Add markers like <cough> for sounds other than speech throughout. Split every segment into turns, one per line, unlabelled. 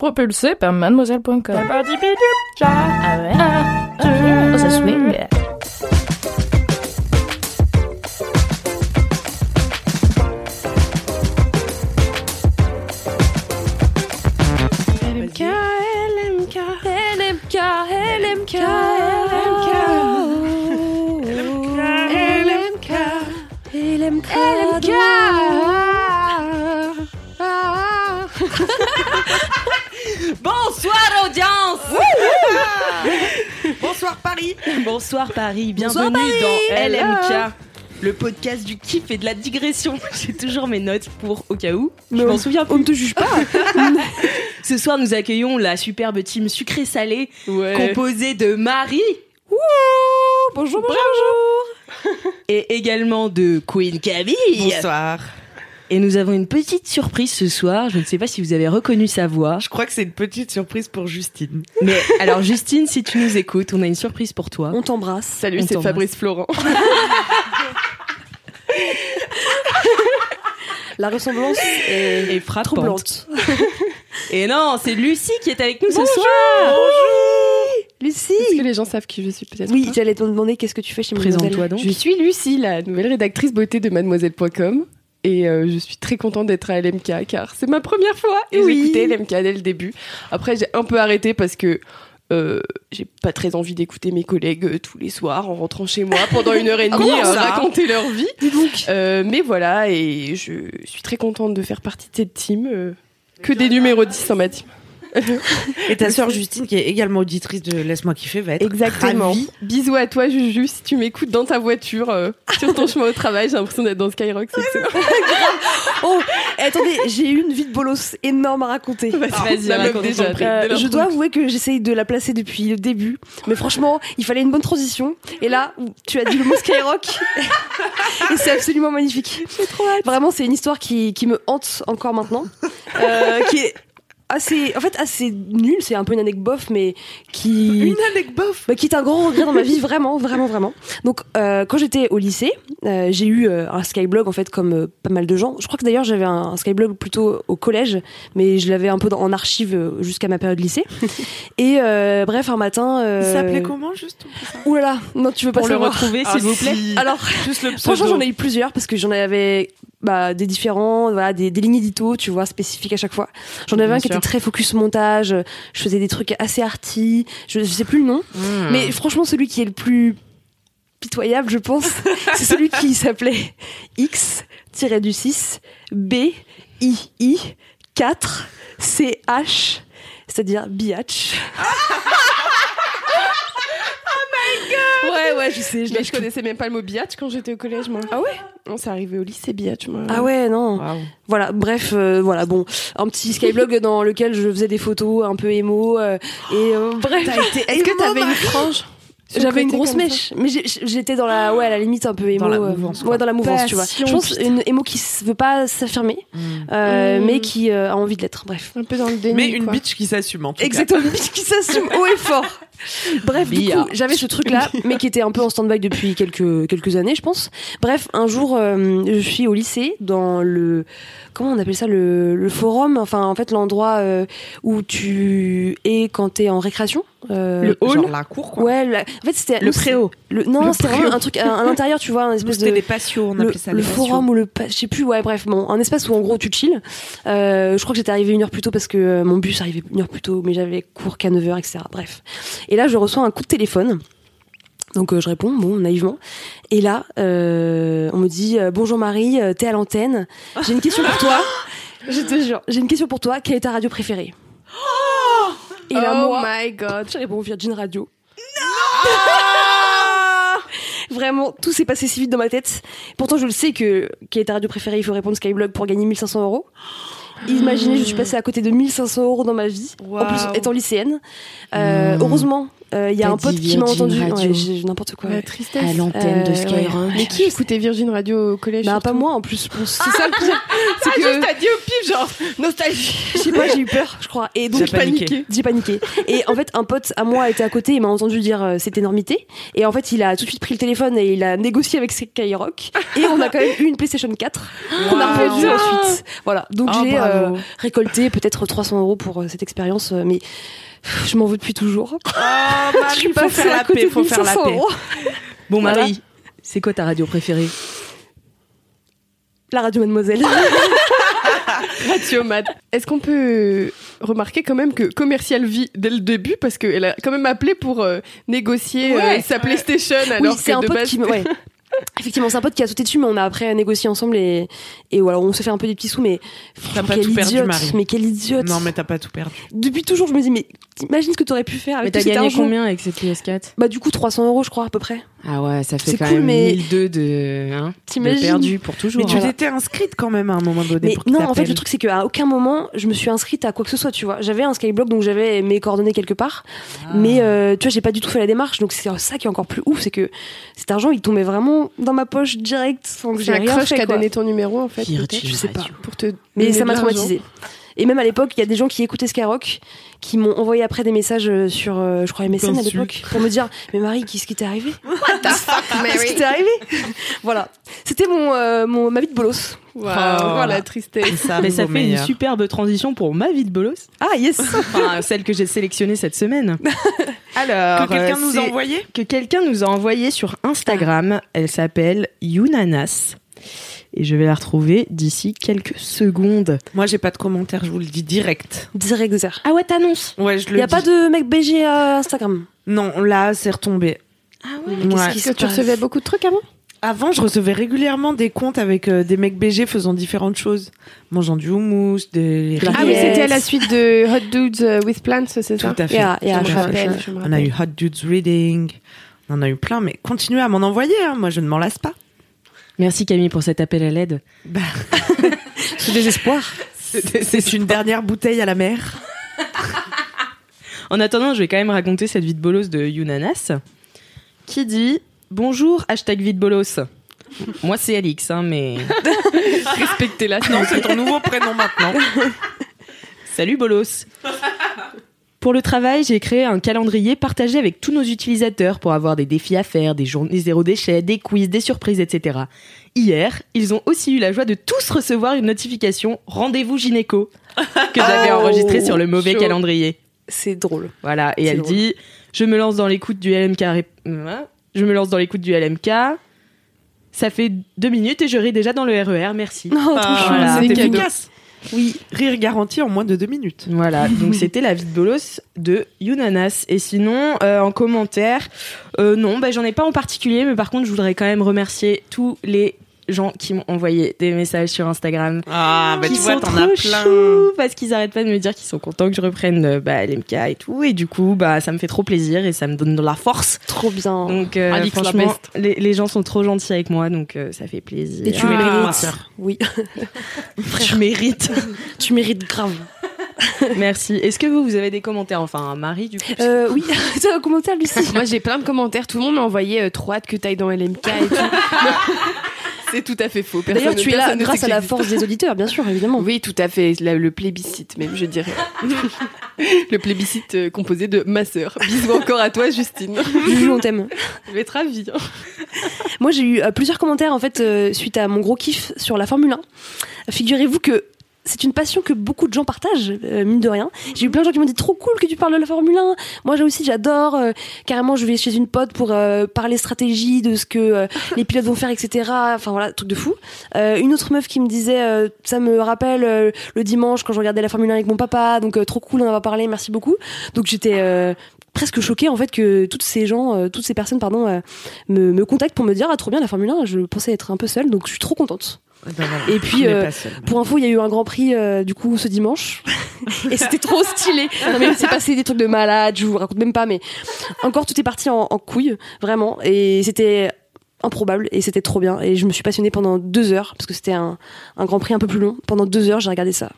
Propulsé par mademoiselle.com. Ah ouais Oh, ça swing.
LMK, LMK,
LMK, LMK,
LMK, LMK, LMK. Ah.
Bonsoir audience
Bonsoir Paris.
Bonsoir Paris,
Bonsoir,
bienvenue
Paris.
dans LMK, le podcast du kiff et de la digression. <laughs> J'ai toujours mes notes pour au cas où. Je
Non.
m'en souviens
On
plus.
ne te juge pas.
Ce soir, nous accueillons la superbe team sucré-salé
Ouais.
composée de Marie
Bonjour, bonjour. <laughs>
et également de Queen Camille.
Bonsoir.
Et nous avons une petite surprise ce soir. Je ne sais pas si vous avez reconnu
<laughs>
sa voix.
Je crois que c'est une petite surprise pour Justine.
Mais alors, Justine, si tu nous écoutes, on a une surprise pour toi.
On t'embrasse.
Salut,
On c'est t'embrasse. Fabrice
Florent.
<laughs> La ressemblance est
Et frappante.
troublante.
Et non, c'est Lucie qui est avec nous ce soir.
Est-ce
Lucie.
que les gens savent qui je suis peut-être
Oui,
pas
j'allais te demander qu'est-ce que tu fais chez
Présente-toi
Mademoiselle.
donc.
Je suis Lucie, la nouvelle rédactrice beauté de mademoiselle.com. Et euh, je suis très contente d'être à LMK car c'est ma première fois et
Oui.
j'écoutais LMK dès le début. Après, j'ai un peu arrêté parce que euh, j'ai pas très envie d'écouter mes collègues euh, tous les soirs en rentrant chez moi pendant une
<laughs>
heure et demie
Comment
euh,
Ah ça
raconter leur vie.
Dis donc.
Euh, mais voilà, et je suis très contente de faire partie de cette team. euh, que des numéros 10 en ma team.
<laughs> Et ta sœur Justine, qui est également auditrice de Laisse-moi kiffer, va être ravie.
Bisous à toi, Juju, si tu m'écoutes dans ta voiture, euh, sur ton chemin au travail, j'ai l'impression d'être dans Skyrock. c'est
<laughs>
excellent.
Oh, attendez, j'ai eu une vie de bolos énorme à raconter.
Vas-y,
la meuf
raconte
déjà,
ton prix.
t'as-
Euh,
Dès
je
leur <laughs>
dois avouer que j'essaye de la placer depuis le début, mais franchement, il fallait une bonne transition. Et là, tu as dit le mot Skyrock, et c'est absolument magnifique. Vraiment, c'est une histoire qui, qui me hante encore maintenant, euh, qui est assez, en fait, assez nulle. C'est un peu une anecdote bof, mais qui
anecdote.
bah, qui est un grand regret dans ma vie, vraiment, vraiment, vraiment. Donc, euh, quand j'étais au lycée, euh, j'ai eu euh, un Skyblog, en fait, comme euh, pas mal de gens. Je crois que d'ailleurs, j'avais un, un Skyblog plutôt au collège, mais je l'avais un peu dans- en archive euh, jusqu'à ma période
<laughs>
lycée. Et euh, bref, un matin. euh,
Il s'appelait comment, juste
Ouh là là, non, tu veux pas
Pour le
savoir. Ah,
retrouver, s'il vous plaît.
Alors,
<laughs>
juste le pseudo.
Franchement, j'en ai eu plusieurs parce que j'en avais bah, des différents, voilà, des, des lignes édito, tu vois, spécifiques à chaque fois. J'en avais
Bien
un qui
sûr.
était très focus montage, euh, je faisais des trucs assez arty, je, je sais plus le nom,
Hmm.
mais franchement, celui qui est le plus pitoyable, je
<laughs>
pense, c'est celui qui s'appelait X-du-6 B-I-I 4 C-H, c'est-à-dire biatch. oh my god! Ouais, ouais, je sais, je
Mais
l'ai
je connaissais même pas le mot biatch quand j'étais au collège, moi.
Ah ouais
On s'est arrivé au lycée biatch, moi.
Ah ouais, non. Voilà, bref, euh, voilà, bon, un petit
<laughs>
skyblog dans lequel je faisais des photos un peu émo euh, et
<gasps>
euh, bref.
Est-ce que t'avais une frange
<laughs> J'avais une
côté
grosse
comme ça.
mèche, mais j'ai- j'étais dans la, ouais, à la limite un peu émo.
Ah. Dans la
euh,
mouvance, quoi.
ouais, dans la mouvance, tu vois.
Passion,
Je pense
putain.
une émo qui se veut pas s'affirmer, euh,
Mm.
mais qui euh, a envie de l'être. Bref.
Un peu dans le déni.
Mais une
quoi.
bitch qui s'assume, en tout cas.
Exactement, qui s'assume haut et fort. Bref, du coup, j'avais ce truc-là, mais qui était un peu en stand-by depuis quelques, quelques années, je pense. Bref, un jour, euh, je suis au lycée, dans le. Comment on appelle ça Le, le forum, enfin, en fait, l'endroit euh, où tu es quand t'es en récréation. euh,
Genre la cour, quoi.
Ouais, la- en fait, c'était.
Le préau.
le- Non,
Le
c'était vraiment un truc à, à l'intérieur, tu vois, un espèce
C'était
de
des patios, on
le,
appelait ça
le
les patios.
forum ou le pa- je sais plus ouais bref bon, un espace où en gros tu chill Euh, je crois que j'étais arrivée une heure plus tôt parce que euh, mon bus arrivait une heure plus tôt mais j'avais cours qu'à 9h etc bref et là je reçois un coup de téléphone donc euh, je réponds bon naïvement et là euh, on me dit euh, bonjour Marie euh, t'es à l'antenne j'ai une question pour toi je te jure j'ai une question pour toi quelle est ta radio préférée et là
oh
moi
my god.
je réponds Virgin Radio. Non <laughs> Vraiment, tout s'est passé si vite dans ma tête. Pourtant, je le sais que quelle est ta radio préférée, il faut répondre Skyblog pour gagner 1500 euros. Imaginez, je suis passée à côté de 1500 euros dans ma vie, en plus étant lycéenne. Euh,
Mmh.
Heureusement, euh, il y a
T'as
un pote
dit
qui m'a
Virgin
entendu.
Radio.
Ouais, j'ai- n'importe quoi.
La
ouais.
tristesse.
à l'antenne de
Euh,
Skyrock.
Mais qui écoutait Virgin Radio au collège
Bah, pas
surtout Ah,
moi en plus. C'est ça le pire. <laughs>
C'est
Ah,
que... juste t'as dit au pif genre <laughs> nostalgie.
Je sais pas, j'ai eu peur, je crois. Et donc,
J'ai paniqué.
J'ai paniqué. Et en fait, un pote à moi était à côté, il m'a entendu dire euh, cette énormité. Et en fait, il a tout de suite pris le téléphone et il a négocié avec Skyrock. Et on a quand même eu une PlayStation 4 qu'on a
Wow.
revendue ensuite. Voilà. Donc,
Ah,
j'ai
bravo.
euh, récolté peut-être 300 euros pour euh, cette expérience, euh, mais pff, je m'en veux depuis toujours.
<laughs> Ah, Marie,
suis
faut
passée
faire
à
la
côté
paix,
de
faut faire la
1500
paix.
euros.
Bon,
Voilà.
Marie, c'est quoi ta radio préférée
La radio Mademoiselle.
Ratio Mad. Est-ce qu'on peut remarquer quand même que Commercial vit dès le début parce qu'elle a quand même appelé pour euh, négocier
Ouais.
euh, sa PlayStation alors
oui, c'est
que
un
de
pote
base
qui me- ouais. <laughs> Effectivement, c'est un pote qui a sauté dessus, mais on a après négocié ensemble et, et voilà, on s'est fait un peu des petits sous, mais
T'as
Pff,
pas
quel
tout perdu,
idiote,
Marie.
mais quel idiote.
Non, mais t'as pas tout perdu.
Depuis toujours, je me dis, mais t'imagines ce que t'aurais pu faire
Mais
avec
t'as
tout cet
gagné
argent
combien avec cette PS4
Bah du coup, 300 euros, je crois, à peu près.
Ah ouais, ça fait
C'est
quand
cool,
même
mais-
1002 de, hein, de
T'imagines
perdu pour toujours.
hein.
Mais tu
Voilà.
t'étais inscrite quand même à un moment donné
Mais
pour qu'il
non, en fait,
t'appelle.
le truc, c'est qu'à aucun moment, je me suis inscrite à quoi que ce soit, tu vois. J'avais un Skyblock, donc j'avais mes coordonnées quelque part. Mais euh, tu vois, j'ai pas du tout fait la démarche. Donc c'est ça qui est encore plus ouf, c'est que cet argent, il tombait vraiment dans ma poche direct, sans que
c'est
j'ai
un
rien
crush
fait,
qui a
quoi.
donné ton numéro en fait.
Virgin
peut-être, je sais pas.
Radio.
Pour te
Mais
donner
ça
de
m'a
l'argent.
traumatisée. Et même à l'époque, il y a des gens qui écoutaient Skyrock qui m'ont envoyé après des messages euh, sur, euh, je crois, MSN à
T'insultes.
l'époque, pour me dire Mais Marie, qu'est-ce qui t'est arrivé Qu'est-ce qui
Mary.
t'est arrivé Voilà. C'était mon, euh, mon, ma vie de bolos.
Wow,
Voilà.
la tristesse.
ça,
Mais ça
vaut
fait une
meilleur.
superbe transition pour ma vie de bolos,
Ah, yes
enfin celle que j'ai sélectionnée cette semaine.
Que
Alors,
quelqu'un
euh,
nous
c'est-
a envoyé
que quelqu'un nous a envoyé sur Instagram. Elle s'appelle Younanas. Et je vais la retrouver d'ici quelques secondes.
Moi, j'ai pas de commentaire, je vous le dis direct.
Direct zère.
Ah ouais, t'annonces
Ouais, je
Il
le
y a
dis.
pas de mec BG à Instagram.
Non, là, c'est retombé.
Ah
Ouais.
qui
Est-ce que tu recevais beaucoup de trucs avant
Avant, je recevais régulièrement des comptes avec euh, des mecs BG faisant différentes choses. Mangeant du houmous, des...
Ah
Ah
oui,
oui,
Yes.
c'était à la suite de Hot Dudes euh, with Plants, c'est ça
Tout à fait.
Yeah, yeah,
Je me
je
rappelle.
rappelle.
je me
On a
rappelle.
eu Hot Dudes Reading, on en a eu plein, mais continuez à m'en envoyer, hein, moi je ne m'en lasse pas.
Merci Camille pour cet appel à l'aide.
Ce désespoir.
<laughs> C'est une dernière bouteille à la mer.
En attendant, je vais quand même raconter cette vie de bolos de Younanas qui dit Bonjour, hashtag vie de bolos. Moi, c'est Alix, hein, mais respectez-la.
Non, c'est ton nouveau prénom maintenant. <laughs>
Salut Bolos Pour le travail, j'ai créé un calendrier partagé avec tous nos utilisateurs pour avoir des défis à faire, des journées zéro déchet, des quiz, des surprises, etc. Hier, ils ont aussi eu la joie de tous recevoir une notification Rendez-vous gynéco que j'avais
Oh,
enregistrée sur le mauvais
chaud.
calendrier.
C'est drôle.
Voilà, et
C'est
elle
drôle.
dit Je me lance dans l'écoute du LMK. ré- Hein Je me lance dans l'écoute du LMK. Ça fait deux minutes et je ris déjà dans le RER,
<laughs>
merci.
Non,
Ah,
trop chou.
voilà.
c'est
C'est cadeau.
efficace. Oui, rire garanti en moins de deux minutes.
Voilà, donc c'était la vie de bolos de Younanas. Et sinon, euh, en commentaire, euh, non, bah, j'en ai pas en particulier, mais par contre, je voudrais quand même remercier tous les gens qui m'ont envoyé des messages sur Instagram.
Ah, bah
qui
tu vois,
sont
t'en as
trop
plein.
choux, parce qu'ils arrêtent pas de me dire qu'ils sont contents que je reprenne euh, bah, l'MK et tout. Et du coup, bah, ça me fait trop plaisir et ça me donne de la force.
Trop
Oh.
bien.
Donc, euh,
Alix, la
franchement,
peste.
les, les gens sont trop gentils avec moi, donc euh, ça fait plaisir.
Et tu
Ah.
mérites.
<laughs>
Oui,
tu mérites.
tu mérites grave.
Merci. Est-ce que vous, vous avez des commentaires Enfin, Marie, du coup. parce que-
Euh, oui, <laughs> c'est un commentaire, Lucie.
Moi, j'ai plein de commentaires. Tout le monde m'a envoyé euh, trop hâte que t'ailles dans LMK et tout. <laughs> c'est tout à fait faux. Personne-
D'ailleurs, tu es là
personne ne
grâce
sait
à
que
la
j'existe.
force des auditeurs, bien sûr, évidemment.
Oui, tout à fait. La- le plébiscite, même, je dirais. le plébiscite euh, composé de ma sœur. Bisous encore à toi, Justine.
Juju, on t'aime.
Je vais être ravie. hein.
Moi, j'ai eu euh, plusieurs commentaires en fait euh, suite à mon gros kiff sur la Formule 1. Figurez-vous que c'est une passion que beaucoup de gens partagent, euh, mine de rien. J'ai eu plein de gens qui m'ont dit trop cool que tu parles de la Formule 1. Moi, j'ai aussi, j'adore. euh, carrément, je vais chez une pote pour euh, parler stratégie de ce que euh, les pilotes vont faire, etc. Enfin voilà, truc de fou. Euh, une autre meuf qui me disait, euh, ça me rappelle euh, le dimanche quand je regardais la Formule 1 avec mon papa. Donc euh, trop cool, on en va parler. Merci beaucoup. Donc j'étais euh, presque choquée en fait que toutes ces gens, euh, toutes ces personnes, pardon. euh, me, me contacte pour me dire ah trop bien la Formule 1 je pensais être un peu seule donc je suis trop contente
Eh ben,
Et puis, euh, pour info il y a eu un Grand Prix euh, du coup ce
<laughs>
dimanche et c'était trop stylé non mais il s'est passé des trucs de malade je vous raconte même pas mais encore tout est parti en, en couille vraiment et c'était improbable et c'était trop bien et je me suis passionnée pendant deux heures parce que c'était un, un Grand Prix un peu plus long pendant deux heures j'ai regardé ça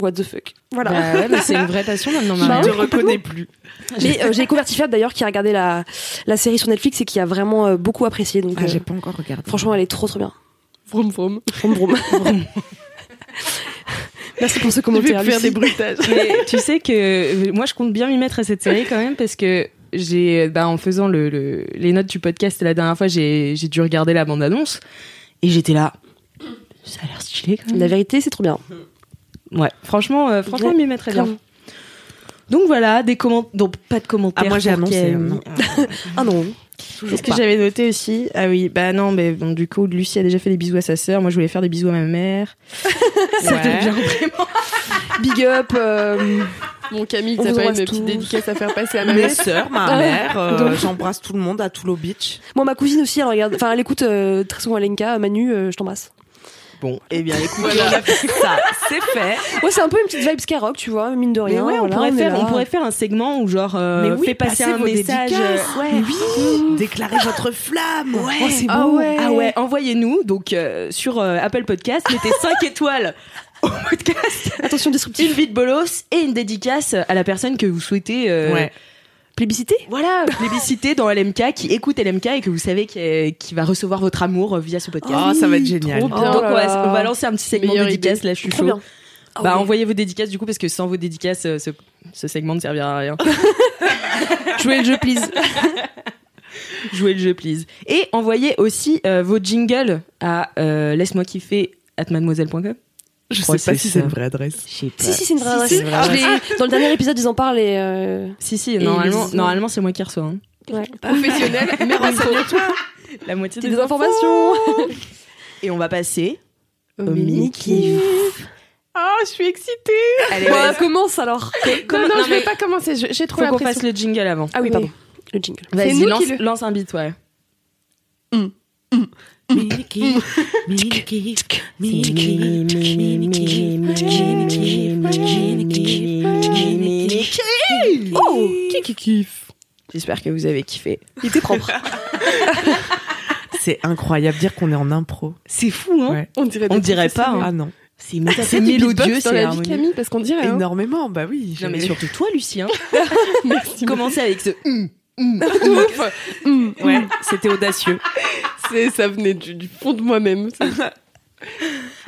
what the
<laughs>
fuck. Voilà. Bah
Bah ouais, mais c'est une vraie passion maintenant, Marianne.
Je te reconnais plus.
Mais euh, j'ai découvert Tiffany d'ailleurs qui a regardé la, la série sur Netflix et qui a vraiment euh, beaucoup apprécié. Donc,
Ah,
euh,
j'ai pas encore regardé.
franchement, elle est trop trop bien.
Vroom vroom.
Vroom, vroom. <laughs> Merci pour ce
Je vais
commentaire.
faire des
Lucie.
bruitages.
<laughs> Mais tu sais que euh, moi, je compte bien m'y mettre à cette série quand même parce que j'ai, euh, bah, en faisant le, le- les notes du podcast la dernière fois, j'ai, j'ai dû regarder la bande-annonce et j'étais là. Ça a l'air stylé quand même.
La vérité, c'est trop bien.
Ouais, franchement, euh, franchement,
Ouais,
je m'y mettrait bien.
grave.
Donc voilà, des commentaires. Donc pas de commentaires.
Ah, moi, j'ai
pour
annoncé,
Camille.
euh, non.
Ah non.
Est-ce que j'avais noté aussi Ah oui, bah non, mais bon, du coup, Lucie a déjà fait des bisous à sa sœur. Moi, je voulais faire des bisous à ma <laughs> mère.
Ouais.
Big up. euh,
Mon Camille,
On
t'as
vous
pas une
embrasse
petite
tous.
dédicace à faire passer à ma
<laughs> Mes
mère
sœurs, ma mère, euh, j'embrasse tout le monde à Toulouse Beach.
Moi, ma cousine aussi, elle regarde. Enfin, elle écoute euh, très souvent Alenka. Manu, euh, je t'embrasse.
Bon, eh bien, écoute,
Voilà.
on a fait ça, c'est fait.
Ouais, c'est un peu une petite vibe Skyrock, tu vois, mine de
Mais
rien.
ouais, on,
voilà,
pourrait
est
faire,
là.
on pourrait faire un segment où genre euh,
Mais oui,
fais passer
passez
un
vos
message.
dédicaces.
euh,
Ouais.
Déclarez votre flamme. Ouais.
Oh, c'est beau.
Ah ouais, ah ouais, envoyez-nous donc euh, sur euh, Apple Podcast, mettez 5 étoiles au podcast,
Attention, disruptif.
une vie de bolos et une dédicace à la personne que vous souhaitez euh,
Ouais.
Plébiscité
voilà, plébisciter dans LMK, qui écoute LMK et que vous savez qui, qui va recevoir votre amour euh, via ce podcast.
Oh, ça va être génial.
Trop
Donc
bien.
Oh
on
là
va,
là.
on va lancer un petit segment
Meilleure
dédicace, là je suis
Trop
chaud.
bien. Ah
bah
ouais.
envoyez vos dédicaces du coup parce que sans vos dédicaces euh, ce, ce segment ne servira à rien.
Jouez le jeu, please.
Jouez le jeu, please. Et envoyez aussi euh, vos jingles à euh, laisse-moi kiffer at mademoiselle.com.
Je sais
crois
pas
que c'est
si Oh, c'est
ça.
une vraie adresse.
Je sais pas.
Si, si, c'est une vraie adresse.
si, c'est une vraie
Je l'ai- Dans le dernier épisode, ils en parlent et. euh,
Si, si, normalement,
les-
normalement c'est moi qui reçois. hein.
Ouais.
professionnelle, <laughs> mais renseigne-toi.
La moitié
Des informations.
Et on va passer au
mini
mini-kiff.
Ah, je suis excitée.
Allez,
Bon,
vas-y.
on commence alors.
Comment-
non, non,
non,
je
mais
vais pas commencer. je- J'ai trop
Faut
la
qu'on
pression.
fasse le jingle avant.
Ah oui, pardon. Le jingle.
Vas-y,
nous
lance,
qui le-
lance un beat, ouais.
Oh
J'espère que vous avez kiffé.
Il était propre.
C'est incroyable dire qu'on est en impro.
C'est fou, hein
Ouais.
On dirait,
On dirait pas, hein.
Ah non,
C'est
T'as
méta-
fait du beatbox
mélodieux,
dans
c'est
la vie,
harmonieux.
Camille, parce qu'on dirait. hein.
énormément. Bah oui.
Ah Non, mais
j'ai-
surtout toi, hein. Lucien.
<laughs>
<laughs>
Merci.
Commencez avec ce. hum, hum.
Hum,
<laughs> Ouais, c'était audacieux.
c'est- ça venait du, du fond de moi-même. C'est-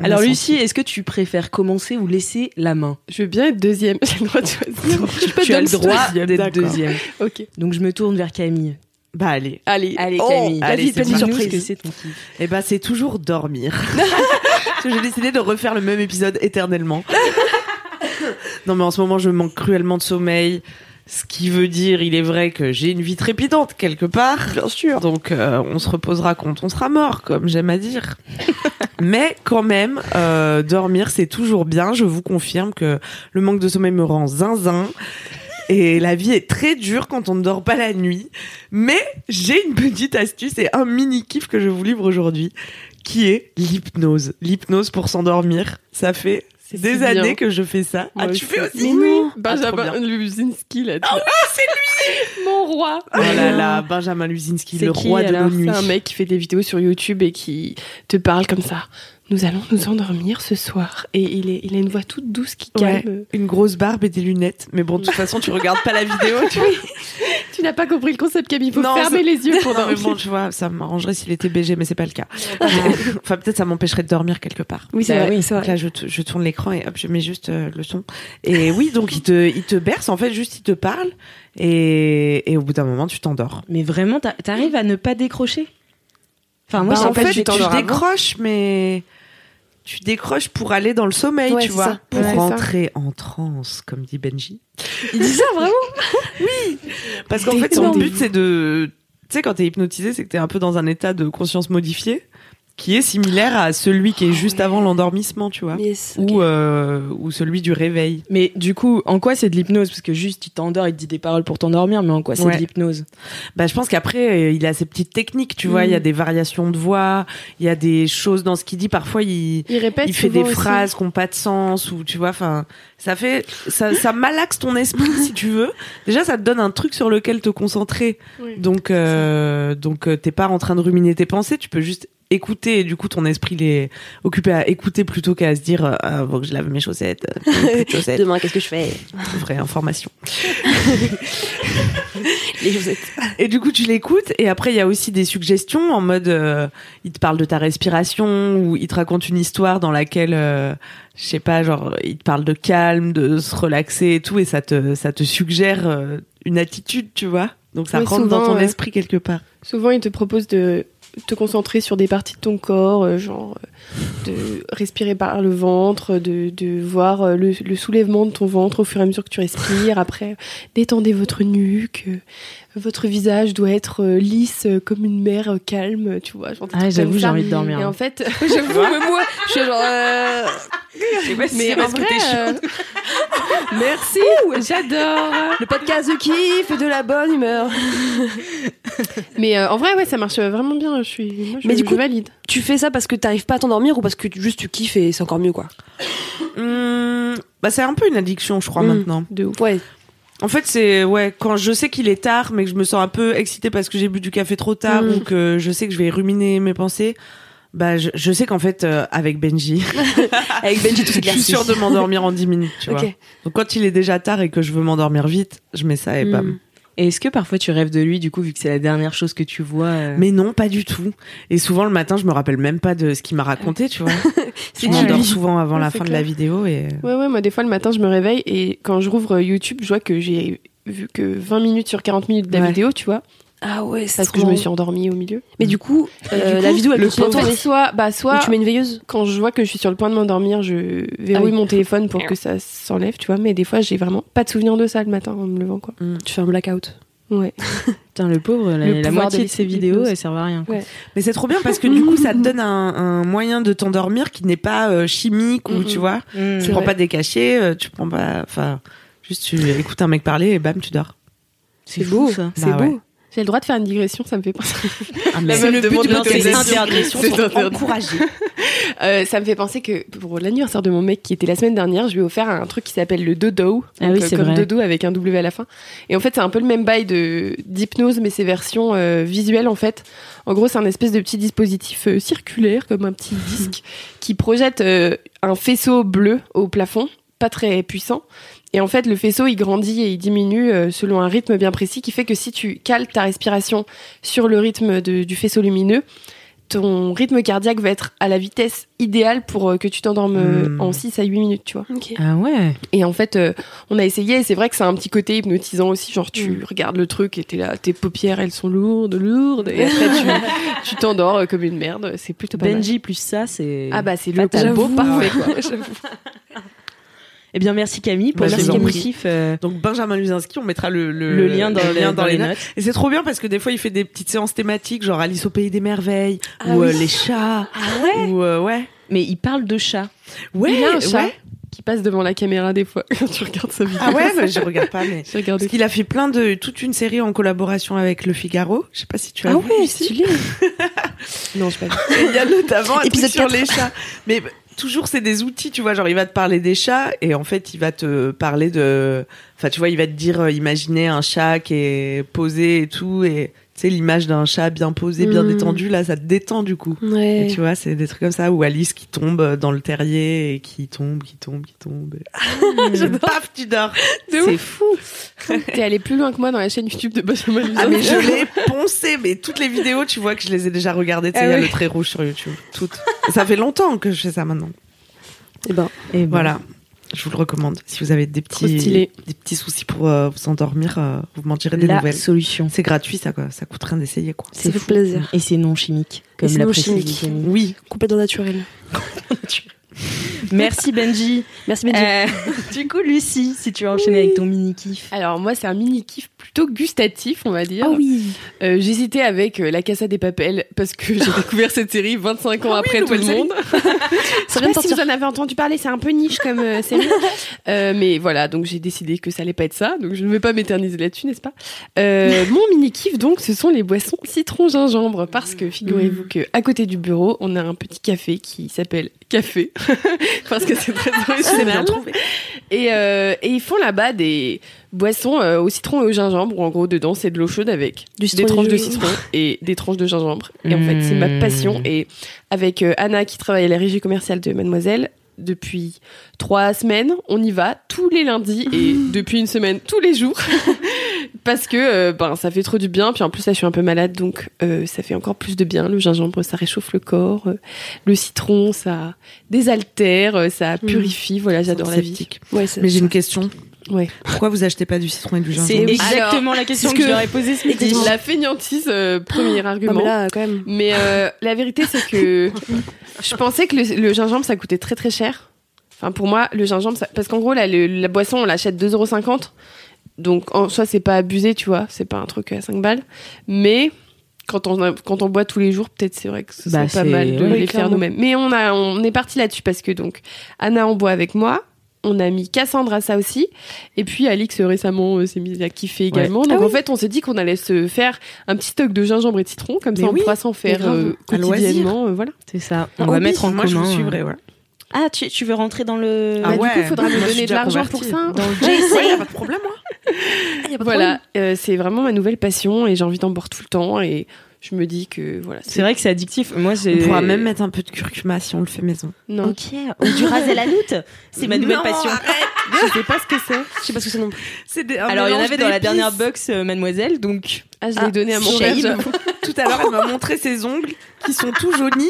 On
Alors,
a senti.
Lucie, est-ce que tu préfères commencer ou laisser la main
Je veux bien être deuxième. <laughs> J'ai le droit de choisir. Je suis pas
Tu as le
dumpster.
droit
deuxième,
d'être
d'accord.
deuxième.
Ok.
Donc, je me tourne vers Camille.
Bah allez.
Allez.
Allez,
Oh,
Camille.
allez,
Vas-y,
c'est
dis-nous
parti.
ce que c'est ton kiff.
Eh ben, c'est toujours dormir. <laughs> Parce que j'ai décidé de refaire le même épisode
<laughs>
éternellement. non, mais en ce moment, je manque cruellement de sommeil. Ce qui veut dire, il est vrai que j'ai une vie trépidante quelque part. Bien sûr. Donc, euh, on se reposera quand on sera mort, comme j'aime à <laughs> dire. mais quand même, euh, dormir, c'est toujours bien. Je vous confirme que le manque de sommeil me rend zinzin. Et la vie est très dure quand on ne dort pas la nuit. Mais j'ai une petite astuce et un mini kiff que je vous livre aujourd'hui, qui est l'hypnose. L'hypnose pour s'endormir, ça fait
C'est
des
si
années
bien.
que je fais ça.
Moi
ah, tu fais aussi
Mais oui.
Ah, trop
Benjamin
bien.
Luzinski, là. Ah, c'est lui <laughs> Mon roi.
Oh là là, Benjamin Luzinski,
C'est
le
qui,
roi de nos
alors
nuits.
C'est un mec qui fait des vidéos sur YouTube et qui te parle comme ça. Nous allons nous endormir ce soir. Et il, est, il a une voix toute douce qui
Ouais.
calme.
Une grosse barbe et des lunettes. Mais bon, de toute façon, tu regardes pas la vidéo. Tu... vois.
Tu n'as pas compris le concept, Camille. Faut
Non,
fermer
c'est-
les yeux pour
<laughs> Non, mais
dormir.
bon, tu vois, ça m'arrangerait s'il était BG, mais c'est pas le cas. enfin, peut-être ça m'empêcherait de dormir quelque part.
Oui, c'est
Bah
vrai.
oui.
c'est vrai.
Donc là, je, t- je tourne l'écran et hop, je mets juste euh, le son. Et oui, donc il te, il te berce, en fait, juste il te parle. Et, et au bout d'un moment, tu t'endors.
Mais vraiment, t'a- t'arrives à ne pas décrocher Enfin, moi,
Bah,
j'ai-
en fait,
j'ai
tu
tendance à-
décroches, mais tu décroches pour aller dans le sommeil,
Ouais,
tu
c'est
vois.
ça.
Pour
Ouais, c'est ça.
rentrer en transe, comme dit Benji.
Il dit ça vraiment
Parce qu'en fait, son
Détendez-vous.
but, c'est de. Tu sais, quand t'es hypnotisé, c'est que t'es un peu dans un état de conscience modifiée qui est similaire à celui qui est juste avant l'endormissement, tu vois.
Yes.
Ou, euh, ou celui du réveil.
Mais du coup, en quoi c'est de l'hypnose Parce que juste, tu t'endors, il te dit des paroles pour t'endormir, mais en quoi c'est
Ouais.
de l'hypnose
Bah, je pense qu'après, euh, il a ses petites techniques, tu vois. Il y a des variations de voix, il y a des choses dans ce qu'il dit. Parfois, il,
Il répète
il fait
souvent
des
aussi.
phrases qui n'ont pas de sens ou tu vois. Enfin, ça fait, ça, ça malaxe ton esprit si tu veux. Déjà, ça te donne un truc sur lequel te concentrer.
Oui.
Donc, euh, donc, euh, t'es pas en train de ruminer tes pensées. Tu peux juste écouter et du coup ton esprit il est occupé à écouter plutôt qu'à se dire euh, Ah, faut que je lave mes chaussettes, euh,
<laughs>
plus de chaussettes,
Demain, qu'est-ce que je fais
vraie information.
Les chaussettes.
Et du coup tu l'écoutes et après il y a aussi des suggestions en mode euh, il te parle de ta respiration ou il te raconte une histoire dans laquelle euh, je sais pas genre il te parle de calme, de se relaxer et tout et ça te ça te suggère euh, une attitude, tu vois. Donc ça
Oui,
rentre dans
souvent,
ton
ouais.
esprit quelque part.
Souvent, ils te proposent de te concentrer sur des parties de ton corps, euh, genre euh, de respirer par le ventre, de, de voir euh, le, le soulèvement de ton ventre au fur et à mesure que tu respires. Après, détendez votre nuque. euh, Votre visage doit être euh, lisse euh, comme une mer euh, calme, tu vois. genre des trucs
Ah,
comme
j'avoue, j'ai
ça.
envie de dormir.
Et
<laughs>
en fait, <laughs> j'avoue, mais moi, je suis genre. euh, mais en vrai, euh, Merci, j'adore.
Le podcast de kiff et de la bonne humeur.
<laughs> Mais euh, en vrai, ouais, ça marche euh, vraiment bien. Je suis. moi, je-
Mais du
je
coup-
valide.
Tu fais ça parce que t'arrives pas à t'endormir ou parce que tu- juste tu kiffes et c'est encore mieux, quoi.
Hum,
Mmh.
bah c'est un peu une addiction je crois
Mm.
maintenant.
De ouf.
Ouais.
En fait, c'est ouais, quand je sais qu'il est tard, mais que je me sens un peu excitée parce que j'ai bu du café trop tard
Mmh.
Mm.
ou que je sais que je vais ruminer mes pensées. Bah, je, je sais qu'en fait, euh, avec Benji,
Avec <laughs> Benji, tout
je suis sûre de m'endormir en 10 minutes, tu vois.
Ok.
Donc, quand il est déjà tard et que je veux m'endormir vite, je mets ça et bam.
Mm.
Et est-ce que parfois tu rêves de lui, du coup, vu que c'est la dernière chose que tu vois euh,
Mais non, pas du tout. Et souvent, le matin, je me rappelle même pas de ce qu'il m'a raconté, tu vois. je
qui,
m'endors
lui
souvent avant
Ouais,
la
c'est
fin de
clair.
la vidéo et...
Ouais, ouais, moi des fois le matin je me réveille et quand je rouvre euh, YouTube, je vois que j'ai vu que 20 minutes sur 40 minutes de la
Ouais.
vidéo, tu vois,
Ah ouais, c'est
parce que je me suis endormie au milieu.
Mais du coup, euh,
Du
la
coup,
vidéo, elle
le
continue à
pauvre,
tourner.
soit, bah, soit
Ou tu mets une veilleuse
quand je vois que je suis sur le point de m'endormir, je verrouille
oui.
mon téléphone pour que ça s'enlève, tu vois, mais des fois j'ai vraiment pas de souvenir de ça le matin en me levant, quoi.
Tu fais un blackout.
Ouais.
Putain, le pauvre, la,
Le
la
pouvoir
moitié
de
de ses
l'hypnose.
vidéos, elle sert à rien. quoi.
Ouais.
Mais c'est trop bien parce que du coup, ça te donne un, un moyen de t'endormir qui n'est pas euh, chimique ou,
Mm-mm.
tu vois,
Mm.
Tu
C'est
prends
vrai.
pas des cachets, euh, tu prends pas. Enfin, juste tu écoutes un mec parler et bam, tu dors.
C'est
beau.
fou, ça.
C'est
Bah
beau.
ouais.
J'ai le droit de faire une digression, ça me fait penser.
Ah, mais
La meuf
le but
demande
du podcast,
l'autorisation.
c'est interdistion,
C'est
sont
interdit.
encouragées.
Euh, ça me fait penser que pour l'anniversaire de mon mec qui était la semaine dernière, je lui ai offert un truc qui s'appelle le dodo.
Ah
Donc,
oui,
euh,
c'est
comme
vrai.
dodo avec un W à la fin. Et en fait, c'est un peu le même bail de d'hypnose, mais c'est version euh, visuelle en fait. En gros, c'est un espèce de petit dispositif euh, circulaire, comme
<laughs>
un petit disque, qui projette euh, un faisceau bleu au plafond, pas très puissant. Et en fait, le faisceau, il grandit et il diminue euh, selon un rythme bien précis qui fait que si tu cales ta respiration sur le rythme de- du faisceau lumineux, ton rythme cardiaque va être à la vitesse idéale pour euh, que tu t'endormes euh,
Hmm.
en 6 à 8 minutes, tu vois.
Ok.
Ah ouais.
Et en fait, euh, on a essayé, et c'est vrai que c'est un petit côté hypnotisant aussi. Genre, tu
Mm.
regardes le truc et t'es là, tes paupières, elles sont lourdes, lourdes, et après, tu-
<laughs>
tu t'endors euh, comme une merde. C'est plutôt pas mal.
Benji plus ça, c'est.
Ah bah, c'est le
Fatal.
combo
J'avoue.
parfait,
<laughs>
quoi. J'avoue.
Eh bien, merci Camille pour
Bah,
ce
je vous en prie.
motif. euh,
Donc Benjamin Luzinski, on mettra le, le,
le lien dans,
Euh, le
les, dans les notes.
Et c'est trop bien parce que des fois, il fait des petites séances thématiques, genre Alice au pays des merveilles,
Ah
ou euh,
oui.
les chats, ou euh, ouais.
Mais il parle de chat.
Ouais,
Il a un chat
ouais.
qui passe devant la caméra des fois <laughs> quand tu regardes sa vidéo.
Ah ouais, bah, je regarde pas, mais.
J'ai regardé.
Parce qu'il a fait plein de, toute une série en collaboration avec Le Figaro. Je sais pas si tu
Ah
as vu. Lucie.
Non, je sais pas.
Et <laughs> Il y a notamment un
Épisode
truc sur
4.
les chats. Mais toujours, c'est des outils, tu vois. Genre, il va te parler des chats et en fait, il va te parler de. Enfin, tu vois, il va te dire, euh, imaginez un chat qui est posé et tout. Et tu sais, l'image d'un chat bien posé, bien
Mm.
détendu, là, ça te détend du coup. Et
Ouais.
tu vois, c'est des trucs comme ça où Alice qui tombe euh, dans le terrier et qui tombe, qui tombe, qui tombe. Et paf, tu dors.
C'est fou. T'es allé plus loin que moi dans la chaîne YouTube de Benjamin Luzon.
Ah, mais je l'ai poncé, mais toutes les vidéos, tu vois que je les ai déjà regardées. Tu sais, il y a le trait rouge sur YouTube. Toutes. Ça fait longtemps que je fais ça maintenant.
Eh ben,
Et
Voilà, je vous le recommande. Si vous avez des
Trop
petits,
stylé.
des petits soucis pour euh, vous endormir, euh, vous m'en direz des
La
nouvelles.
solution.
C'est gratuit, ça, quoi. Ça coûte rien d'essayer, quoi.
ça
C'est
fait
fou.
plaisir.
Et c'est non chimique, comme
c'est
l'a
non
précisé
chimique.
Camille.
Oui.
Complètement naturel.
Merci Benji.
Merci Benji.
Euh, du coup, Lucie, si tu veux enchaîner avec ton mini kiff.
Alors moi, c'est un mini kiff plutôt gustatif, on va dire.
Ah oui.
Euh, J'hésitais avec euh, La Casa des Papels parce que
<laughs>
j'ai découvert cette série 25 ans après tout le
Ah nouvelle
monde. Je sais
vient de
pas si
sortir.
vous en avez entendu parler, c'est un peu niche comme euh, série. Euh, mais voilà, donc j'ai décidé que ça allait pas être ça, donc je ne vais pas m'éterniser là-dessus, n'est-ce pas Euh, Mon mini kiff donc, ce sont les boissons citron gingembre parce que figurez-vous que à côté du bureau, on <laughs>
Ah,
a un petit café qui s'appelle Café parce que c'est très original.
trouvé.
Et, euh, et ils font là-bas des boissons euh, au citron et au gingembre, où en gros, dedans, c'est de l'eau chaude avec
Du
des
citron
tranches
et
de
du
citron et des tranches de gingembre. Et en fait, c'est ma
Mmh.
passion. Et avec euh, Anna, qui travaille à la régie commerciale de Mademoiselle, depuis trois semaines, on y va tous les lundis
<laughs>
et depuis une semaine, tous les jours. Parce que euh, ben, ça fait trop du bien. Puis en plus, là, je suis un peu malade, donc euh, ça fait encore plus de bien. Le gingembre, ça réchauffe le corps. Euh, le citron, ça désaltère, euh, ça purifie. Voilà, j'adore la vie.
Mmh. Ouais, c'est-
Mais j'ai une question.
Ouais.
Pourquoi vous achetez pas du citron et du gingembre
C'est exactement la question
c'est
que,
ce que-
j'aurais posée ce midi.
La fainéantise, euh, premier
Non,
argument.
mais là, quand même.
<laughs> Mais euh, la vérité, c'est que je pensais que le, le gingembre, ça coûtait très très cher. Enfin, pour moi, le gingembre, ça- parce qu'en gros, là, le- la boisson, on l'achète 2,50€. Donc, en soi, c'est pas abusé, tu vois. C'est pas un truc à 5 balles. Mais quand on, a- quand on boit tous les jours, peut-être c'est vrai que c'est
Bah,
pas
c'est-
mal de
oui,
les faire
clairement.
nous-mêmes. Mais on, a, on est parti là-dessus parce que, donc, Anna en boit avec moi. On a mis Cassandre à ça aussi. Et puis Alix euh, récemment euh, s'est mise à kiffer également. Donc
Ah oui.
en fait, on s'est dit qu'on allait se faire un petit stock de gingembre et de citron, comme
Mais
ça on
oui,
pourra s'en faire
grave,
euh,
à loisir.
quotidiennement. euh, voilà.
C'est ça. On
Un
va
hobby,
mettre Ah, en
moi,
commun.
je vous
euh,
suivrai, ouais.
Ah, tu, tu veux rentrer dans le.
hein. Ah
Bah, Du coup,
ouais.
il faudra
Moi,
me
je suis
donner de
déjà
l'argent pour
convertie.
ça. <laughs>
Ouais, y a pas de problème, moi.
Voilà, Euh, c'est vraiment ma nouvelle passion et j'ai envie d'en boire tout le temps. Et je me dis que voilà.
C'est vrai que c'est addictif. Moi,
On
j'ai.
pourra même mettre un peu de curcuma si on le fait maison.
Non.
Ok. Ou du ras à la loutre. C'est ma nouvelle
Non,
passion. <laughs>
Je sais pas ce que c'est.
Je sais pas ce que c'est non plus.
Alors, il y en avait dans la dernière box, euh, mademoiselle, donc.
Ah, je
Ah,
l'ai donné à mon
shame.
père.
Tout à l'heure, elle m'a montré ses ongles qui sont tout jaunis.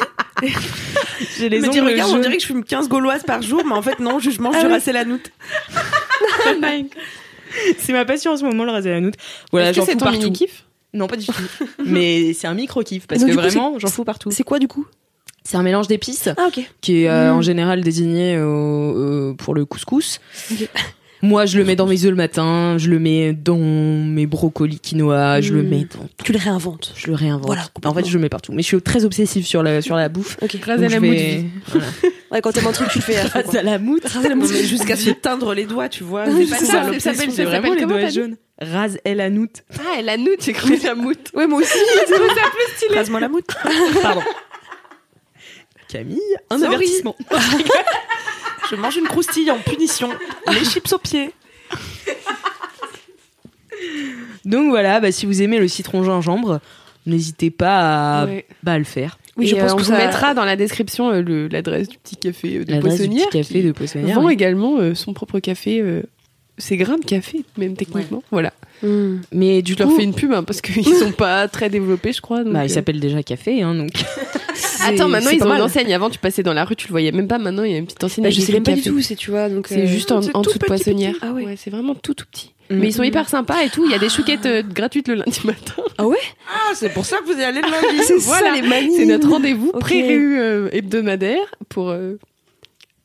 J'ai les
Elle me dit,
ongles
regarde, on
jaunes.
dirait que je fume 15 gauloises par jour, mais en fait, non, je je mange
Ah
du
oui.
racé la noute.
<laughs> C'est ma passion en ce moment, le ras à la loutre. Voilà,
Est-ce
j'en
que c'est
fous
ton
partout.
mini kiff
Non, pas du tout. Mais c'est un micro-kiff, parce
Donc,
que
du coup,
vraiment, j'en fous partout.
C'est quoi du coup
C'est un mélange d'épices
Ah, ok.
qui est euh, en général désigné au- euh, pour le couscous. <laughs> Moi, je le mets dans mes œufs le matin, je le mets dans mes brocolis quinoa, je le
Mm.
mets dans.
Tu le réinventes.
Je le réinvente.
Voilà,
en fait, je le mets partout. Mais je suis très obsessive sur la, sur la <laughs> bouffe.
Ok.
Grâce à
Donc,
la
je
mousse
vais-
vie.
<laughs>
Ouais, quand t'aimes un truc, tu le fais. à fond,
Ras <laughs>
quoi.
à la moutre.
Non, mais Jusqu'à se teindre les doigts, tu vois.
Oui,
C'est pas
c'est
ça,
ça,
l'obsession.
ça s'appelle-
C'est vraiment
s'appelle
les
comment,
doigts
t'as dit
jaunes. Ras elle à noute.
Ah, elle a nous, j'ai cru la moute. Ouais, moi aussi.
Rase-moi la moute.
Pardon. <laughs> Camille, un
Sorry.
avertissement.
Je mange une croustille en punition. Les chips aux pieds.
Donc voilà, bah, si vous aimez le citron gingembre, n'hésitez pas à, bah, à le faire.
Oui,
Oui, euh, je
je
pense
on
que
vous
ça-
mettra dans la description euh, le- l'adresse du petit café euh, de
L'adresse du
Poissonnière.
petit café
qui-
de Poissonnière.
vend
oui.
également euh, son propre café. euh, ses grains de café, même techniquement. Voilà.
Hmm.
Mais du
Je leur
coup,
fais une pub hein, parce qu'ils sont pas très développés, je crois. donc,
bah,
euh.
il s'appelle déjà café, hein, donc.
Attends, maintenant
c'est
ils
pas
ont
mal.
une enseigne. Avant, tu passais dans la rue, tu le voyais même pas. Maintenant, il y a une petite enseigne.
Bah,
avec
je sais
écrit
même pas du
café.
tout, c'est tu vois. Donc,
C'est
euh,
juste en,
C'est
en
tout
dessous de
petit,
poissonnière.
petit. Ah ouais.
c'est vraiment tout, tout petit.
Mm.
Mais ils sont hyper sympas et tout. Il y a des chouquettes euh, gratuites le lundi matin. <laughs>
Ah, c'est pour ça que vous allez aller le lundi.
C'est
Voilà.
ça les manies.
C'est notre rendez-vous
Ok.
pré-réu euh, hebdomadaire pour, euh,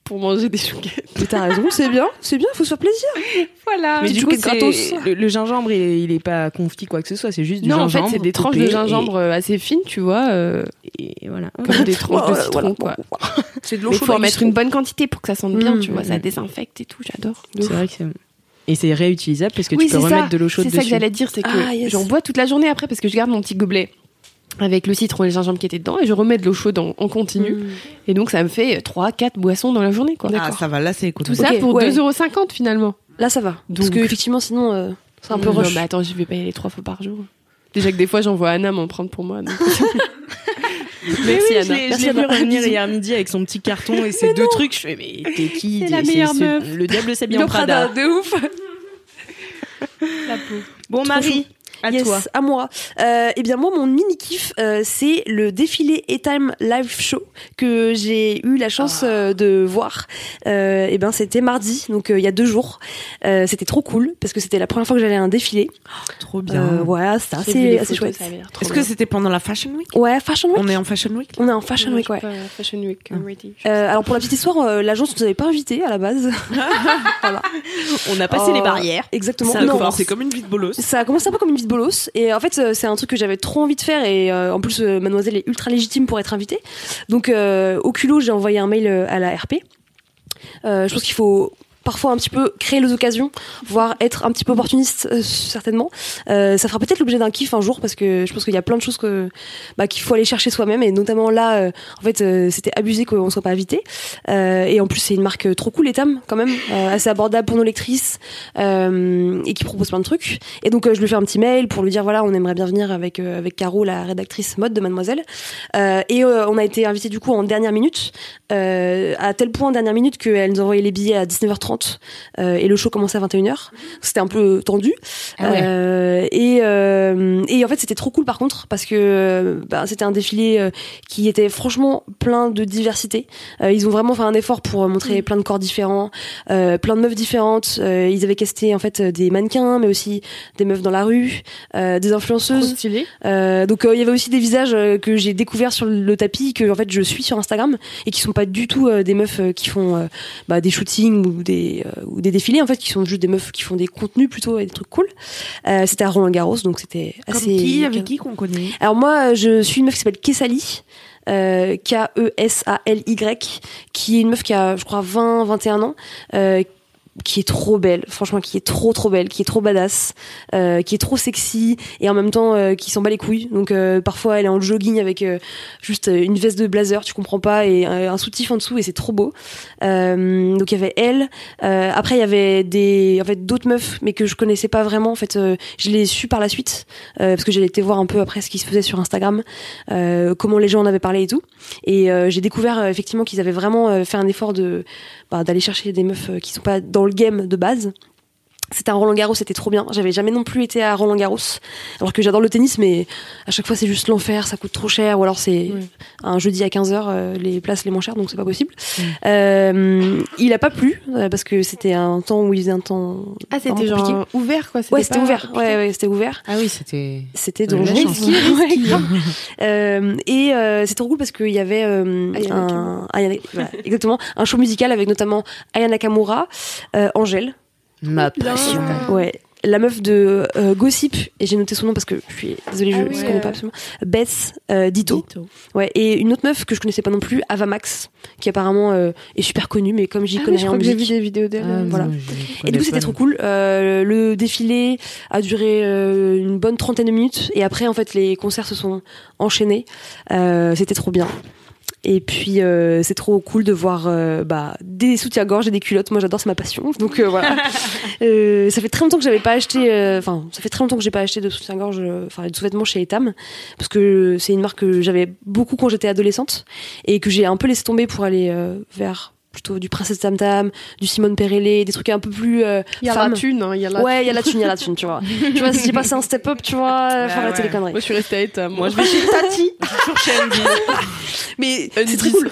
pour manger des chouquettes.
Mais T'as raison, c'est bien. C'est bien, faut se faire plaisir.
Voilà.
Mais
Petite
du coup,
chouquette gratos.
c'est- le, le gingembre, il est, il est pas confit quoi que ce soit, c'est juste du
Non, en
gingembre.
fait, c'est des tranches de
coupé
gingembre euh, assez fines, tu vois. euh,
Et, et voilà.
comme des tranches de
Voilà,
citron,
voilà,
quoi.
<laughs>
C'est de
Mais faut en mettre une bonne quantité pour que ça sente bien,
Mm,
tu vois.
mm,
Ça
mm.
désinfecte et tout, j'adore.
C'est vrai que c'est. Et c'est réutilisable parce que
Oui,
tu peux
c'est
remettre
ça.
de l'eau chaude
C'est ça que
dessus.
j'allais dire, c'est que
Ah, yes.
j'en bois toute la journée après parce que je garde mon petit gobelet avec le citron et le gingembre qui étaient dedans et je remets de l'eau chaude en, en continu.
Mmh.
Et donc ça me fait 3-4 boissons dans la journée. quoi.
Ah, ça va, là, c'est écoute.
Tout ça
Ok,
pour
ouais.
2,50€ finalement.
Là, ça va. Parce que
Donc-
effectivement, sinon, euh, c'est un peu
Non,
rush.
mais attends, je vais payer les 3 fois par jour. Déjà que des fois j'envoie Anna m'en prendre pour moi. donc. Merci
Oui, je
Anna.
l'ai-
Merci,
je l'ai vu
Anna.
revenir hier midi avec son petit carton et ses deux trucs. Je fais, mais t'es qui
C'est la
C'est-
meilleure
c'est-
meuf.
Le diable s'habille en
Le Prada,
Prada.
de ouf.
Bon, Marie, à
yes,
toi.
à moi. Euh, eh bien moi, mon mini kiff, euh, c'est le défilé Etime Live Show que j'ai eu la chance euh, de voir. Euh, eh bien c'était mardi, donc euh, il y a deux jours. Euh, c'était trop cool parce que c'était la première fois que j'allais à un défilé.
Trop
Euh, voilà, c'était
J'ai vu
assez,
les
assez
photos,
chouette.
ça avait l'air trop
Est-ce que
bien.
c'était pendant la Fashion Week
Ouais, Fashion Week.
On est en Fashion Week
On est en Fashion
Non, je
Week,
suis
ouais.
pas Fashion Mmh. Week, I'm ready.
Euh, alors pour la petite histoire, euh, l'agence ne nous avait pas invités à la base. voilà.
On a passé
Euh,
les barrières.
Exactement.
Ça
Non.
commence, Oh, c'est comme une vie de bolos.
Ça a commencé un peu comme une vie de bolos et en fait euh, c'est un truc que j'avais trop envie de faire et euh, en plus euh, mademoiselle est ultra légitime pour être invitée. Donc euh, au culot j'ai envoyé un mail euh, à la RP. Euh, je pense qu'il faut parfois un petit peu créer les occasions, voire être un petit peu opportuniste euh, certainement. Euh, ça fera peut-être l'objet d'un kiff un jour parce que je pense qu'il y a plein de choses que bah, qu'il faut aller chercher soi-même et notamment là, euh, en fait, euh, c'était abusé qu'on soit pas invité. Euh, et en plus, c'est une marque trop cool, Etam, quand même, euh, assez abordable pour nos lectrices euh, et qui propose plein de trucs. Et donc, euh, je lui fais un petit mail pour lui dire voilà, on aimerait bien venir avec euh, avec Caro, la rédactrice mode de Mademoiselle. Euh, et euh, on a été invité du coup en dernière minute, euh, à tel point en dernière minute qu'elle nous envoyait les billets à 19h30 euh, et le show commençait à 21h. C'était un peu tendu. Euh, et, euh, et en fait, c'était trop cool par contre parce que euh, bah, c'était un défilé euh, qui était franchement plein de diversité. Euh, ils ont vraiment fait un effort pour euh, montrer plein de corps différents, euh, plein de meufs différentes. Euh, ils avaient casté en fait euh, des mannequins, mais aussi des meufs dans la rue, euh, des influenceuses.
stylé.
Euh, donc euh, il y avait aussi des visages euh, que j'ai découverts sur le tapis que en fait je suis sur Instagram et qui sont pas du tout euh, des meufs euh, qui font euh, bah, des shootings ou des euh, ou des défilés en fait qui sont juste des meufs qui font des contenus plutôt et des trucs cool. Euh, c'était à Roland Garros donc c'était
Comme
assez
qui, avec qui qu'on connaît
alors moi, euh, je suis une meuf qui s'appelle Kessali. Euh, K-E-S-A-L-Y, qui est une meuf qui a, je crois, 20, 21 ans, euh, qui est trop belle, franchement, qui est trop, trop belle, qui est trop badass, euh, qui est trop sexy, et en même temps, euh, qui s'en bat les couilles. Donc, euh, parfois, elle est en jogging avec euh, juste euh, une veste de blazer, tu comprends pas, et euh, un soutif en dessous, et c'est trop beau. Euh, donc, il y avait elle. Euh, après, il y avait des, en fait, d'autres meufs, mais que je connaissais pas vraiment. En fait, euh, je les ai su par la suite euh, parce que j'allais été voir un peu après ce qui se faisait sur Instagram, euh, comment les gens en avaient parlé et tout. Et euh, j'ai découvert euh, effectivement qu'ils avaient vraiment euh, fait un effort de bah, d'aller chercher des meufs euh, qui sont pas dans le game de base. C'était un Roland Garros, c'était trop bien. J'avais jamais non plus été à Roland Garros, alors que j'adore le tennis, mais à chaque fois c'est juste l'enfer, ça coûte trop cher, ou alors c'est un jeudi à 15h, les places les moins chères, donc c'est pas possible. Euh, il a pas plu, euh, parce que c'était un temps où il faisait un temps.
Ah, c'était
vraiment compliqué.
genre ouvert quoi.
Ouais, c'était
pas-
ouvert. Ouais, ouais, c'était ouvert.
Ah oui, c'était.
C'était
Ouais,
donc
la chance.
<laughs> Ouais, grave. Euh, et euh, c'est trop cool parce qu'il y avait euh,
Aya
un, Aya- voilà, exactement un show musical avec notamment Aya Nakamura, euh, Angèle,
Ma
Ah,
passion.
ouais, la meuf de euh, Gossip et j'ai noté son nom parce que je suis désolée, je
Ah
ne
oui,
connais
euh,
pas absolument. Bess euh, Ditto. Ouais, et une autre meuf que je connaissais pas non plus, Ava Max, qui apparemment euh, est super connue, mais comme j'y
Ah oui,
connais
je
rien
crois
en
que j'ai
musique,
vu des vidéos d'elle. euh,
voilà. Et du coup, c'était trop cool. Euh, le défilé a duré euh, une bonne trentaine de minutes. Et après, en fait, les concerts se sont enchaînés. Euh, c'était trop bien. Et puis, euh, c'est trop cool de voir euh, bah, des soutiens-gorge et des culottes. Moi, j'adore, c'est ma passion. Donc euh, voilà. Euh, ça fait très longtemps que j'avais pas acheté. euh, Enfin, ça fait très longtemps que j'ai pas acheté de soutien-gorge, euh, enfin de sous-vêtements chez Etam, parce que c'est une marque que j'avais beaucoup quand j'étais adolescente et que j'ai un peu laissé tomber pour aller euh, vers plutôt du Princesse Tam Tam, du Simone Perrelli, des trucs un peu plus euh,
Il y a
femmes.
la thune, Bah hein, il y a la
Ouais, il y a la thune, il y a la thune, tu
<laughs>
vois. tu vois, si j'ai passé un step-up, tu vois, euh, faut arrêter les conneries.
Moi, je suis restée à Etam.
Moi, je vais chez Tati,
<laughs>
je suis toujours chez Andy.
Mais
Andy.
c'est très cool.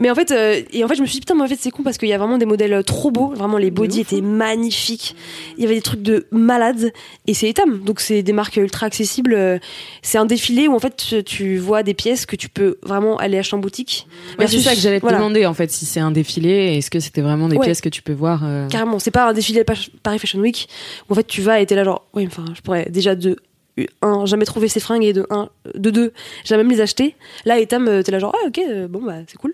Mais en fait, euh, et en fait, je me suis dit, putain, mais en fait, c'est con parce qu'il y a vraiment des modèles euh, trop beaux. Vraiment, les body étaient magnifiques. Il y avait des trucs de malades. Et c'est Etam. Donc, c'est des marques ultra accessibles. Euh, C'est un défilé où, en fait, tu- tu vois des pièces que tu peux vraiment aller acheter en boutique.
Ouais, c'est
Versus-
ça que j'allais te
voilà.
demander en fait, si c'est un défilé, est-ce que c'était vraiment des
Ouais.
pièces que tu peux voir euh,
Carrément, c'est pas un défilé pa- Paris Fashion Week où en fait tu vas et t'es là genre oui enfin je pourrais déjà de un jamais trouver ces fringues et de un de deux jamais me les acheter. Là et Tam euh, t'es là genre ah ok euh, bon bah c'est cool.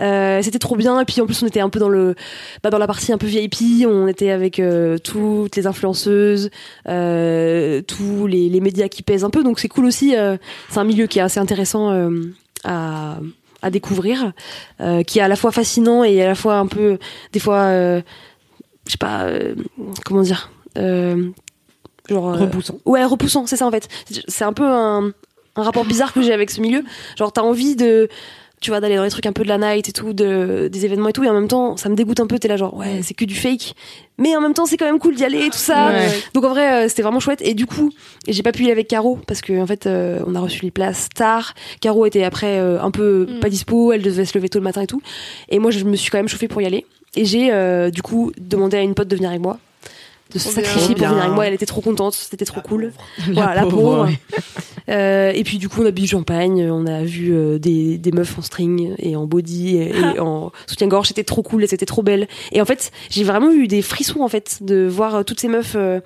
Euh, c'était trop bien et puis en plus on était un peu dans le bah, dans la partie un peu VIP on était avec euh, toutes les influenceuses euh, tous les, les médias qui pèsent un peu donc c'est cool aussi euh, c'est un milieu qui est assez intéressant euh, à à découvrir euh, qui est à la fois fascinant et à la fois un peu des fois euh, je sais pas, euh, comment dire, euh, genre. euh,
Repoussant.
Ouais, repoussant, c'est ça en fait. C'est- C'est un peu un, un rapport bizarre que j'ai avec ce milieu. Genre, t'as envie de. Tu vois, d'aller dans les trucs un peu de la night et tout, de, des événements et tout, et en même temps, ça me dégoûte un peu, t'es là genre, ouais, c'est que du fake. Mais en même temps, c'est quand même cool d'y aller et tout ça.
Ouais.
Donc en vrai, euh, c'était vraiment chouette. Et du coup, j'ai pas pu y aller avec Caro parce que en fait, euh, on a reçu les places tard. Caro était après euh, un peu
Mm.
pas dispo, elle devait se lever tôt le matin et tout. Et moi, je me suis quand même chauffée pour y aller. Et j'ai euh, du coup demandé à une pote de venir avec moi, de se
Trop bien.
sacrifier pour
Bien.
venir avec moi. Elle était trop contente, c'était trop cool.
la
Voilà, la
pauvre,
pauvre.
ouais.
Euh, et puis du coup, on a bu du champagne, on a vu euh, des, des meufs en string et en body et, et en soutien-gorge. C'était trop cool, et c'était trop belle. Et en fait, j'ai vraiment eu des frissons en fait de voir euh, toutes ces meufs. euh,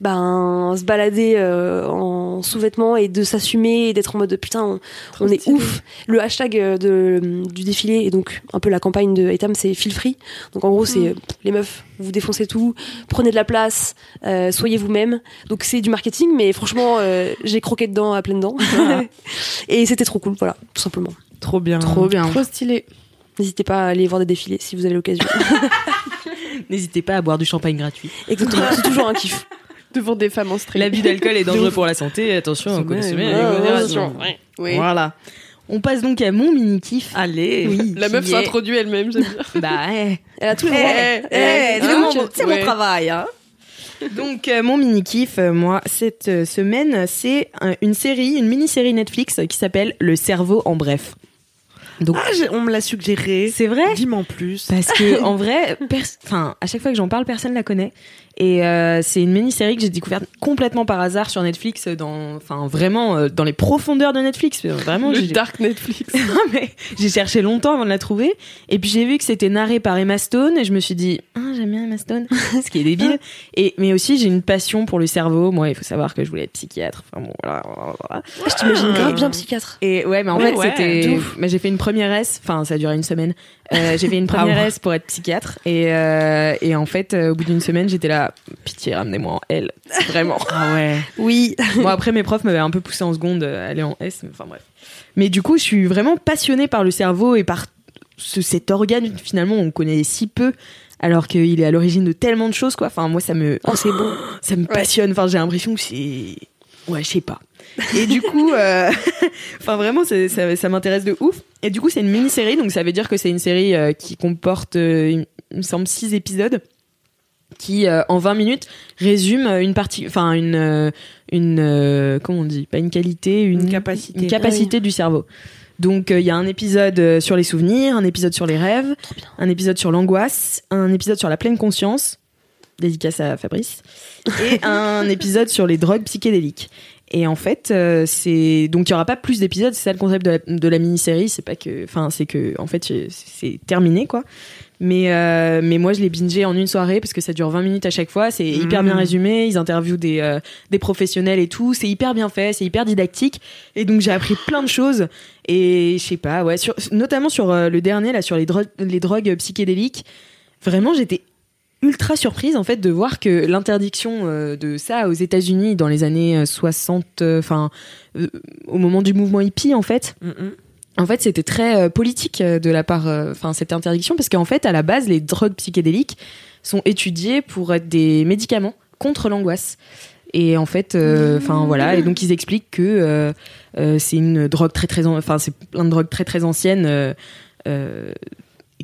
ben, se balader euh, en sous-vêtements et de s'assumer et d'être en mode putain, on, on est ouf. Le hashtag euh, de, du défilé et donc un peu la campagne de Etam, c'est feel free. Donc en gros, c'est euh, les meufs, vous défoncez tout, prenez de la place, euh, soyez vous-même. Donc c'est du marketing, mais franchement, euh, j'ai croqué dedans à pleines dents. <laughs> et c'était trop cool, voilà, tout simplement.
Trop bien.
Trop bien.
Trop stylé.
N'hésitez pas à aller voir des défilés si vous avez l'occasion.
N'hésitez pas à boire du champagne gratuit.
Exactement, c'est toujours un kiff.
Devant des femmes en string.
L'abus <laughs> d'alcool est dangereux pour la santé. Attention, on
sommeil,
avec
ouais,
modération.
Oui.
Voilà.
On passe donc à mon mini kiff.
Allez.
<laughs> La meuf s'introduit elle-même, j'aime
<laughs>
bien.
Bah, eh.
Elle a tout le
Eh,
droit.
eh, c'est
eh, donc,
mon- c'est mon
ouais.
travail. hein. Donc euh, mon mini kiff, moi, cette euh, semaine, c'est un- une série, une mini série Netflix euh, qui s'appelle Le cerveau en bref. Donc
Ah, j'ai- on me l'a suggéré.
c'est vrai
Dis-moi en plus.
parce
<laughs>
que en vrai, pers- enfin à chaque fois que j'en parle, personne la connaît. Et euh, c'est une mini série que j'ai découverte complètement par hasard sur Netflix, euh, dans, enfin vraiment euh, dans les profondeurs de Netflix. Euh, Vraiment,
Le
j'ai-
dark Netflix.
<laughs> Non, mais j'ai cherché longtemps avant de la trouver. Et puis j'ai vu que c'était narré par Emma Stone et je me suis dit, ah, j'aime bien Emma Stone, ce qui est
<laughs>
débile. Et, mais aussi, j'ai une passion pour le cerveau. Moi, il faut savoir que je voulais être psychiatre. Enfin bon, voilà. voilà, voilà.
Je t'imagine grave bien psychiatre.
Et ouais, mais en
Ouais,
fait,
ouais, de
c'était. Mais j'ai fait une première S, enfin, ça a duré une semaine. Euh, j'ai fait
<laughs> Ah
une première S pour être psychiatre. Et, euh, et en fait, euh, au bout d'une semaine, j'étais là, pitié, ramenez-moi en L. Vraiment.
Ah ouais.
Oui.
<laughs> Bon, après, mes profs m'avaient un peu poussé en seconde euh, à aller en S, mais enfin bref. Mais du coup, je suis vraiment passionnée par le cerveau et par ce, cet organe, finalement, on connaît si peu, alors qu'il est à l'origine de tellement de choses, quoi. Enfin, moi, ça me,
Oh, c'est bon.
ça me passionne. Enfin, j'ai l'impression que c'est. Ouais, je sais pas. Et du coup, euh, <laughs> enfin vraiment, c'est- ça, ça m'intéresse de ouf. Et du coup, c'est une mini-série, donc ça veut dire que c'est une série euh, qui comporte, euh, il me semble, six épisodes qui, euh, en 20 minutes, résume euh, une partie, enfin une, euh, une, euh, comment on dit, pas une qualité, une,
Une capacité.
une capacité du cerveau. Donc euh, il y a un épisode euh, sur les souvenirs, un épisode sur les rêves, un épisode sur l'angoisse, un épisode sur la pleine conscience, dédicace à Fabrice, et un épisode sur les drogues psychédéliques. Et en fait, euh, c'est donc il y aura pas plus d'épisodes, c'est ça le concept de la, de la mini-série, c'est pas que enfin c'est que en fait c'est- c'est terminé quoi. Mais euh, mais moi je l'ai bingé en une soirée parce que ça dure 20 minutes à chaque fois, c'est hyper bien
Mhm.
résumé, ils interviewent des euh, des professionnels et tout, c'est hyper bien fait, c'est hyper didactique et donc j'ai appris plein de choses et je sais pas, ouais, sur, notamment sur euh, le dernier là sur les drogues les drogues psychédéliques, vraiment j'étais ultra surprise en fait de voir que l'interdiction euh, de ça aux États-Unis dans les années euh, 60 euh, enfin euh, au moment du mouvement hippie en fait
Mhm.
en fait c'était très euh, politique euh, de la part euh, enfin cette interdiction parce qu'en fait à la base les drogues psychédéliques sont étudiées pour être des médicaments contre l'angoisse et en fait euh, enfin voilà et donc ils expliquent que euh, euh, c'est une drogue très très an- enfin c'est plein de drogues très très anciennes euh, euh,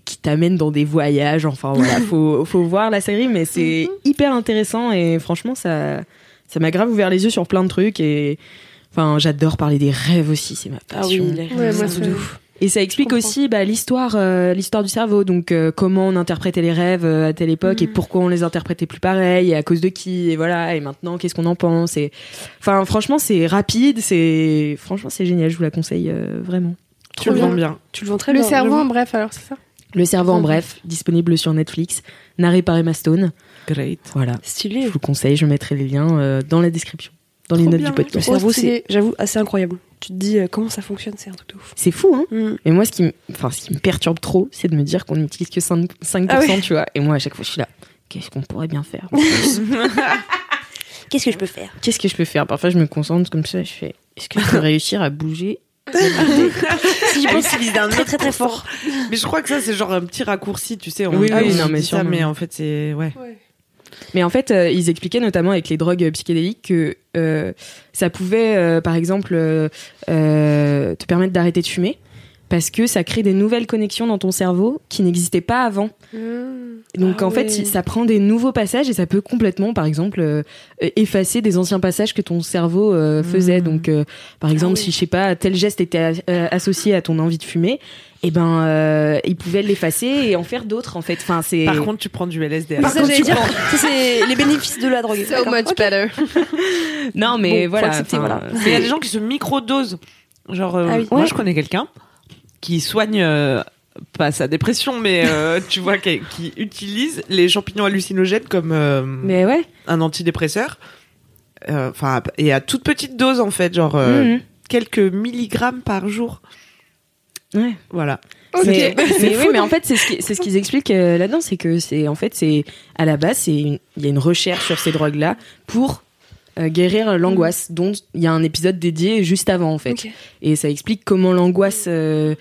qui t'amènent dans des voyages enfin voilà
<laughs>
faut faut voir la série mais c'est
Mhm.
hyper intéressant et franchement ça ça m'a grave ouvert les yeux sur plein de trucs et enfin j'adore parler des rêves aussi c'est ma
Ah oui,
passion
les rêves,
Ouais, moi,
c'est
ça-
de ouf.
et ça explique
comprends.
aussi bah, l'histoire euh, l'histoire du cerveau donc euh, comment on interprétait les rêves euh, à telle époque et
Mm.
pourquoi on les interprétait plus pareil et à cause de qui et voilà et maintenant qu'est-ce qu'on en pense et enfin franchement c'est rapide c'est franchement c'est génial je vous la conseille euh, vraiment
Tu le
bien.
vends bien.
Tu le vends très
Le
bien.
cerveau,
j'avoue.
en bref, alors, c'est ça
le cerveau
Mm.
en bref disponible sur Netflix narré par Emma Stone
Great.
voilà je
Stylé.
vous conseille je mettrai les liens euh, dans la description dans les
Trop
notes
bien. Oh,
du podcast
Le cerveau, c'est,
stylé.
j'avoue, assez incroyable. Tu te dis euh, comment ça fonctionne, c'est un truc de ouf.
c'est fou hein
Hmm.
Et moi, ce qui, me- enfin, ce qui me perturbe trop, c'est de me dire qu'on n'utilise que 5%, 5%
Ah ouais.
tu vois. Et moi, à chaque fois, je suis là. Qu'est-ce qu'on pourrait bien faire
Qu'est-ce que je peux <laughs> faire
Qu'est-ce que je peux faire Parfois, je me concentre comme ça. Je fais Est-ce que je
<laughs>
peux réussir à bouger
Si je pense très très très fort.
Mais je crois que ça, c'est genre un petit raccourci, tu sais. On,
Oui,
on
oui, non,
se
mais
dit ça,
sûrement.
mais en fait, c'est. Ouais.
Mais en fait, euh, ils expliquaient notamment avec les drogues psychédéliques que euh, ça pouvait, euh, par exemple, euh, euh, te permettre d'arrêter de fumer parce que ça crée des nouvelles connexions dans ton cerveau qui n'existaient pas avant. Donc
Ah
en
ouais.
fait, si- ça prend des nouveaux passages et ça peut complètement, par exemple, euh, euh, effacer des anciens passages que ton cerveau euh, faisait. Donc, euh, par exemple, si je sais pas, tel geste était a- euh, associé à ton envie de fumer, et ben, euh, il pouvait l'effacer et en faire d'autres. En fait, enfin, c'est.
Par contre, tu prends du LSD.
ça, j'allais dire, ça, c'est les bénéfices de la drogue.
So much better.
non, mais
Bon, faut
voilà.
accepter,
enfin,
voilà.
Mais il y a des gens qui se microdosent. Genre, euh,
Ah oui.
moi,
Ouais.
je connais quelqu'un qui soigne euh, pas sa dépression, mais
<laughs>
euh, tu vois, qui, qui utilise les champignons hallucinogènes comme euh,
Mais ouais.
un antidépresseur. Euh, Enfin, et à toute petite dose, en fait, genre euh,
Mhm.
quelques milligrammes par jour.
mmh. Ouais.
Voilà.
Mais, mais oui, mais en fait, c'est ce qui- c'est ce qu'ils expliquent euh, là-dedans, c'est que c'est en fait c'est à la base, c'est une- il y a une recherche sur ces drogues-là pour euh, guérir l'angoisse, dont il y a un épisode dédié juste avant en fait,
Ok.
et ça explique comment l'angoisse euh,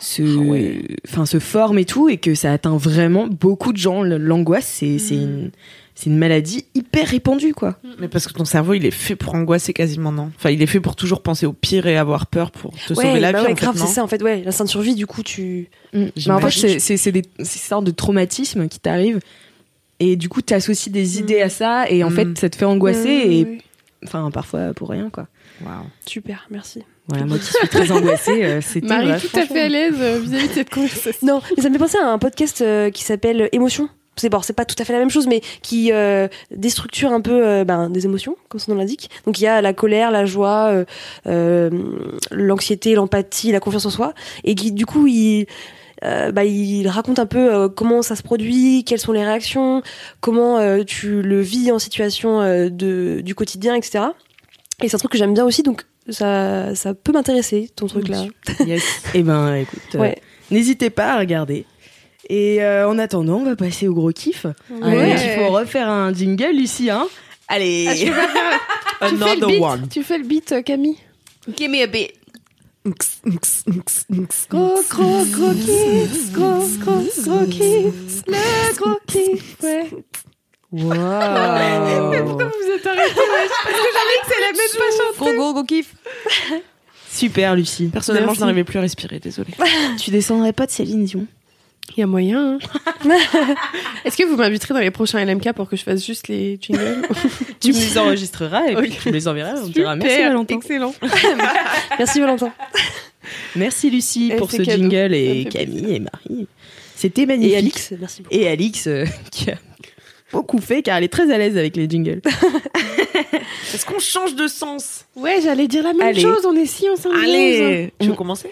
se, enfin se forme et tout, et que ça atteint vraiment beaucoup de gens. L- L'angoisse, c'est c'est une, c'est une maladie hyper répandue quoi.
Mais parce que ton cerveau, il est fait pour angoisser quasiment, non Enfin, il est fait pour toujours penser au pire et avoir peur pour te sauver
Ouais,
la
bah
vie,
ouais,
en fait,
grave,
non
c'est ça en fait. Ouais, la de survie, du coup, tu.
Mm. Mais en fait,
J'imagine.
c'est- c'est c'est des c'est des sortes de traumatismes qui t'arrivent. Et du coup, t'associes des idées à ça, et en
Mm.
fait, ça te fait angoisser,
Ouais,
et
ouais, ouais.
enfin parfois pour rien quoi.
Waouh.
Super, merci.
Voilà, moi qui suis <laughs> très angoissée, euh, c'était
Marie,
bah,
tout à fait à
franchement-
l'aise euh, vis-à-vis de cette
<laughs>
conversation.
Non, mais ça me fait penser à un podcast euh, qui s'appelle Émotion. C'est bon, c'est pas tout à fait la même chose, mais qui euh, déstructure un peu euh, ben, des émotions, comme son nom l'indique. Donc il y a la colère, la joie, euh, euh, l'anxiété, l'empathie, la confiance en soi, et qui du coup il, euh, bah, il raconte un peu euh, comment ça se produit, quelles sont les réactions, comment euh, tu le vis en situation euh, de, du quotidien, etc. Et c'est un truc que j'aime bien aussi, donc ça, ça peut m'intéresser ton truc là.
Yes. Eh ben écoute, euh,
Ouais.
n'hésitez pas à regarder. Et euh, en attendant, on va passer au gros kiff.
Ouais.
Donc, il faut refaire un jingle, Lucie. Hein Allez.
Ah, je peux pas faire-
Euh,
tu, fais le
Another
beat,
one.
tu fais le beat, euh, Camille. Give me a beat.
Nx, nx, nx, nx.
Gros, gros, gros kiff, gros, gros, gros kiff, le gros kiff, ouais. Mais pourquoi
<laughs>
vous vous êtes arrêtés, wesh Parce que j'avais que c'est la même pas
Gros
chantée.
gros gros kiff.
Super, Lucie.
Personnellement,
Merci.
je n'arrivais plus à respirer, désolé.
Tu descendrais pas de Céline Dion
Il y a moyen, hein. <laughs> Est-ce que vous m'inviterez dans les prochains LMK pour que je fasse juste les jingles
Tu me les enregistreras et puis
Ok.
tu me les enverras. On te dira
Super,
merci Valentin.
Excellent.
Merci Valentin.
Merci Lucie
Et
pour
c'est
ce
cadeau.
jingle
Ça
et
me fait
Camille et Marie. C'était magnifique.
Et Alix, merci beaucoup.
Et Alix euh, <laughs> qui a beaucoup fait car elle est très à l'aise avec les jingles.
Est-ce qu'on change de sens
<laughs> Ouais, j'allais dire la même
Allez.
chose, on est si en symbiose.
Allez Tu veux
On-
commencer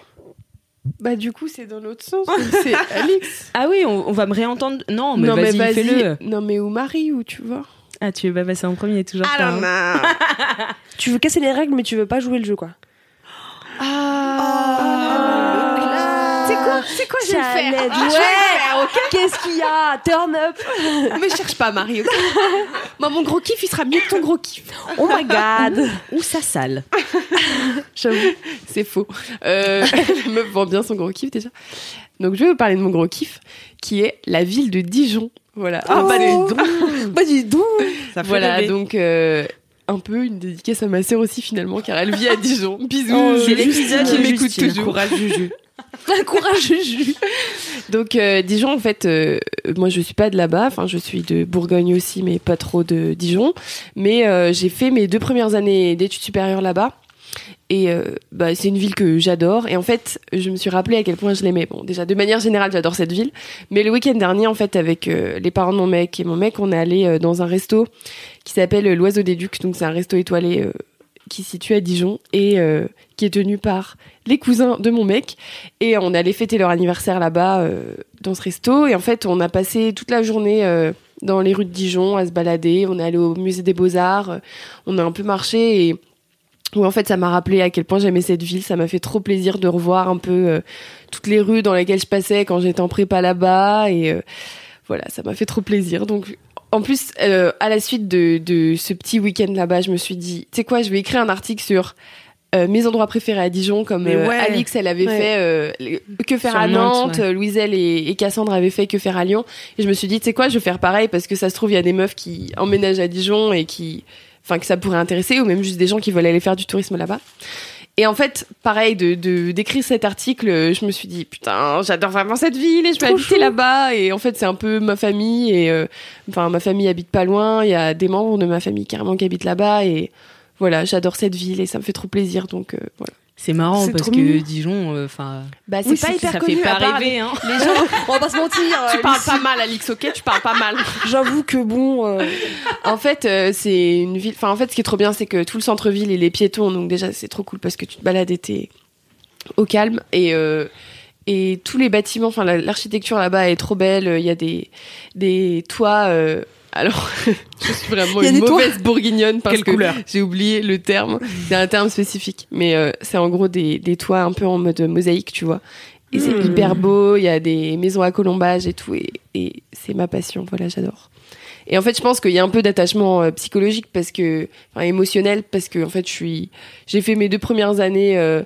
Bah du coup, c'est dans l'autre sens, donc <laughs> c'est Alix.
<laughs> Ah oui, on, on va me réentendre. Non, mais vas-y, fais-le.
Non mais ou Marie, ou tu vois.
Ah, tu veux pas passer en premier, toujours
Ah,
pas, hein.
Tu veux casser les règles, mais tu veux pas jouer le jeu, quoi. Oh,
Ah,
le clash.
C'est quoi, c'est quoi,
Challenge.
Ah,
Ouais. Qu'est-ce qu'il y a Turn up.
Me cherche pas, Marie. ok Moi, mon gros kiff, il sera mieux que ton gros kiff.
Oh my god.
Ou ça sale.
J'avoue, c'est faux. Euh, <laughs> la meuf vend bien son gros kiff déjà. Donc, je vais vous parler de mon gros kiff, qui est la ville de Dijon. Voilà.
Ah,
Donc,
bah,
c'est-
Bah dis Ah, donc.
Ça fait
Voilà,
rêver.
donc euh, un peu une dédicace à ma sœur aussi finalement, car elle vit à Dijon.
Oh,
Bisous.
c'est
Juju,
l'épisode
qui
de
m'écoute
Justine.
toujours.
Courage, Juju.
<laughs> Courage, Juju. Donc euh, Dijon, en fait, euh, moi je suis pas de là-bas. Enfin, je suis de Bourgogne aussi, mais pas trop de Dijon. Mais euh, j'ai fait mes deux premières années d'études supérieures là-bas. Et euh, bah, c'est une ville que j'adore. Et en fait, je me suis rappelé à quel point je l'aimais. Bon, déjà, de manière générale, j'adore cette ville. Mais le week-end dernier, en fait, avec euh, les parents de mon mec et mon mec, on est allé euh, dans un resto qui s'appelle euh, l'Oiseau des Ducs. Donc, c'est un resto étoilé euh, qui se situe à Dijon et euh, qui est tenu par les cousins de mon mec. Et on allait fêter leur anniversaire là-bas, euh, dans ce resto. Et en fait, on a passé toute la journée euh, dans les rues de Dijon à se balader. On est allé au musée des Beaux-Arts. euh, On a un peu marché et. où en fait, ça m'a rappelé à quel point j'aimais cette ville. Ça m'a fait trop plaisir de revoir un peu euh, toutes les rues dans lesquelles je passais quand j'étais en prépa là-bas. Et euh, voilà, ça m'a fait trop plaisir. Donc, en plus, euh, à la suite de, de ce petit week-end là-bas, je me suis dit, tu sais quoi, je vais écrire un article sur euh, mes endroits préférés à Dijon, comme
Mais
euh,
ouais.
Alix, elle avait
Ouais.
fait euh, le- que faire
Sur
à
Nantes,
Nantes,
ouais.
euh, Louiselle et, et Cassandre avaient fait que faire à Lyon. Et je me suis dit, tu sais quoi, je vais faire pareil parce que ça se trouve, il y a des meufs qui emménagent à Dijon et qui, enfin, que ça pourrait intéresser, ou même juste des gens qui veulent aller faire du tourisme là-bas. Et en fait, pareil, de de- d'écrire cet article, euh, je me suis dit putain, j'adore vraiment cette ville et je vais habiter là-bas. Et en fait, c'est un peu ma famille et euh, enfin ma famille habite pas loin. Il y a des membres de ma famille carrément qui habitent là-bas et voilà, j'adore cette ville et ça me fait trop plaisir. Donc euh, voilà.
C'est marrant
C'est
parce
trop
que
mignon.
Dijon, euh, enfin.
Bah c'est
Oui,
pas
c'est-
hyper
ça
connu.
fait pas
à part
rêver, <laughs> hein.
Les, les gens,
On va pas se mentir.
tu
euh,
parles pas mal, Alix. Ok, tu parles pas mal.
J'avoue que bon. euh,
<laughs> En fait, euh, c'est une ville. Enfin, en fait, ce qui est trop bien, c'est que tout le centre-ville, il est piéton. Donc, déjà, c'est trop cool parce que tu te balades et t'es au calme. Et, euh, et tous les bâtiments, enfin la- l'architecture là-bas est trop belle. Il y a des, des toits. euh, alors, <laughs> je suis vraiment
Il y a
une
des toits
mauvaise bourguignonne parce
Quelle
que
couleur
<laughs> j'ai oublié le terme. C'est un terme spécifique, mais euh, c'est en gros des, des toits un peu en mode mosaïque, tu vois. Et c'est
Hmm.
hyper beau. Il y a des maisons à colombage et tout. Et, et c'est ma passion. Voilà, j'adore. Et en fait, je pense qu'il y a un peu d'attachement euh, psychologique parce que, enfin, émotionnel parce que en fait, je suis, j'ai fait mes deux premières années. euh,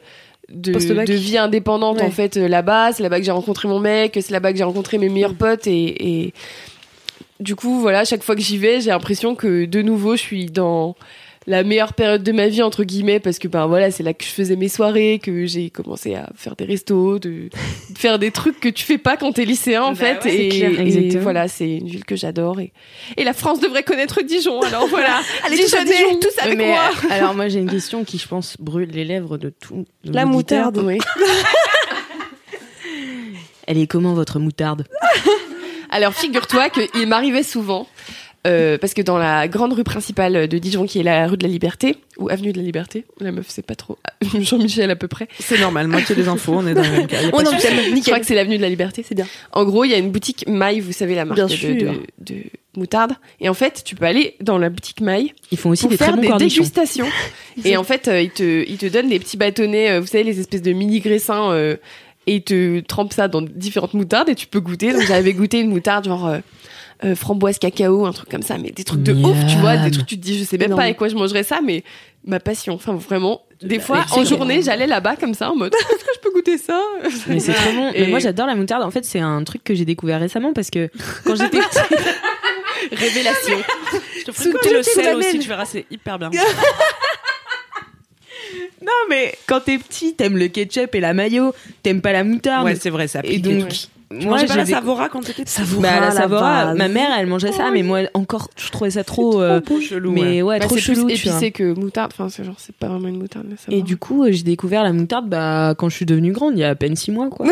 de,
Post-bac.
de vie indépendante
Ouais.
en fait euh, là-bas c'est là-bas que j'ai rencontré mon mec c'est là-bas que j'ai rencontré mes meilleurs potes et, et du coup voilà chaque fois que j'y vais j'ai l'impression que de nouveau je suis dans la meilleure période de ma vie entre guillemets parce que ben voilà c'est là que je faisais mes soirées que j'ai commencé à faire des restos de, de faire des trucs que tu fais pas quand t'es lycéen en
Bah
fait
ouais,
et,
c'est clair,
et
exactement.
voilà c'est une ville que j'adore et, et la France devrait connaître Dijon alors voilà
<laughs> Allez, tous à
Dijonnais,
Dijon.
tous avec
Mais,
moi
euh, alors moi j'ai une question qui je pense brûle les lèvres de tout. de
La
l'auditeur.
moutarde.
Oui.
Elle est comment votre moutarde
Alors figure-toi qu'il m'arrivait souvent, euh, parce que dans la grande rue principale de Dijon, qui est la rue de la Liberté, ou avenue de la Liberté, la meuf c'est pas trop, <laughs> Jean-Michel à peu près,
C'est normal, moitié des infos, on est dans le même cas. y a pas
on
de
en
souci.
Je crois que c'est l'avenue de la Liberté, c'est bien. En gros, il y a une boutique Maille, vous savez la marque
Bien
de,
sûr.
de- de moutarde. Et en fait, tu peux aller dans la boutique Maille
Ils font aussi
pour
des très
faire
bons
des
cornichons.
dégustations. <laughs> et en fait, euh, ils te ils te donnent des petits bâtonnets, euh, vous savez les espèces de mini graissins. euh, et ils te trempent ça dans différentes moutardes et tu peux goûter. Donc <laughs> j'avais goûté une moutarde genre euh, euh, framboise cacao, un truc comme ça, mais des trucs de ouf, tu vois, des trucs tu te dis je sais même
Énorme.
pas avec quoi je mangerais ça, mais Bah, ma passion. Enfin vraiment, des fois
c'est
en
clair.
journée j'allais là-bas comme ça en mode <laughs> est-ce que je peux goûter ça
Mais c'est trop bon. Mais
Et-
moi j'adore la moutarde. En fait c'est un truc que j'ai découvert récemment parce que quand j'étais petite,
Révélation.
Je
Sous
te ferai goûter
toutes
le
tes
sel
domaines.
aussi, tu verras, c'est hyper bien.
non mais quand t'es petit t'aimes le ketchup et la mayo, t'aimes pas la moutarde.
Ouais, c'est vrai, ça
et
pique.
donc moi
j'ai pas la
décou-
Savora quand t'étais
Ça vous
Bah, la
rend
Savora,
base.
ma mère elle mangeait ça, mais moi encore je trouvais ça trop. euh,
trop chelou.
mais ouais,
Bah,
trop
c'est
chelou.
plus
tu vois.
épicé que moutarde. Enfin, c'est genre, c'est pas vraiment une moutarde. mais ça
Et
va.
du coup, euh, j'ai découvert la moutarde bah, quand je suis devenue grande, il y a à peine six mois, <laughs> quoi.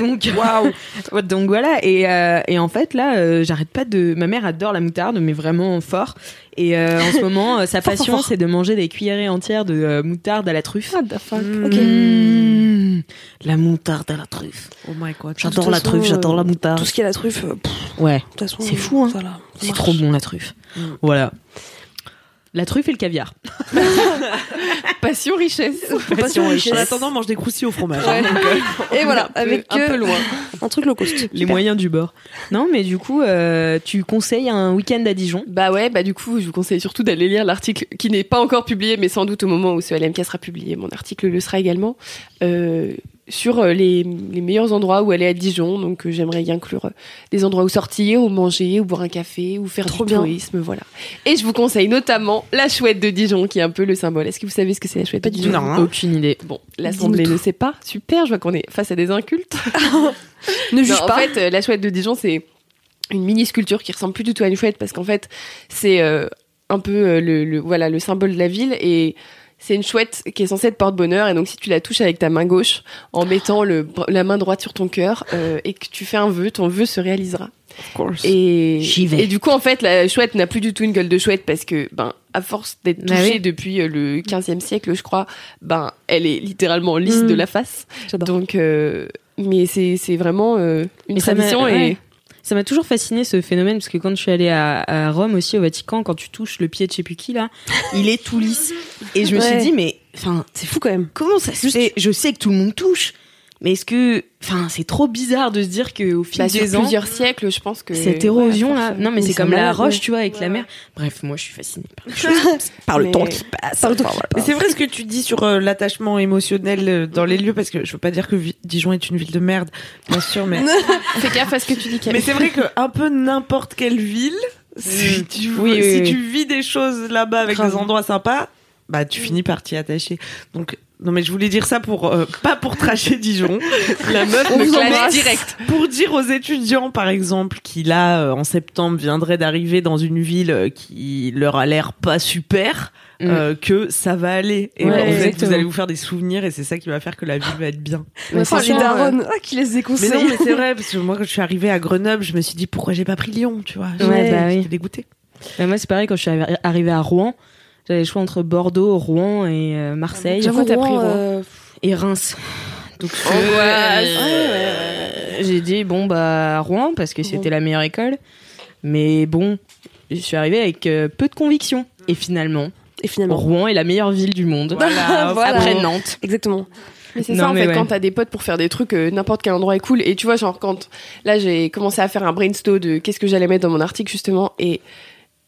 donc, waouh. <laughs> Donc voilà. Et, euh, et en fait, là, euh, j'arrête pas de. Ma mère adore la moutarde, mais vraiment fort. Et euh, en ce moment, <laughs> euh, sa
Fort, fort,
passion,
fort.
c'est de manger des cuillerées entières de euh, moutarde à la truffe.
Hmm.
Ok.
Mmh, la moutarde à la truffe.
Oh my god.
J'adore
toute
la
façon,
truffe, j'adore
euh,
la moutarde.
Tout ce qui est la truffe, euh, pff, de
Ouais,
toute façon.
C'est fou, hein.
voilà, ça
c'est
marche.
trop bon la truffe. Voilà. La truffe et le caviar.
<laughs> passion richesse.
Passion
En
richesse.
attendant, mange des croustilles au fromage.
Ouais.
Et voilà, avec
un
euh,
peu loin.
un truc low cost.
Les moyens du bord. Non, mais du coup, euh, tu conseilles un week-end à Dijon
Bah ouais, bah du coup, je vous conseille surtout d'aller lire l'article qui n'est pas encore publié, mais sans doute au moment où ce LMK sera publié, mon article le sera également, euh, sur euh, les, les meilleurs endroits où aller à Dijon. Donc euh, j'aimerais y inclure euh, des endroits où sortir, où manger, où boire un café, où faire
Trop
du
bien.
tourisme, voilà. Et je vous conseille notamment la chouette de Dijon, qui est un peu le symbole. Est-ce que vous savez ce que c'est la chouette de Dijon Oh
Non. hein.
Aucune idée.
Bon, l'Assemblée ne sait pas. Super, je vois qu'on est face à des incultes.
Ne
Non,
juge pas.
En fait, euh, la chouette de Dijon, c'est une mini sculpture qui ressemble plus du tout à une chouette parce qu'en fait, c'est euh, un peu euh, le, le- voilà le symbole de la ville et c'est une chouette qui est censée être porte-bonheur et donc si tu la touches avec ta main gauche en mettant le, br- la main droite sur ton cœur euh, et que tu fais un vœu, ton vœu se réalisera. Et,
J'y vais.
et du coup, en fait, la chouette n'a plus du tout une gueule de chouette parce que, ben, à force d'être
Bah
touchée
oui.
depuis euh, le 15e siècle, je crois, ben, elle est littéralement lisse
Mm.
de la face.
J'adore.
Donc, euh, mais c'est c'est vraiment euh, une
Mais ça m'a-
tradition
ouais.
et
Ça m'a toujours fasciné ce phénomène parce que quand je suis allée à, à Rome aussi au Vatican, quand tu touches le pied de je sais plus qui là, il est tout lisse. Et je me
Ouais.
suis dit mais enfin
C'est fou quand même.
comment ça se fait Je sais que tout le monde touche, mais est-ce que enfin c'est trop bizarre de se dire que au fil
bah, sur
des ans
plusieurs siècles, je pense que
cette érosion
ouais, à
là,
force,
non mais
Mais
c'est
c'est
comme la
malade,
roche
ouais.
tu vois avec la mer. Bref moi je suis fascinée par les choses.
Par le
Mais-
temps qui passe.
Par contre,
Mais c'est vrai ce que tu dis sur euh, l'attachement émotionnel euh, dans les lieux, parce que je veux pas dire que Vi- Dijon est une ville de merde, bien sûr,
<laughs>
mais,
Fais gaffe à ce que tu dis. Camille.
mais c'est vrai que un peu n'importe quelle ville, si tu,
Mm. Oui, oui,
si
oui.
tu vis des choses là-bas avec
Grave.
des endroits sympas, bah tu finis par t'y attacher. Donc non mais je voulais dire ça pour euh, pas pour tracher Dijon, <laughs> la meuf
On
me
vous
classe
embrasse direct.
pour dire aux étudiants, par exemple, qui là, euh, en septembre, viendraient d'arriver dans une ville euh, qui leur a l'air pas super, euh, que ça va aller. Et
Mm. Ouais,
en fait,
exactement.
vous allez vous faire des souvenirs et c'est ça qui va faire que la ville va être bien.
Mais
Oh, les
franchement,
darons, ah, qui les
Mais
déconseillent.
non, mais c'est vrai, parce que moi, quand je suis arrivée à Grenoble, je me suis dit, pourquoi j'ai pas pris Lyon, tu vois
Ouais,
J'étais-
bah oui.
J'étais dégoûtée.
euh, moi c'est pareil quand je suis arri- arrivée à Rouen, j'avais le choix entre Bordeaux, Rouen et euh, Marseille
J'avoue, t'as pris,
Rouen, euh,
et Reims. Donc, euh, j'ai dit bon bah à Rouen parce que c'était la meilleure école. Mais bon, je suis arrivée avec euh, peu de conviction. Et finalement,
Et finalement.
Rouen est la meilleure ville du monde.
Ah Voilà, voilà.
Après Nantes.
Exactement.
Mais c'est
Non,
ça, en
mais
fait,
ouais.
quand t'as des potes pour faire des trucs, euh, n'importe quel endroit est cool. Et tu vois, genre, quand là, j'ai commencé à faire un brainstorm de qu'est-ce que j'allais mettre dans mon article, justement, et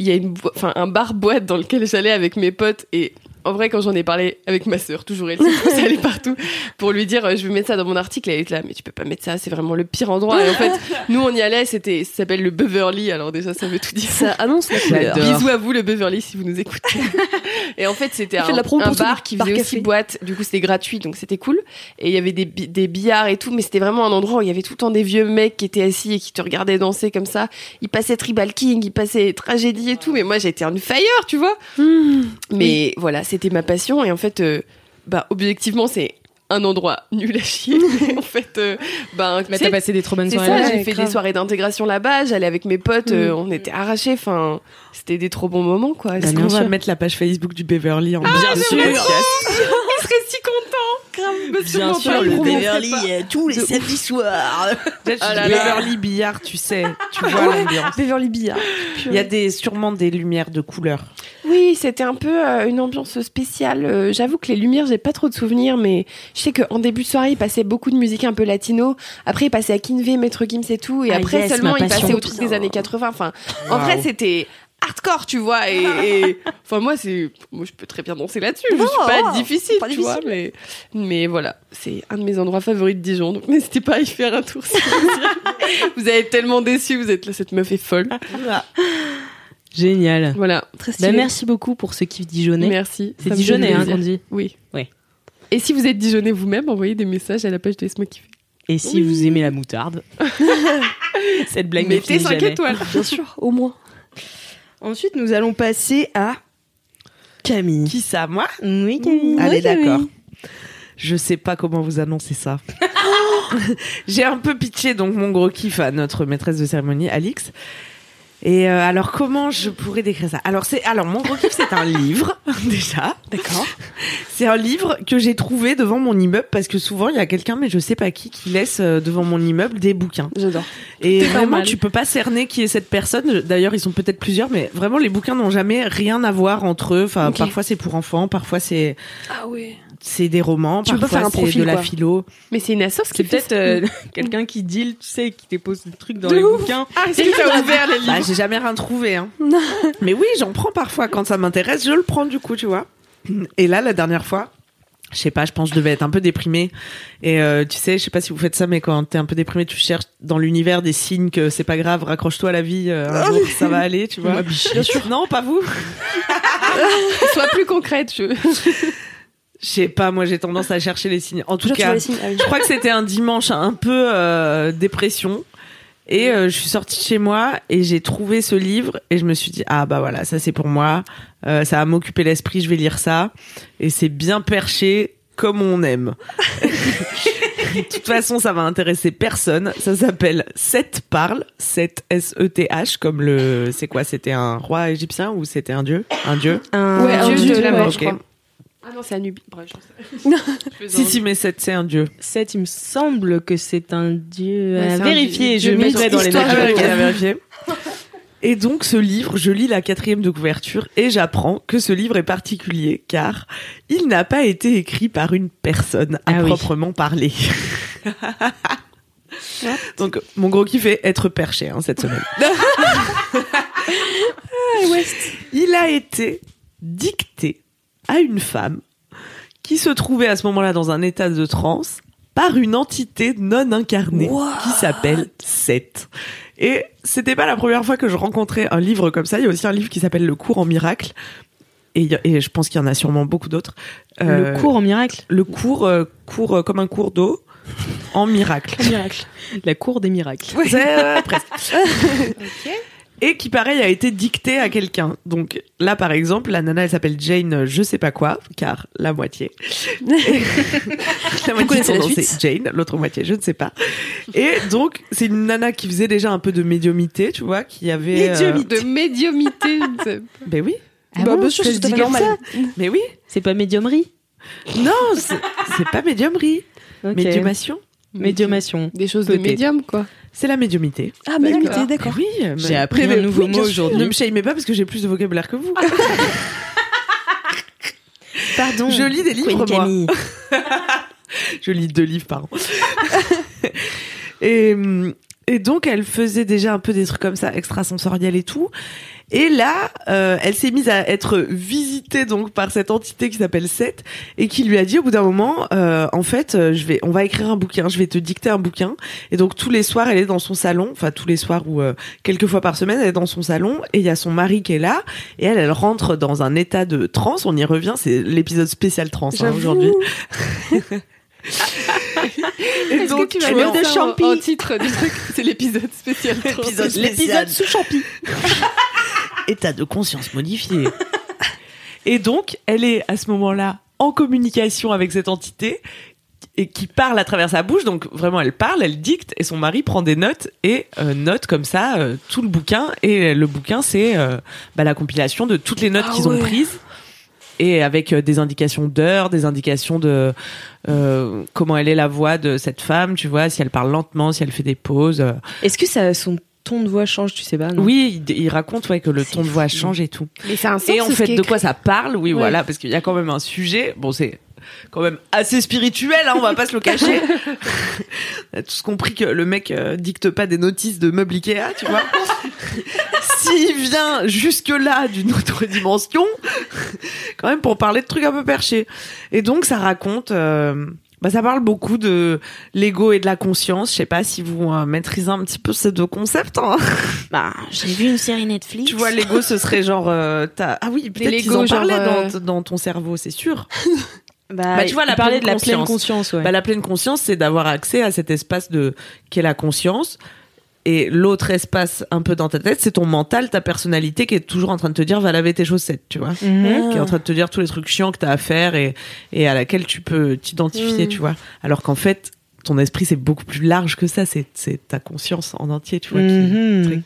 il y a une boi- enfin, un bar-boîte dans lequel j'allais avec mes potes. Et en vrai, quand j'en ai parlé avec ma sœur, toujours elle, c'est allait partout pour lui dire, euh, je vais mettre ça dans mon article. Et elle était là, mais tu peux pas mettre ça, c'est vraiment le pire endroit. Et en fait, nous, on y allait, c'était, ça s'appelle le Beverly. Alors déjà, ça veut tout dire.
Ça annonce la couleur.
J'adore.
Bisous à vous, le Beverly, si vous nous écoutez. <laughs> et en fait, c'était
Il fait
un,
de la promo
un
pour tous
bar
les
qui
bars
faisait
cafés.
aussi boîte. Du coup, c'était gratuit, donc c'était cool. Et il y avait des, bi- des billards et tout, mais c'était vraiment un endroit où il y avait tout le temps des vieux mecs qui étaient assis et qui te regardaient danser comme ça. Ils passaient Tribal King, ils passaient Tragédie et tout, mais moi, j'étais un fire, tu vois.
Hmm.
Mais voilà, c'était ma passion. Et en fait, euh, bah, objectivement, c'est un endroit nul
<laughs>
à chier. Mais en fait, euh, bah,
Mais
tu
t'as
sais,
passé des trop bonnes
c'est
soirées.
ça,
là-bas.
j'ai fait des soirées d'intégration là-bas, j'allais avec mes potes, euh, on était arrachés, enfin, c'était des trop bons moments,
Bah,
quoi.
Est-ce
C'est-
qu'on va mettre la page Facebook du Beverly en bien sûr
Il serait si content, grave, parce que
Bien
mon
sûr,
Oh,
père,
le
il prononçait pas.
euh, tous les samedis soirs.
Ah là là.
Beverly billard, tu sais, tu
<laughs>
vois
<laughs>
l'ambiance.
Beverly hein, Billard.
Il y a des sûrement des lumières de couleur.
Oui, c'était un peu euh, une ambiance spéciale. Euh, J'avoue que les lumières, j'ai pas trop de souvenirs, mais je sais qu'en début de soirée, il passait beaucoup de musique un peu latino. Après, il passait à Kinvey, Maître Gims et tout. Et
Ah
après
yes,
seulement,
ma
il passait
passion.
au truc des années 80. Enfin, en vrai, c'était hardcore, tu vois. Et, et- enfin, moi, c'est, moi, je peux très bien danser là-dessus. Je
Non,
suis pas
oh,
difficile,
pas
tu vois. Mais, mais voilà, c'est un de mes endroits favoris de Dijon. Donc, n'hésitez pas à y faire un tour. <laughs> si vous désirez. vous avez tellement déçu. Vous êtes là, cette meuf est folle.
Génial.
Voilà.
Très stylé.
Bah, merci beaucoup pour ce kiff dijonnais.
Merci.
C'est
Ça me fait
dijonnais hein,
plaisir.
qu'on dit.
Oui.
Ouais.
Et si vous êtes Dijonais vous-même, envoyez des messages à la page de Laisse-moi kiffer.
Et si vous aimez la moutarde, cette blague ne
Mettez
finit
5
jamais.
étoiles.
Bien sûr, au moins.
Ensuite, nous allons passer à Camille.
Qui ça, moi
Oui,
Mmh.
Camille.
Allez,
Oui, Camille.
d'accord. Je sais pas comment vous annoncer ça. <laughs> J'ai un peu pitié donc mon gros kiff à notre maîtresse de cérémonie, Alix. Et euh, alors comment je pourrais décrire ça Alors c'est alors mon gros kiff c'est un livre <laughs> déjà.
D'accord.
C'est un livre que j'ai trouvé devant mon immeuble parce que souvent il y a quelqu'un mais je sais pas qui qui laisse euh, devant mon immeuble des bouquins.
J'adore.
Et
Tout est
vraiment,
normal.
tu peux pas cerner qui est cette personne. Je- D'ailleurs, ils sont peut-être plusieurs, mais vraiment, les bouquins n'ont jamais rien à voir entre eux. Enfin,
Ok.
parfois c'est pour enfants, parfois c'est
Ah ouais.
c'est des romans,
Tu peux
parfois
faire un
c'est
profil,
de la
quoi.
philo.
Mais c'est une assoce qui
C'est
fait
peut-être euh, <laughs> quelqu'un qui deal, tu sais, qui dépose des trucs dans
De
les
ouf.
bouquins.
Ah, c'est que t'as ouvert les
Bah,
livres.
j'ai jamais rien trouvé. Hein.
Non.
mais oui, j'en prends parfois quand ça m'intéresse, je le prends du coup, tu vois. Et là, la dernière fois. Je sais pas, je pense que je devais être un peu déprimée. Et euh, tu sais, je sais pas si vous faites ça, mais quand t'es un peu déprimé, tu cherches dans l'univers des signes que c'est pas grave, raccroche-toi à la vie, euh,
Ah
un jour, ça va aller, tu vois. Bien sûr. Non, pas vous. euh,
Sois plus concrète.
<laughs>
Je...
Je sais pas, moi j'ai tendance à chercher les signes. En tout
Toujours, tu vois
cas,
les
je
signes. Ah oui.
crois que c'était un dimanche un peu euh, dépression. Et euh, je suis sortie de chez moi et j'ai trouvé ce livre et je me suis dit ah bah voilà ça c'est pour moi Euh, ça va m'occuper l'esprit je vais lire ça et c'est bien perché comme on aime de toute façon ça va intéresser personne ça s'appelle Seth parle Seth S E T H comme le c'est quoi c'était un roi égyptien ou c'était un dieu un dieu
Un
Ouais, un
dieu
dieu de la
ouais.
mort, je
Ok.
crois. Ah non, c'est Anubis. Bref, je sais.
si si mais Seth c'est un dieu
Sept, il me semble que c'est un dieu
Ouais,
à
c'est un
vérifier.
dieu-
Je
dieu
mettrai dans les
histoire.
notes.
Ah ouais, ok,
à vérifier. Et donc ce livre, je lis la quatrième de couverture et j'apprends que ce livre est particulier car il n'a pas été écrit par une personne à
Ah oui.
proprement parler. donc mon gros kiff est être perché hein, cette
<laughs>
semaine. Ah, Il a été dicté à une femme qui se trouvait à ce moment-là dans un état de transe par une entité non incarnée qui s'appelle
Ah.
Seth. Et c'était pas la première fois que je rencontrais un livre comme ça. Il y a aussi un livre qui s'appelle Le cours en miracle. Et, il y a- et je pense qu'il y en a sûrement beaucoup d'autres. Euh,
Le cours en miracle.
Le cours, euh, cours euh, comme un cours d'eau en <laughs> miracle.
Miracle. La cour des
<laughs>
miracles.
C'est euh, presque.
<laughs>
Et qui, pareil, a été dicté à quelqu'un. Donc là, par exemple, la nana, elle s'appelle Jane, euh, je sais pas quoi, car
<laughs>
la moitié. la moitié de
connaissez
son
la
nom,
suite
c'est Jane, l'autre moitié, je ne sais pas. Et donc, c'est une nana qui faisait déjà un peu de médiumité, tu vois, qui avait. euh,
De médiumité. je ne sais pas.
Ben oui,
bah, bien sûr, c'est tout à fait normal.
mais oui.
C'est pas médiumnerie
Non, c'est c'est pas médiumrie.
Ok.
Médiumation
Médiumation.
Des choses de
Peut-être.
médium, quoi.
C'est la médiumité.
Ah, mais
D'accord.
oui, d'accord.
Oui, mais-
J'ai appris
Mais
un nouveau
oui, bien
mot
sûr.
aujourd'hui.
Ne me shamez pas parce que j'ai plus de vocabulaire que <laughs> vous.
Pardon.
Je lis des livres,
Queen
moi. <laughs>
Camille.
Je lis deux livres par an. et, hum, et donc, elle faisait déjà un peu des trucs comme ça, extrasensoriels et tout. Et là, euh, elle s'est mise à être visitée donc par cette entité qui s'appelle Seth et qui lui a dit au bout d'un moment, euh, en fait, euh, je vais, on va écrire un bouquin, je vais te dicter un bouquin. Et donc tous les soirs, elle est dans son salon, enfin tous les soirs ou euh, quelques fois par semaine, elle est dans son salon et il y a son mari qui est là et elle, elle rentre dans un état de transe. On y revient, c'est l'épisode spécial transe hein,
J'avoue.
aujourd'hui. Et
Est-ce que tu vas
tu
mettre
vois,
ça en- en titre du truc <laughs> C'est l'épisode spécial.
<laughs> L'épisode
L'épisode
spécial.
sous champi.
<laughs> état de conscience modifié. <laughs> et donc, elle est à ce moment-là en communication avec cette entité et qui parle à travers sa bouche. Donc, vraiment, elle parle, elle dicte et son mari prend des notes et euh, note comme ça euh, tout le bouquin. Et le bouquin, c'est euh, bah, la compilation de toutes les notes
Ah
qu'ils
ouais.
ont prises. Et avec euh, des indications d'heures, des indications de euh, comment elle est la voix de cette femme, tu vois, si elle parle lentement, si elle fait des pauses. euh.
Est-ce que ça, son ton de voix change, tu sais
Mm.
pas non
Oui, il, il raconte ouais, que le
C'est
ton de voix
fou.
change et tout.
Mais ça a un sens.
Et en
ce
fait,
qui est
de quoi ça parle Oui,
Ouais.
voilà, parce qu'il y a quand même un sujet. Bon, c'est quand même assez spirituel, hein, on va pas se
<laughs>
le cacher. on a tous compris que le mec euh, dicte pas des notices de meubles Ikea,
<laughs>
tu vois. S'il vient jusque-là d'une autre dimension, quand même pour parler de trucs un peu perchés. Et donc, ça raconte... euh, bah, ça parle beaucoup de l'ego et de la conscience. Je sais pas si vous euh, maîtrisez un petit peu ces deux concepts. hein.
Bah, j'ai vu une série Netflix.
Tu vois, Lego, ce serait genre. euh, t'as- ah oui, peut-être qu'ils
Lego,
en
genre,
parlaient
euh,
dans, dans ton cerveau, c'est sûr.
Bah,
Bah, tu vois, la
il parlait de
pleine
la pleine
conscience.
conscience, ouais.
Bah, la pleine conscience, c'est d'avoir accès à cet espace de qu'est la conscience. Et l'autre espace un peu dans ta tête, c'est ton mental, ta personnalité qui est toujours en train de te dire va laver tes chaussettes, tu vois.
Ah.
Mhm.
Mmh,
Ah.
Qui est en train de te dire tous les trucs chiants que t'as à faire et, et à laquelle tu peux t'identifier,
Mm.
tu vois. Alors qu'en fait, ton esprit, c'est beaucoup plus large que ça. C'est c'est ta conscience en entier, tu vois, qui-
Mm-hmm.
Mhm.
truc.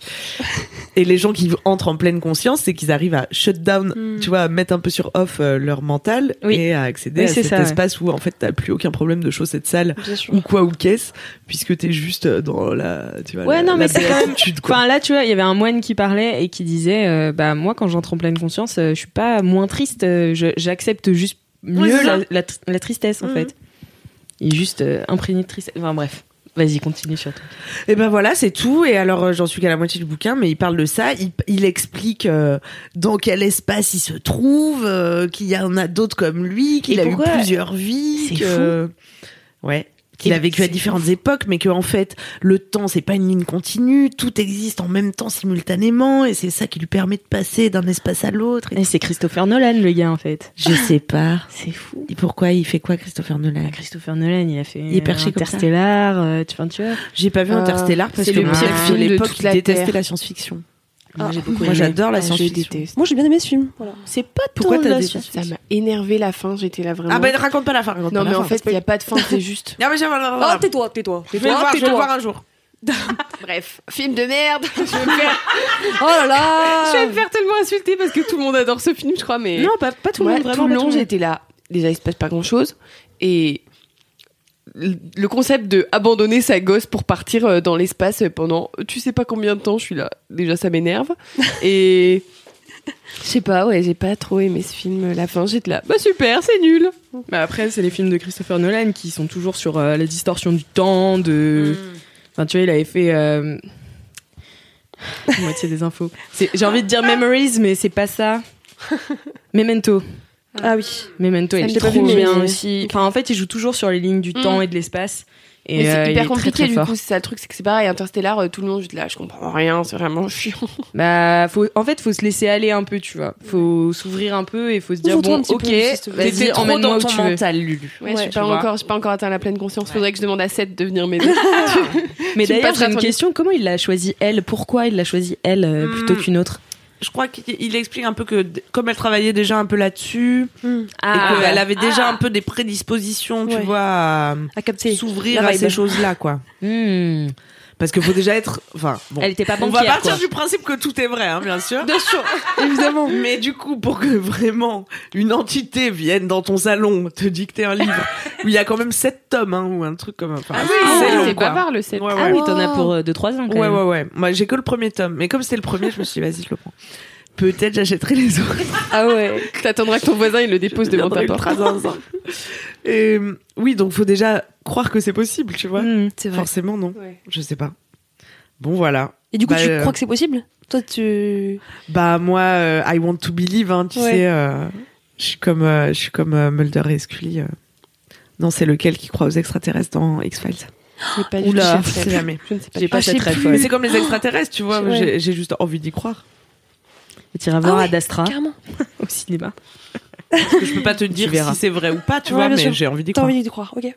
Et les gens qui entrent en pleine conscience, c'est qu'ils arrivent à shut down,
Hmm,
Mm.
tu vois, à mettre un peu sur off euh, leur mental
Oui.
et à accéder
Oui,
à
c'est
cet
ça, ouais.
espace où en fait t'as plus aucun problème de chaussettes sales
Bien sûr.
ou quoi ou qu'est-ce, puisque t'es juste euh, dans la, tu vois,
Ouais,
la-
non,
la
mais c'est quand même-
béatitude, quoi.
Enfin là, tu vois, il y avait un moine qui parlait et qui disait, euh, bah moi, quand j'entre en pleine conscience, euh, je suis pas moins triste, euh, je- j'accepte juste mieux
Ouais, c'est
la,
ça.
la tr- la tristesse en
Mhm.
fait. Et juste euh, imprégné de tristesse. Enfin bref, vas-y, continue sur toi.
Et ben voilà, c'est tout. Et alors, euh, j'en suis qu'à la moitié du bouquin, mais il parle de ça. Il, il explique euh, dans quel espace il se trouve, euh, qu'il y en a d'autres comme lui, qu'il
Et
a eu
pourquoi-
plusieurs vies.
C'est
que- Ouais. Qu'il
Et
a vécu à
c'est
différentes époques, mais que en fait, le temps, c'est pas une ligne continue. Tout existe en même temps, simultanément, et c'est ça qui lui permet de passer d'un espace à l'autre.
Et c'est Christopher Nolan le gars en fait.
Je sais pas.
C'est fou.
Et pourquoi il fait quoi, Christopher Nolan
Ah, Christopher Nolan, il a fait
Il est perché comme ça.
Interstellar, euh, tu, enfin, tu vois.
J'ai pas vu
Euh,
Interstellar parce
c'est
que
le
mon
pire
mec de
film de
l'époque,
toute
il
la
détestait
Terre.
la science-fiction.
Ah,
j'ai beaucoup
Moi, j'adore la
Ah, je
science-fiction.
déteste. Oh
Moi, j'ai bien aimé ce film. Voilà.
C'est pas
Pourquoi
ton
t'as
de la
des-
science.
Ça m'a énervé la fin. J'étais là vraiment.
Ah ben raconte pas la fin. raconte
non,
pas la
mais en
fin.
fait, il n'y a pas de
<laughs>
fin. C'est juste.
Non mais j'ai
Oh, tais-toi, tais-toi.
Je vais le
Tais-toi,
voir, je vais le voir
tais-toi.
un jour.
Bref, film de merde. je vais me faire, <laughs>
Oh là
je vais me
là.
faire tellement insulter parce que tout le monde adore ce film, je crois. Mais
Non, pas, pas tout le
Ouais,
monde vraiment.
tout le
pas
long, j'étais là. Déjà, il se passe pas grand chose. Et le le concept de abandonner sa gosse pour partir euh, dans l'espace pendant tu sais pas combien de temps, je suis là. Déjà, ça <laughs> m'énerve. Et je sais pas, ouais, j'ai pas trop aimé ce film. La fin, j'étais là. Bah super, c'est nul.
Bah après, c'est les films de Christopher Nolan qui sont toujours sur euh, la distorsion du temps, de...
Hmm.
Enfin, tu vois, il avait fait... euh, <laughs> Moitié des infos. C'est- J'ai envie de dire Memories, mais c'est pas
<laughs>
ça. Memento.
Ah oui.
Memento,
Ça,
il
je
est
l'ai pas
trop
vu, mais-
bien aussi. Enfin, en fait, il joue toujours sur les lignes du
Mm.
temps et de l'espace. Et euh, il
Mais c'est
est
hyper
très,
compliqué
très
du
fort.
coup, c'est ça le truc, c'est que c'est pareil. Interstellar, euh, tout le monde, j'étais là, je comprends rien, c'est vraiment chiant.
Bah, faut, en fait, faut se laisser aller un peu, tu vois. Faut s'ouvrir un peu et faut se dire,
Ouvre-toi
bon,
un petit
ok,
peu aussi, s'il te plaît.
vas-y,
T'étais trop
emmène-moi
dans
où
ton
tu veux.
mental, Lulu.
Ouais, je suis pas
tu vois.
encore, je suis pas encore atteint à la pleine conscience. Faudrait que je demande à Seth de venir m'aider.
Mais
Tu me
d'ailleurs,
passeras
j'ai une
ton
question. Comment il l'a choisi elle Pourquoi il l'a choisi elle euh,
Hmm.
plutôt qu'une autre
Je crois qu'il explique un peu que d- comme elle travaillait déjà un peu là-dessus et qu'elle avait déjà un peu des prédispositions, tu
Ouais.
vois, à
À capter.
s'ouvrir
la
à
vibe.
ces choses-là, quoi.
Hmm.
Parce que faut déjà être. Enfin, bon.
Elle était pas
On va
banquière,
partir
quoi.
du principe que tout est vrai, hein, bien sûr.
Bien sûr, évidemment.
<laughs> Mais du coup, pour que vraiment une entité vienne dans ton salon te dicter un livre, où il y a quand même sept tomes, hein, ou un truc comme. Enfin,
Ah
c'est
ouais,
long,
<laughs> c'est
quoi.
bavard le 7.
Ouais,
Ah
ouais.
oui, t'en as pour 2-3 ans quand
Ouais,
même.
ouais, ouais. Moi, j'ai que le premier tome. Mais comme c'était le premier, je me suis dit, vas-y, je le prends. Peut-être j'achèterai les autres.
Ah ouais. T'attendras que ton voisin il le dépose devant ta
Deviendrai
porte.
ultra zinzin. Et, euh, oui, donc faut déjà croire que c'est possible, tu vois.
Hmm.
C'est vrai.
Forcément, non.
Ouais.
Je sais pas. Bon, voilà.
Et du coup,
Bah,
tu
euh,
crois que c'est possible Toi,
<gasps>
tu.
Bah, moi, euh, I want to believe, hein, tu
Ouais.
sais. euh, je suis comme, euh, je suis comme euh, Mulder et Scully. euh. Non, c'est lequel qui croit aux extraterrestres dans X-Files
J'ai pas du
Oula,
tout cette
c'est
rêve.
jamais.
Je ne sais pas.
J'ai
du
pas
tout.
cette rêve.
Mais c'est comme les extraterrestres, tu vois.
Ouais.
J'ai j'ai juste envie d'y croire.
T'iras voir
Ah ouais.
Ad Astra
Carrément.
<laughs> au cinéma.
Parce que je peux pas te dire
verras.
si c'est vrai ou pas, tu
Ouais,
vois,
bien
mais
sûr.
j'ai envie d'y
T'as
croire.
envie de croire, ok.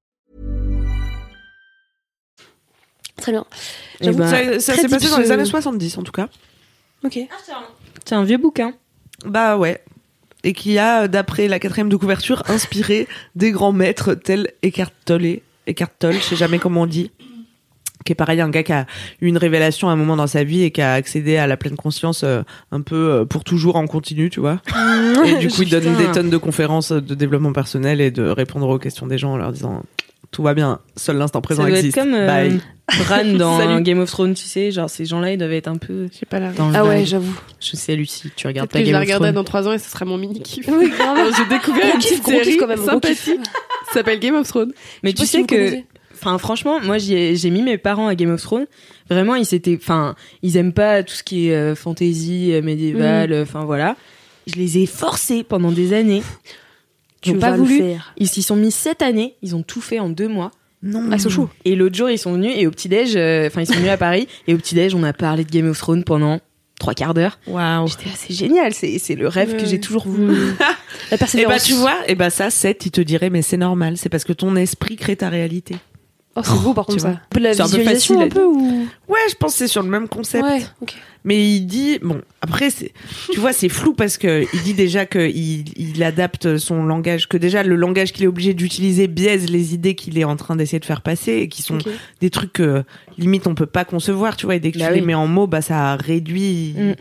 Très bien.
Eh ben,
ça ça
très
s'est passé
deep,
dans les
ce-
années 70, en tout cas.
Ok.
C'est un vieux bouquin.
Bah ouais. Et qui a, euh, d'après la quatrième de couverture, inspiré des grands maîtres tels Eckhart Tolle. Eckhart Tolle, je sais jamais comment on dit. Qui est pareil, un gars qui a eu une révélation à un moment dans sa vie et qui a accédé à la pleine conscience euh, un peu euh, pour toujours en continu, tu vois. Et du coup, il donne
Mmh. Putain.
des tonnes de conférences de développement personnel et de répondre aux questions des gens en leur disant tout va bien, seul l'instant présent
Ça doit
existe.
être comme euh,
Bye. <laughs>
Bran dans
Salut.
Game of Thrones, tu sais, genre ces gens-là ils doivent être un peu.
J'ai pas la rêve.
dans le
Ah ouais,
vibe.
j'avoue.
Je sais Lucie, tu regardes pas
Peut-être que je
Game
la
of
regarderai
Thrones.
dans 3 ans et ce sera mon mini kiff.
Oui, grave.
J'ai découvert
Gros
une
kiff,
petite
gros kiff
série
quand même, gros kiff.
sympathique qui s'appelle Game of Thrones.
Mais
Je
tu
sais
sais
pas si vous
que
connaissez.
Enfin, franchement, moi, j'y ai- j'ai mis mes parents à Game of Thrones. Vraiment, ils s'étaient, enfin, ils aiment pas tout ce qui est euh, fantasy, euh, médiéval, euh, enfin voilà. Je les ai forcés pendant des années. Ils
Tu
n'ont
vas
pas
le
voulu.
faire.
Ils s'y sont mis cette année. Ils ont tout fait en deux mois.
Non.
Ah, c'est chaud.
Et l'autre jour, ils sont venus et au petit déj, enfin, ils sont venus à Paris et au petit déj, on a parlé de Game of Thrones pendant trois quarts d'heure.
Waouh.
J'étais là, c'est génial. C'est c'est le rêve que
Ouais.
j'ai toujours voulu.
La
Et bah
persévérance.
tu vois, et bah ça, 7, il te dirait, mais c'est normal, c'est parce que ton esprit crée ta réalité.
Oh, c'est beau par
Tu
contre
vois.
ça. Un peu de la
C'est un peu
visualisation
facile à
un peu ou.
Ouais, je pense que c'est sur le même concept.
Ouais, ok.
Mais il dit, bon, après, c'est, tu vois, c'est flou parce que il dit déjà que il, il adapte son langage, que déjà le langage qu'il est obligé d'utiliser biaise les idées qu'il est en train d'essayer de faire passer et qui sont
Ok.
des trucs que limite on peut pas concevoir, tu vois, et dès que
Bah
tu les
oui.
mets en mots, bah ça réduit
Mm.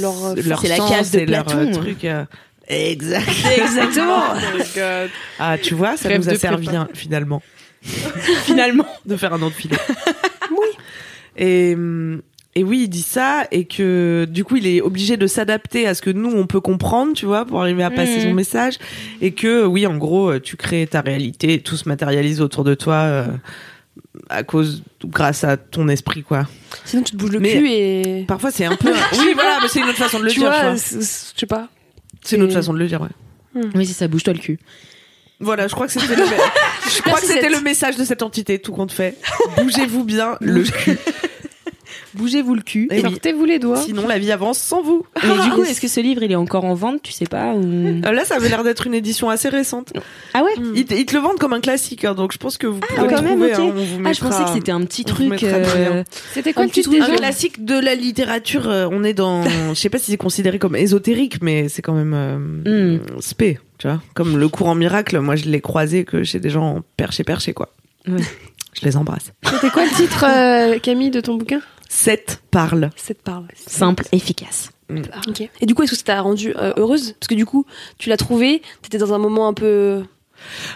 Leur, euh,
s- leur
c'est la
sens
case de
et leur, euh,
Platon.
truc. euh, Exact.
Exactement.
<laughs>
Oh
Ah, tu vois, ça
Rêve
nous a
de prépa.
servi hein, finalement
Finalement.
de faire un nom
<laughs>
de filet. oui. Et, hum, et oui, il dit ça et que du coup, il est obligé de s'adapter à ce que nous on peut comprendre, tu vois, pour arriver à passer
Mhm.
son message. Et que oui, en gros, euh, tu crées ta réalité, tout se matérialise autour de toi euh, à cause, grâce à ton esprit, quoi.
Sinon, tu te bouges le
Mais-
cul et.
Parfois, c'est un peu.
<laughs>
oui, voilà, mais c'est une autre façon de le
tu
dire. tu
vois,
vois.
c'est- c'est- je sais pas.
C'est une autre façon de le dire, ouais.
Oui, c'est ça. Bouge-toi le cul.
Voilà, je crois que c'était le,
<laughs>
me- je crois que
Merci,
c'était
Seth.
le message de cette entité, tout compte
<laughs>
fait. Bougez-vous bien le cul.
Bougez-vous le cul.
Eh oui.
Sortez-vous les doigts.
Sinon, la vie avance sans vous.
Mais du coup, est-ce que ce livre, il est encore en vente Tu sais pas ou...
Euh, Là, ça avait l'air d'être une édition assez récente.
<laughs> Ah ouais
Ils, te- ils te le vendent comme un classique, hein, donc je pense que vous pouvez
quand
le
même,
trouver.
ok.
hein, on vous
Ah, je
mettra-
pensais que c'était un petit
on vous
truc.
mettra le lien.
euh,
C'était quoi
Un
le titre
petit
déjà
un classique de la littérature. euh, on est <laughs> dans, je sais pas si c'est considéré comme ésotérique, mais c'est quand même euh, spé, tu vois. Comme le courant miracle, moi je l'ai croisé que chez des gens perchés perchés quoi.
Ouais.
<laughs> Je les embrasse.
C'était quoi le titre, euh, Camille, de ton bouquin
7 parle.
Cette parle.
Simple, efficace.
Ok. Et du coup, est-ce que ça t'a rendue euh, heureuse Parce que du coup, tu l'as trouvé, t'étais dans un moment un peu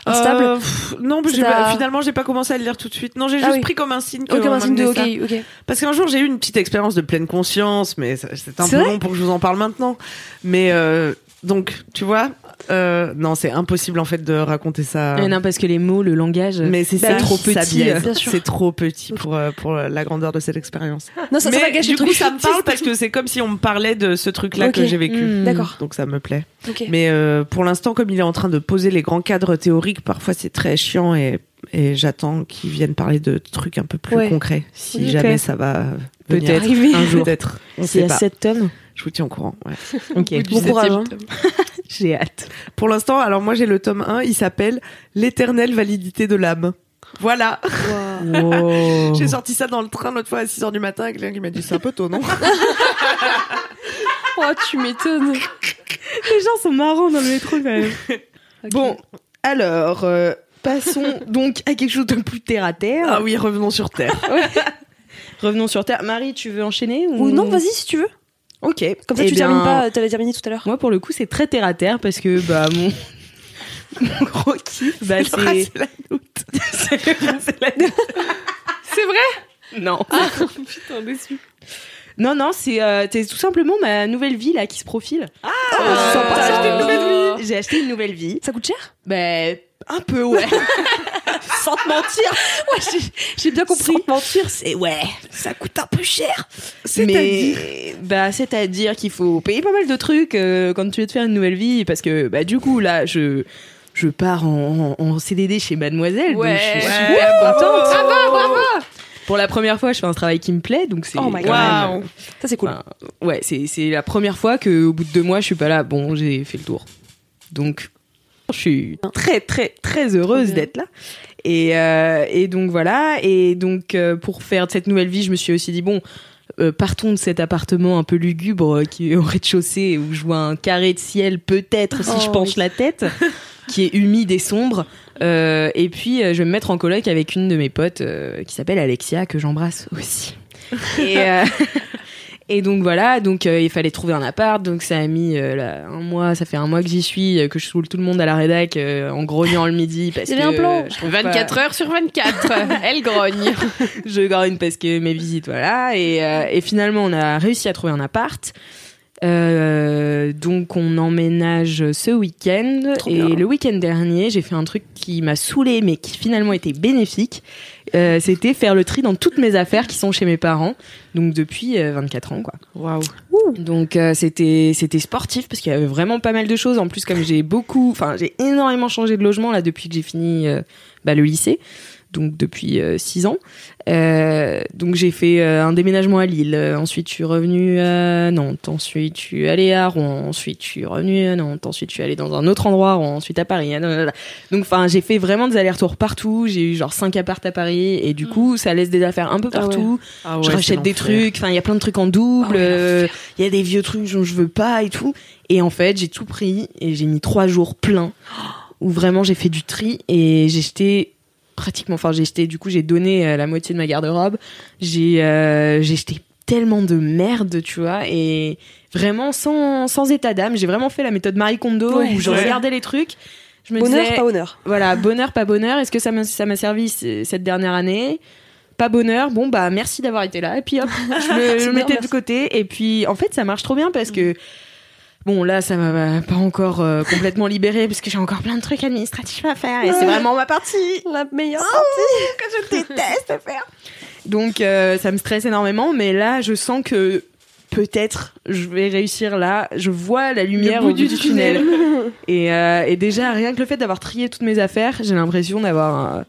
instable.
Euh, pff, non, mais
Ça
j'ai pas-
t'a-
finalement j'ai pas commencé à le lire tout de suite. Non, j'ai
Ah
juste
oui.
pris comme un signe. que
Ok,
on
un signe de ok,
m'amenait ça.
ok.
Parce qu'un jour, j'ai eu une petite expérience de pleine conscience, mais ça- c'est un
C'est
peu
vrai
long pour que je vous en parle maintenant. Mais euh, donc, tu vois, euh, non, c'est impossible en fait de raconter ça.
Mais Euh, non, parce que les mots, le langage.
Ah. Mais c'est
Bah
ça,
oui,
trop
ça
petit.
biaise,
euh,
bien sûr.
C'est trop petit pour euh, pour la grandeur de cette expérience.
Non, ça, ça va
Mais
gâcher
du
le truc.
coup,
<laughs>
ça me parle parce que c'est comme si on me parlait de ce truc-là que
Ok. Mmh.
j'ai vécu.
Hmm.
D'accord.
Donc ça me plaît.
Ok.
Mais euh, pour l'instant, comme il est en train de poser les grands cadres théoriques, parfois c'est très chiant et Et j'attends qu'ils viennent parler de trucs un peu plus
Ouais.
concrets, si
Ok.
jamais ça va venir.
Peut-être. Arriver.
un jour. Peut-être. On
S'il y
sait
a
pas.
7
<laughs>
tomes,
Je vous tiens au courant. ouais.
ok,
Au bout du
Bon courage,
septième
hein.
tome.
<laughs> j'ai hâte.
Pour l'instant, alors moi j'ai le tome 1, il s'appelle L'éternelle validité de l'âme. Voilà,
Oh.
<laughs> j'ai sorti ça dans le train l'autre fois à 6h du matin, quelqu'un qui m'a dit c'est un peu
<laughs>
tôt, non
Oh, tu m'étonnes.
Les gens sont marrants dans le métro quand <laughs> même.
Bon,
Alors, euh, passons donc à quelque chose de plus terre à terre.
ah oui, revenons sur Terre.
Revenons sur terre. Marie, tu veux enchaîner ou,
Ou non, vas-y si tu veux.
Ok.
Comme ça,
Eh
tu
bien,
termines pas, t'avais terminé tout à l'heure.
Moi, pour le coup, c'est très terre à terre parce que bah mon, <laughs> mon gros kiff, <laughs>
<laughs>
bah c'est
C'est la doute.
c'est la-
C'est vrai
non.
Ah, <laughs> Putain, déçu.
Non, non, c'est euh, c'est tout simplement ma nouvelle vie là qui se profile.
Euh,
Oh, sympa.
t'as acheté une nouvelle
J'ai acheté une nouvelle vie.
Ça coûte cher
Ben, un peu, <laughs> ouais. Sans
<laughs>
te mentir.
J'ai bien compris.
Sans te mentir, c'est ouais, ça coûte un peu cher.
C'est-à-dire
bah, c'est-à-dire qu'il faut payer pas mal de trucs euh, quand tu veux te faire une nouvelle vie parce que bah du coup là, je je pars en, en- en CDD chez Mademoiselle, donc
Ouais.
je suis
Ouais,
super
bravo.
contente.
Bravo, bravo
Pour la première fois, je fais un travail qui me plaît, donc c'est
Oh my God.
quand même-
Waouh.
Ça, c'est cool.
Enfin, ouais, c'est c'est la première fois que au bout de deux mois, je suis pas là. Bon, j'ai fait le tour. Donc, je suis très très très heureuse
Trop bien.
d'être là. Et, euh, et donc voilà. Et donc euh, pour faire de cette nouvelle vie, je me suis aussi dit bon. euh, partons de cet appartement un peu lugubre euh, qui est au rez-de-chaussée où je vois un carré de ciel peut-être si je
Oh,
penche la
<laughs>
tête qui est humide et sombre Euh, et puis euh, je vais me mettre en coloc avec une de mes potes euh, qui s'appelle Alexia que j'embrasse
<laughs>
aussi et, euh, et donc voilà, donc euh, il fallait trouver un appart, donc ça a mis euh, là, un mois, ça fait un mois que j'y suis, euh, que je saoule tout le monde à la rédac euh, en grognant le midi parce
Il y
que
avait un plan.
euh, je trouve pas-
24 heures sur 24. <laughs> Elle grogne.
je grogne parce que mes visites, voilà. Et, euh, et finalement, on a réussi à trouver un appart. Euh, donc on emménage ce week-end
Trop
et
bien.
le week-end dernier j'ai fait un truc qui m'a saoulé mais qui finalement était bénéfique Euh, c'était faire le tri dans toutes mes affaires qui sont chez mes parents donc depuis euh, 24 ans quoi
Waouh.
donc euh, c'était c'était sportif parce qu'il y avait vraiment pas mal de choses. En plus, comme j'ai beaucoup, enfin j'ai énormément changé de logement là depuis que j'ai fini euh, bah, le lycée, donc depuis 6 ans. Euh, donc j'ai fait euh, un déménagement à Lille. Euh, ensuite, je suis revenue à Nantes. Ensuite, je suis allée à Rouen. Ensuite, je suis revenue à Nantes. Ensuite, je suis allée dans un autre endroit. à Rouen. Ensuite, à Paris. Ah, Nanana. Donc, enfin, j'ai fait vraiment des allers-retours partout. J'ai eu genre 5 appartes à Paris et du coup, ça laisse des affaires un peu
Mm. Ah ouais.
partout je rachète des trucs, enfin il y a plein de trucs en double,
Ah ouais,
euh, il y a des vieux trucs dont je veux pas et tout. Et en fait j'ai tout pris et j'ai mis trois jours pleins où vraiment j'ai fait du tri et j'ai jeté pratiquement, enfin j'ai jeté du coup j'ai donné euh, la moitié de ma garde-robe, j'ai euh, j'ai jeté tellement de merde tu vois et vraiment sans, sans état d'âme j'ai vraiment fait la méthode Marie Kondo
Ouais,
où je
ouais.
regardais les trucs je me
Bonheur,
disais
pas honneur.
voilà, bonheur, pas bonheur. Est-ce que ça m'a ça m'a servi c- cette dernière année Pas bonheur. Bon, bah, merci d'avoir été là. Et puis hop, je le, je
C'est
le
bien,
mettais de
merci.
côté. Et puis, en fait, ça marche trop bien parce que. Bon, là, ça m'a pas encore euh, complètement libérée parce que j'ai encore plein de trucs administratifs à faire. Et c'est vraiment ma partie
La meilleure.
que je déteste faire. Donc, euh, ça me stresse énormément. Mais là, je sens que. Peut-être je vais réussir là. Je vois la lumière au bout du, tunnel. <laughs> Et, euh, et déjà, rien que le fait d'avoir trié toutes mes affaires, j'ai l'impression d'avoir euh,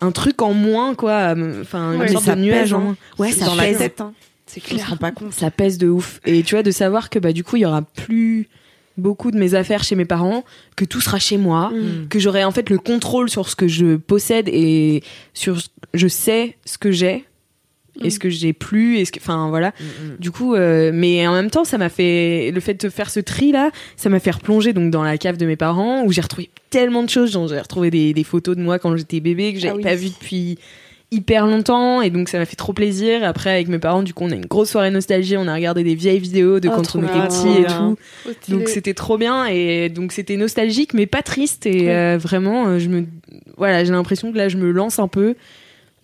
un truc en moins, quoi. Hum, Enfin, une
Ouais,
sorte
mais ça
de nuage
pèse,
en
hein.
moins. Ouais,
C'est
ça
dans la
pèse.
tête, hein.
C'est
On se
clair.
rend pas compte.
Ça pèse de ouf. Et tu vois, de savoir que bah, du coup, il y aura plus beaucoup de mes affaires chez mes parents, que tout sera chez moi,
Mm.
que j'aurai en fait le contrôle sur ce que je possède et sur ce- je sais ce que j'ai et ce que j'ai plus et ce que enfin voilà du coup, euh, mais en même temps, ça m'a fait le fait de faire ce tri là, ça m'a fait replonger donc dans la cave de mes parents où j'ai retrouvé tellement de choses. Genre, J'ai retrouvé des, des photos de moi quand j'étais bébé que j'avais
Ah oui.
pas vu depuis hyper longtemps et donc ça m'a fait trop plaisir. Après, avec mes parents, du coup, on a une grosse soirée nostalgie. On a regardé des vieilles vidéos de
Ah,
quand
trop
on était
bien.
petits et
Ah,
tout.
Donc,
Donc c'était trop bien et donc c'était nostalgique mais pas triste et euh, vraiment euh, je me voilà j'ai l'impression que là je me lance un peu.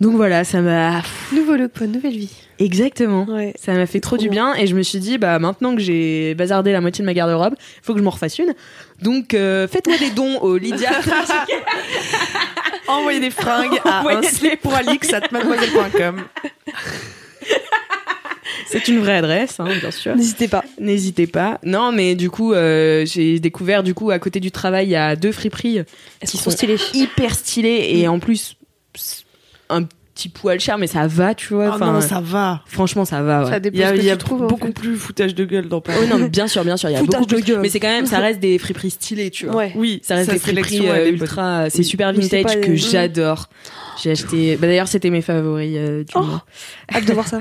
Donc voilà, ça m'a
nouveau look, nouvelle vie.
exactement.
Ouais.
Ça m'a fait trop,
trop
du bien. et je me suis dit bah maintenant que j'ai bazardé la moitié de ma garde-robe, faut que je m'en refasse une. Donc euh, faites-moi des dons au
<laughs>
Lydia.
<laughs> Envoyez des fringues à
Envoyez
un
des
slip pour Alix at mademoiselle.com.
C'est une vraie adresse hein, bien sûr.
N'hésitez pas.
N'hésitez pas. Non mais du coup euh, j'ai découvert du coup à côté du travail il y a deux friperies
Elles
Qui
sont trop
sont-
stylées. Mm.
hyper stylées et en plus un petit poil cher, mais ça va, tu
Oh
vois.
Ah
enfin,
non, ça va.
Franchement, ça va. ouais.
Ça dépend
Il y a,
ce que
il y a
tu trouves. en
beaucoup
fait.
plus foutage de gueule dans Paris.
Oh non, mais bien sûr, bien sûr, il y a
Foutage
beaucoup
de
plus.
gueule.
Mais c'est quand même, ça reste des friperies stylées, tu vois.
Ouais.
Oui,
Ça reste
sa
des friperies
sélection,
euh,
elle est bonne.
ultra. C'est super
Mais c'est pas
vintage que
des-
j'adore. J'ai acheté. Bah, D'ailleurs, c'était mes favoris euh, du
Oh.
mois.
Hâte de voir ça.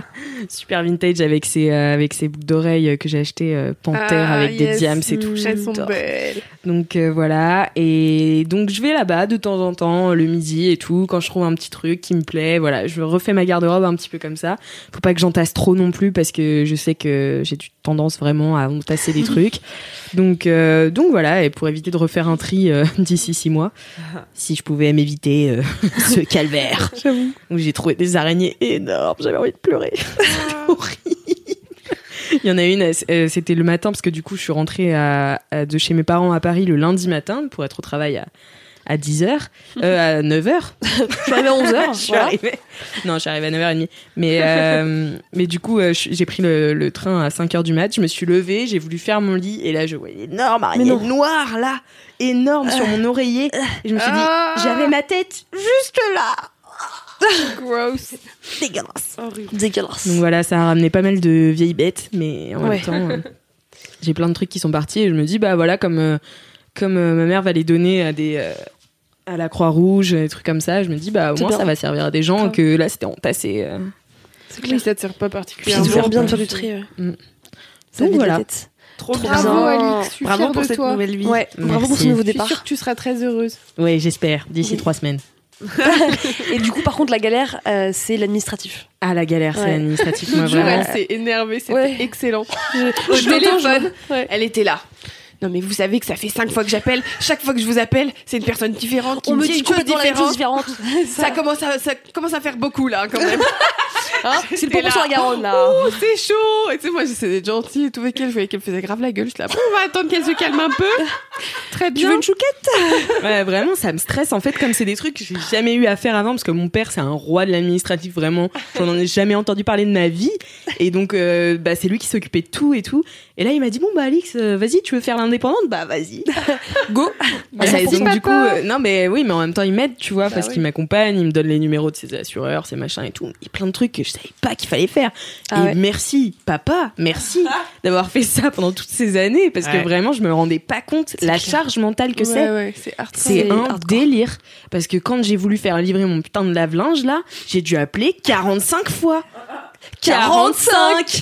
Super vintage avec ses, euh, avec ses boucles d'oreilles euh, que j'ai acheté euh, panthère
Ah,
avec des
yes. Mmh,
diams et tout.
Elles sont
J'adore.
belles.
Donc euh, voilà, et donc je vais là-bas de temps en temps, le midi et tout, quand je trouve un petit truc qui me plaît, voilà, je refais ma garde-robe un petit peu comme ça. Faut pas que j'entasse trop non plus parce que je sais que j'ai du- tendance vraiment à entasser des trucs. Donc, euh, donc voilà, et pour éviter de refaire un tri euh, <laughs> d'ici six mois, si je pouvais m'éviter euh, <laughs> ce calvaire. Donc j'ai trouvé des araignées énormes, j'avais envie de pleurer. C'était horrible. Il y en a une, euh, c'était le matin, parce que du coup, je suis rentrée à- à- de chez mes parents à Paris le lundi matin pour être au travail à, à 10h, euh, à 9h.
Je suis arrivée à 11h. voilà.
Non, je suis arrivée à 9h30. Mais, euh, mais du coup, euh, je- j'ai pris le, le train à 5h du mat, je me suis levée, j'ai voulu faire mon lit, et là, je voyais une énorme araignée
non.
noire, là, énorme sur mon oreiller. Et je me suis
Ah.
dit, j'avais ma tête juste là.
Gross.
Dégueulasse. Dégueulasse.
Donc voilà, ça a ramené pas mal de vieilles bêtes, mais en
Ouais.
même temps, euh, j'ai plein de trucs qui sont partis et je me dis, bah voilà, comme, euh, comme euh, ma mère va les donner à des. euh, à la Croix-Rouge, des trucs comme ça, je me dis, bah au
C'est
moins
bien.
ça va servir à des gens
Grave.
que là c'était entassé. euh.
C'est clair. Ça te sert pas
Puis
particulièrement.
c'est toujours bien de faire du tri. ouais.
Mm.
Ça
Donc
vide
voilà.
la tête.
Trop
Trop
bien.
euh, Bravo,
bien.
Alix. Je suis
Bravo
fière
pour
de
cette
toi.
nouvelle vie.
Ouais, bravo pour ce
Merci.
nouveau
Je suis sûre
départ.
que tu seras très heureuse.
Oui, j'espère, d'ici
Oui.
trois semaines.
Et du coup, par contre, la galère, euh, c'est l'administratif.
Ah la galère, c'est
Ouais.
administratif, <laughs> moi
L'autre jour,
vraiment.
elle s'est énervée, c'était
Ouais.
excellent. Au
je l'entends, je
téléphone,
vois. Ouais.
elle était là. Non mais vous savez que ça fait cinq fois que j'appelle. Chaque fois que je vous appelle, c'est une personne différente qui
On me dit
une chose
complètement la même chose
différente.
<laughs> différente.
Ça commence à ça commence à faire beaucoup là
<laughs>
quand même. Hein
C'est le
J'étais
pompon sur la Garonne, là. Oh,
Ouh, c'est chaud. Et tu sais moi j'essayais d'être gentille et tout avec elle, je voyais qu'elle me faisait grave la gueule. Je là, bon, on va attendre qu'elle se calme un
<laughs>
peu. Très bien.
chouquette
Ouais, vraiment, ça me stresse en fait, comme c'est des trucs que j'ai jamais eu à faire avant, parce que mon père c'est un roi de l'administratif, vraiment. J'en ai jamais entendu parler de ma vie. Et donc, euh, bah, c'est lui qui s'occupait de tout et tout. Et là, il m'a dit Bon, bah, Alix, euh, vas-y, tu veux faire l'indépendante Bah,
<laughs>
vas-y. Go
Bah,
Et
merci,
donc, du
papa.
coup, euh, non, mais oui, mais en même temps, il m'aide, tu vois,
Bah
parce
oui.
qu'il m'accompagne, il me donne les numéros de ses assureurs, ses machins et tout. Et plein de trucs que je savais pas qu'il fallait faire.
Ah
et
ouais.
merci, papa,
<laughs>
merci d'avoir fait ça pendant toutes ces années, parce
Ouais.
que vraiment, je me rendais pas compte la charge mentale que
Ouais,
c'est.
ouais, c'est hardcore.
C'est
C'est
un
hardcore.
délire. Parce que quand j'ai voulu faire livrer mon putain de lave-linge, là, j'ai dû appeler 45 fois. <laughs> 45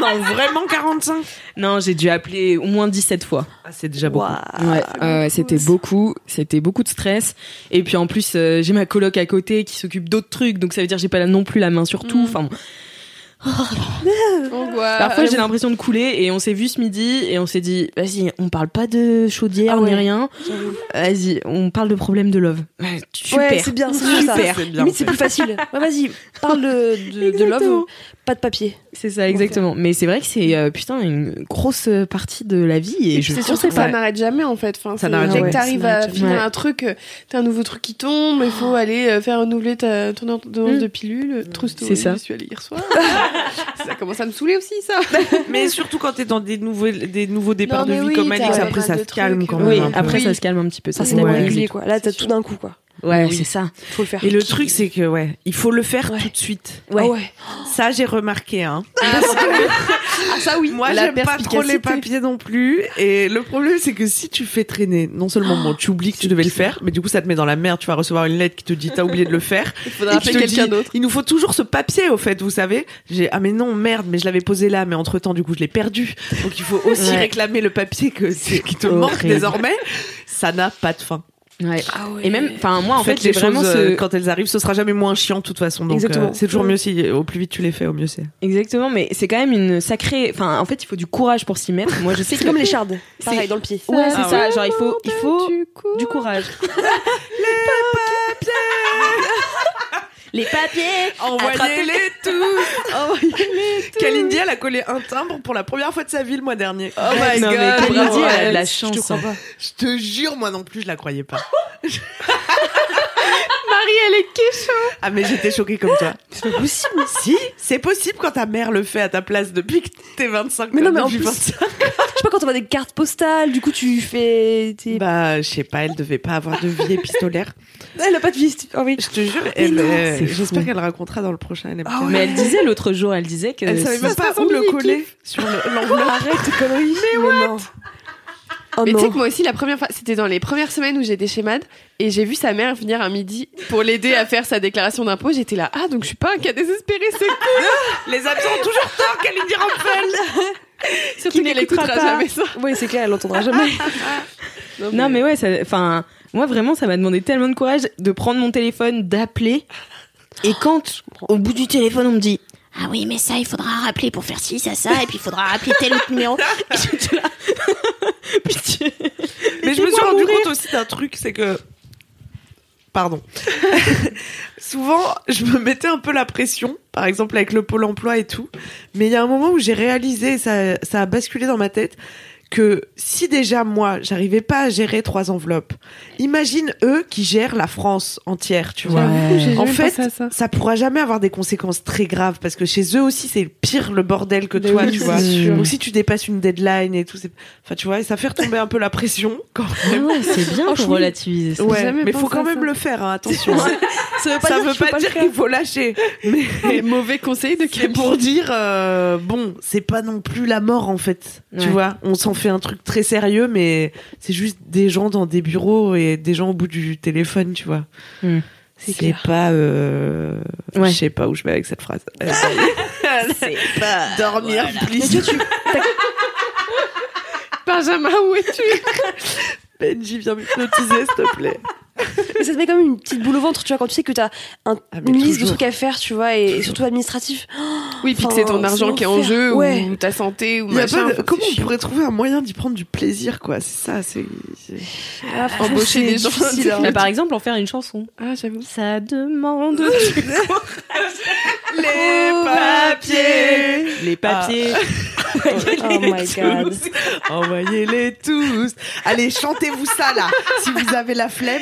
Non, vraiment 45
Non, j'ai dû appeler au moins 17 fois.
ah, C'est déjà beaucoup.
Waouh.
ouais, euh, c'était beaucoup. C'était beaucoup de stress. Et puis en plus, euh, j'ai ma coloc à côté qui s'occupe d'autres trucs. Donc ça veut dire que j'ai pas là non plus la main sur
Mm.
tout. Enfin,
Euh,
bon.
Angoisse.
Parfois, j'ai l'impression de couler. Et on s'est vu ce midi et on s'est dit, vas-y, on parle pas de chaudière,
Ah
on
ouais.
est rien. Vas-y, on parle de problème de love. Ouais, super.
Ouais, c'est bien, c'est bien ça.
Super.
C'est bien.
Limite, c'est plus <laughs> facile. Ouais, vas-y, parle de, de, de
Exactement.
love, pas de papier.
C'est ça, exactement. Mais c'est vrai que c'est euh, putain une grosse euh, partie de la vie et,
Et puis
je
c'est
pense
sûr que ça
Ouais.
n'arrête jamais en fait. Enfin,
Ça
c'est-
n'arrête
dès
jamais.
que t'arrives
Ça
à
n'arrête
finir
jamais.
un truc, euh, t'as un nouveau truc qui tombe, il faut aller euh, faire renouveler ta, ton ordonnance
Mm.
de pilule. True story,
C'est ça.
j'y suis allée hier soir. <laughs> ça commence à me saouler aussi ça.
Mais surtout quand t'es dans des, nouvelles, des nouveaux départs
mais
de vie
oui,
comme Alix,
t'as
après
plein
ça
de
se calme
trucs.
quand même.
Oui,
un peu.
après
Oui.
ça se calme un petit peu.
Ça, c'est
la
moins
réalité.
régulier, quoi. Là, t'as tout d'un coup, quoi.
Ouais,
Oui.
c'est ça.
Faut le faire.
Et le truc, c'est que, ouais, il faut le faire
Ouais.
tout de suite.
Ouais.
Ah
Ça, j'ai remarqué, hein.
Ah ça oui.
Moi,
La
j'aime pas trop
perspicacité.
les papiers non plus. Et le problème, c'est que si tu fais traîner, non seulement bon, tu oublies que tu devais le faire, mais du coup, ça te met dans la merde. Tu vas recevoir une lettre qui te dit t'as oublié de le faire.
Il faudra
Et qui
appeler
te
quelqu'un
dit,
d'autre.
Il nous faut toujours ce papier, au fait, vous savez. J'ai ah mais non merde, mais je l'avais posé là, mais entre temps, du coup, je l'ai perdu. Donc il faut aussi
Ouais.
réclamer le papier que qui te
horrible.
manque désormais. Ça n'a pas de fin.
Ouais.
Ah ouais.
Et même, enfin moi en fait,
Faites
j'ai
les
vraiment
choses,
ce
euh, quand elles arrivent, ce sera jamais moins chiant de toute façon. Donc
Exactement.
euh, c'est toujours mieux si au plus vite tu les fais, au mieux c'est.
exactement, mais c'est quand même une sacrée. Enfin en fait, il faut du courage pour s'y mettre. Moi je sais
C'est
que
comme les chardes.
C'est-
Pareil, dans le pied.
Ouais, c'est
Ah
ça. Genre il faut, il faut
Du coup.
Bah, du courage. les papiers. les papiers.
Envoyez-les
<laughs>
tous Kalindi, elle a collé un timbre pour la première fois de sa vie le mois dernier. Oh my
Non, mais
god
Kalindi,
bravo,
elle a de la
Alex.
chance.
Je te,
hein.
je te jure, moi non plus, je la croyais pas.
Marie elle est quiche.
Ah mais j'étais choquée comme toi.
<laughs> C'est pas possible.
si, c'est possible quand ta mère le fait à ta place depuis que t'es 25
Mais non,
euh,
mais en
depuis
plus-
25.
sais pas, quand on voit des cartes postales, du coup, tu fais. t'es-
Bah, je sais pas, elle devait pas avoir de vie épistolaire.
<laughs> Elle a pas de vie. Ah oui.
Je te jure, elle,
non, Ah
euh,
c'est
j'espère
fou.
qu'elle racontera dans le prochain épisode.
Mais elle disait l'autre jour, elle disait que.
euh,
Elle savait
si-
même pas où le coller sur le- l'enveloppe.
Arrête, connerie. Mais what Oh
Mais tu sais
non.
que moi aussi, la première fois, c'était dans les premières semaines où j'étais chez Mad, et j'ai vu sa mère venir à midi pour l'aider à faire sa déclaration d'impôt. J'étais là, ah, donc je suis pas un cas désespéré, c'est cool.
Les absents ont toujours tort, Kalindi Rampel
Surtout qu'elle écoutera jamais ça.
Oui, c'est clair, elle l'entendra jamais.
Non, mais ouais, ça- enfin, moi vraiment, ça m'a demandé tellement de courage de prendre mon téléphone, d'appeler. Et quand, au bout du téléphone, on me dit
Ah oui, mais ça, il faudra rappeler pour faire ci, ça, ça, et puis il faudra rappeler tel autre numéro.
J'étais là. Pitié.
Mais je me suis
Laissez-moi
rendu
mourir.
compte aussi d'un truc, c'est que. Pardon. <laughs> Souvent, je me mettais un peu la pression, par exemple avec le pôle emploi et tout. Mais il y a un moment où j'ai réalisé, et ça, ça a basculé dans ma tête, que si déjà moi, j'arrivais pas à gérer trois enveloppes, imagine eux qui gèrent la France entière, tu vois. En fait, ça. pourra jamais avoir des conséquences très graves parce que chez eux aussi c'est pire le bordel que toi, tu vois. Donc si tu dépasses une deadline et tout, c'est- enfin tu vois, et ça fait retomber un peu la pression quand même.
Ah Ouais, c'est bien pour relativiser ça.
Oh, Ouais,
jamais
mais faut
pensé
quand
à
même
ça.
le faire, hein, attention. hein.
Ça veut
ça veut pas dire qu'il faut lâcher, mais
Les mauvais conseils de
c'est
Camille.
pour dire euh, bon, c'est pas non plus la mort en fait. Tu
Ouais.
vois, on s'en fait un truc très sérieux, mais c'est juste des gens dans des bureaux et des gens au bout du téléphone, tu vois.
Hmm.
C'est pas, euh...
Ouais.
je sais pas où je vais avec cette phrase. Euh, Bah, dormir, please. <laughs>
Benjamin, où es-tu
Benji, viens m'hypnotiser, s'il te plaît.
Mais ça te met quand même une petite boule au ventre, tu vois, quand tu sais que t'as un,
Ah, mais
une liste de
toujours.
trucs à faire, tu vois, et, et surtout administratif.
Oui, puis que
Enfin,
c'est ton argent
c'est
qui est en
l'enfer.
jeu,
Ouais.
ou ta santé, ou
Il y a
machin.
pas de-
Enfin,
Comment
c'est
on pourrait trouver un moyen d'y prendre du plaisir, quoi C'est ça, c'est. c'est-
Ah, franchement,
embaucher
c'est
des gens.
difficile, hein.
Mais Bah, par exemple, en faire une chanson.
Ah, j'avoue.
Ça demande.
Les papiers
Les papiers.
Oh my god.
Envoyez-les tous Allez, chantez-vous ça, là Si vous avez la flemme,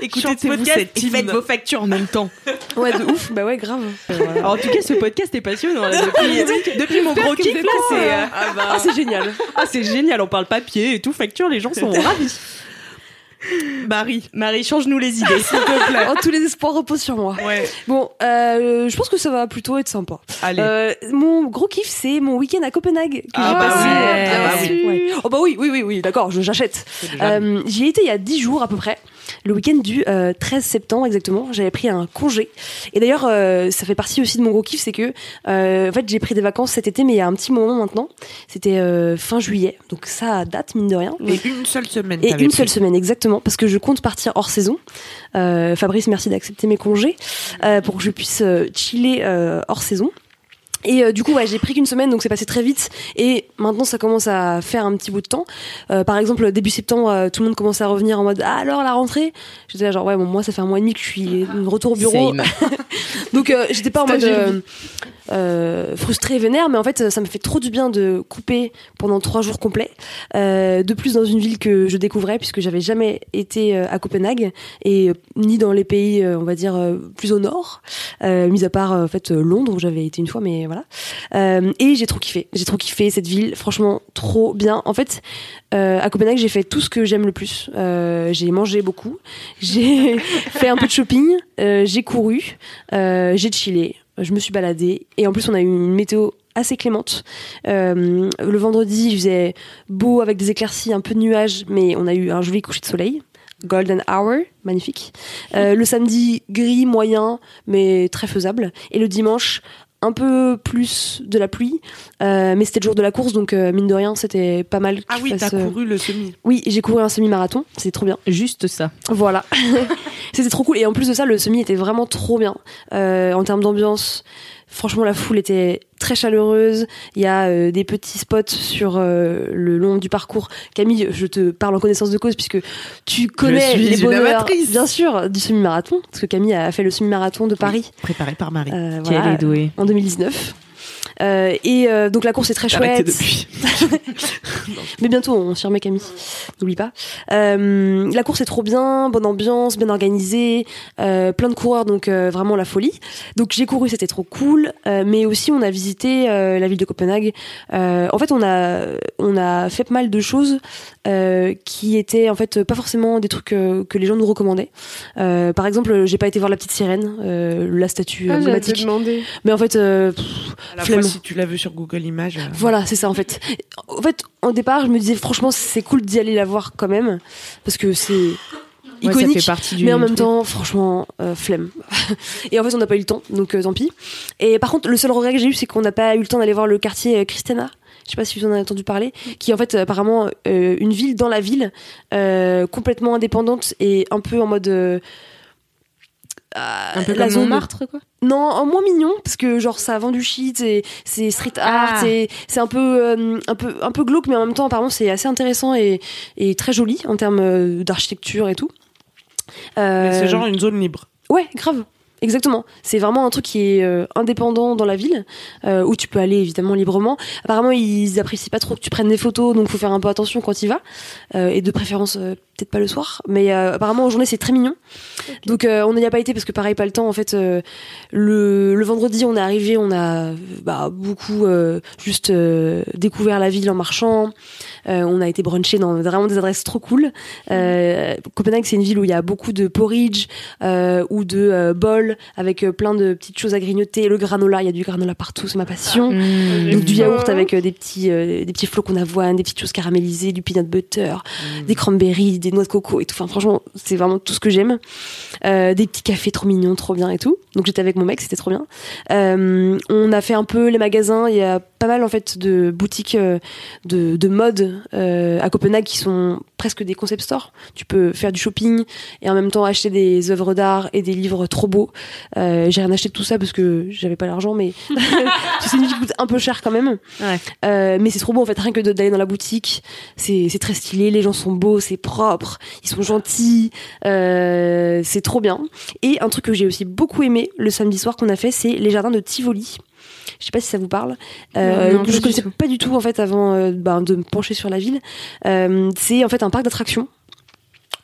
Écoutez ce
Chantez-vous
podcast
cet
et faites
hymne.
vos factures en même temps.
Ouais, de ouf, bah ouais, grave.
Alors, en tout cas, ce podcast est passionnant. là. Depuis, depuis mon gros kiff, là, c'est. euh, ah, bah,
Ah, c'est génial.
ah, c'est génial, on parle papier et tout, facture, les gens sont ravis.
Marie.
Marie, change-nous les idées, <laughs> s'il te plaît.
Oh, tous les espoirs reposent sur moi.
Ouais.
Bon, euh, je pense que ça va plutôt être sympa.
Allez.
Euh, mon gros kiff, c'est mon week-end à Copenhague. que
Ah
j'ai
bah
passé.
ouais,
Ah
bien
bah
sûr.
ouais. Oh bah oui, oui, oui, oui d'accord, je- j'achète. Euh, J'y ai été il y a 10 jours à peu près, le week-end du euh, 13 septembre exactement. J'avais pris un congé. Et d'ailleurs, euh, ça fait partie aussi de mon gros kiff, c'est que euh, en fait, j'ai pris des vacances cet été, mais il y a un petit moment maintenant. C'était euh, fin juillet, donc ça date, mine de rien.
Et une seule semaine.
Et
t'avais
une seule
pris.
semaine, exactement, parce que je compte partir hors saison. Euh, Fabrice, merci d'accepter mes congés euh, pour que je puisse euh, chiller euh, hors saison. Et euh, du coup, ouais, j'ai pris qu'une semaine, donc c'est passé très vite. Et maintenant, ça commence à faire un petit bout de temps. Euh, par exemple, début septembre, euh, tout le monde commence à revenir en mode ah, alors la rentrée. J'étais là genre ouais, bon, moi ça fait un mois et demi que je suis
Ah.
de retour au bureau. donc euh, j'étais pas en mode
Stagiaire.
euh, euh, frustrée, vénère, mais en fait, ça me fait trop du bien de couper pendant trois jours complets. Euh, de plus dans une ville que je découvrais puisque j'avais jamais été euh, à Copenhague et euh, ni dans les pays euh, on va dire euh, plus au nord euh, mis à part euh, en fait euh, Londres où j'avais été une fois mais voilà Euh, et j'ai trop kiffé j'ai trop kiffé cette ville franchement trop bien en fait euh, à Copenhague j'ai fait tout ce que j'aime le plus Euh, j'ai mangé beaucoup j'ai fait un peu de shopping euh, j'ai couru euh, j'ai chillé je me suis baladée et en plus on a eu une météo assez clémente. Euh, le vendredi, il faisait beau avec des éclaircies, un peu de nuages, mais on a eu un joli coucher de soleil. Golden Hour, magnifique. Euh, le samedi, gris, moyen, mais très faisable. Et le dimanche, un peu plus de la pluie, euh, mais c'était le jour de la course, donc euh, mine de rien, c'était pas mal. que
Ah
je
oui,
fasse,
t'as
euh,
couru le semi.
Oui, j'ai couru un semi-marathon, c'est trop bien.
Juste ça.
Voilà. <laughs> C'était trop cool. Et en plus de ça, le semi était vraiment trop bien. Euh, en termes d'ambiance, franchement, la foule était très chaleureuse. Il y a euh, des petits spots sur euh, le long du parcours. Camille, je te parle en connaissance de cause puisque tu connais
suis
les
une
bonheurs,
amatrice.
bien sûr, du semi-marathon. Parce que Camille a fait le semi-marathon de Paris.
Préparé par Marie.
Euh, voilà,
douée.
en 2019. Euh, et euh, donc la course est très
Arrêtez
chouette.
depuis.
Mais bientôt, on s'y remet Camille. N'oublie pas. Euh, la course est trop bien, bonne ambiance, bien organisée, euh, plein de coureurs, donc euh, vraiment la folie. Donc j'ai couru, c'était trop cool. euh, mais aussi, on a visité euh, la ville de Copenhague. Euh, en fait, on a on a fait pas mal de choses euh, qui étaient en fait pas forcément des trucs euh, que les gens nous recommandaient. Euh, par exemple, j'ai pas été voir la petite sirène, euh, la statue
Ah, j'allais te
emblématique.
demander.
Mais en fait, euh, pff,
À la
Flemme.
fois, si tu l'as vu sur Google Images. euh,
voilà, c'est ça en fait. En fait, en départ, je me disais franchement, c'est cool d'y aller la voir quand même parce que c'est iconique.
ça fait partie du
mais en même temps, franchement, euh, flemme. <laughs> et en fait, on n'a pas eu le temps, donc euh, tant pis. Et par contre, le seul regret que j'ai eu, c'est qu'on n'a pas eu le temps d'aller voir le quartier euh, Christiana. Je sais pas si vous en avez entendu parler, qui est en fait euh, apparemment euh, une ville dans la ville, euh, complètement indépendante et un peu en mode. euh,
un peu
euh, la
comme
zone-
Montmartre quoi.
non, en moins mignon parce que genre ça vend du shit et c'est street art
Ah.
et c'est un peu euh, un peu un peu glauque mais en même temps apparemment c'est assez intéressant et, et très joli en termes euh, d'architecture et tout. Euh,
C'est genre une zone libre.
Ouais, grave. Exactement. C'est vraiment un truc qui est euh, indépendant dans la ville, euh, où tu peux aller évidemment librement. Apparemment, ils apprécient pas trop que tu prennes des photos, donc faut faire un peu attention quand tu y vas. Euh, et de préférence, euh, peut-être pas le soir. Mais euh, apparemment, en journée, c'est très mignon. Donc, euh, on n'y a pas été parce que pareil, pas le temps. En fait, euh, le, le vendredi, on est arrivé, on a euh, bah, beaucoup euh, juste euh, découvert la ville en marchant. Euh, on a été brunché dans vraiment des adresses trop cool. Euh, Copenhague, c'est une ville où il y a beaucoup de porridge, euh, ou de euh, bols avec euh, plein de petites choses à grignoter. Le granola, il y a du granola partout, c'est ma passion. Mmh. Donc du yaourt avec euh, des petits euh, des petits flocons d'avoine, des petites choses caramélisées, du peanut butter, des cranberries, des noix de coco et tout. Enfin franchement, c'est vraiment tout ce que j'aime. Euh, des petits cafés trop mignons, trop bien et tout. Donc j'étais avec mon mec, c'était trop bien. Euh, on a fait un peu les magasins. Il y a pas mal en fait de boutiques euh, de, de mode euh, à Copenhague qui sont presque des concept stores. Tu peux faire du shopping et en même temps acheter des œuvres d'art et des livres trop beaux. Euh, j'ai rien acheté de tout ça parce que j'avais pas l'argent, mais c'est une ville qui coûte un peu cher quand même.
Ouais.
Euh, mais c'est trop beau en fait, rien que de- d'aller dans la boutique, c'est c'est très stylé, les gens sont beaux, c'est propre, ils sont gentils, euh, c'est trop bien. Et un truc que j'ai aussi beaucoup aimé le samedi soir qu'on a fait, c'est les jardins de Tivoli. Je sais pas si ça vous parle. Euh,
Non, non,
que
pas
je
du
connaissais
tout.
pas du tout en fait avant euh, ben, de me pencher sur la ville. Euh, c'est en fait un parc d'attractions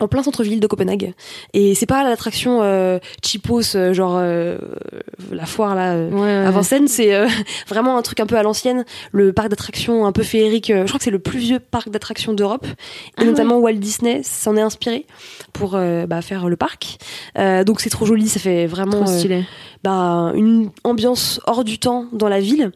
en plein centre-ville de Copenhague. Et c'est pas l'attraction euh, cheapos, euh, genre euh, la foire là. euh, à Vincennes, c'est euh, vraiment un truc un peu à l'ancienne, le parc d'attractions un peu féerique. euh, Je crois que c'est le plus vieux parc d'attractions d'Europe, et notamment Walt Disney s'en est inspiré pour euh, bah, faire le parc. Euh, donc c'est trop joli, ça fait vraiment euh, bah, une ambiance hors du temps dans la ville.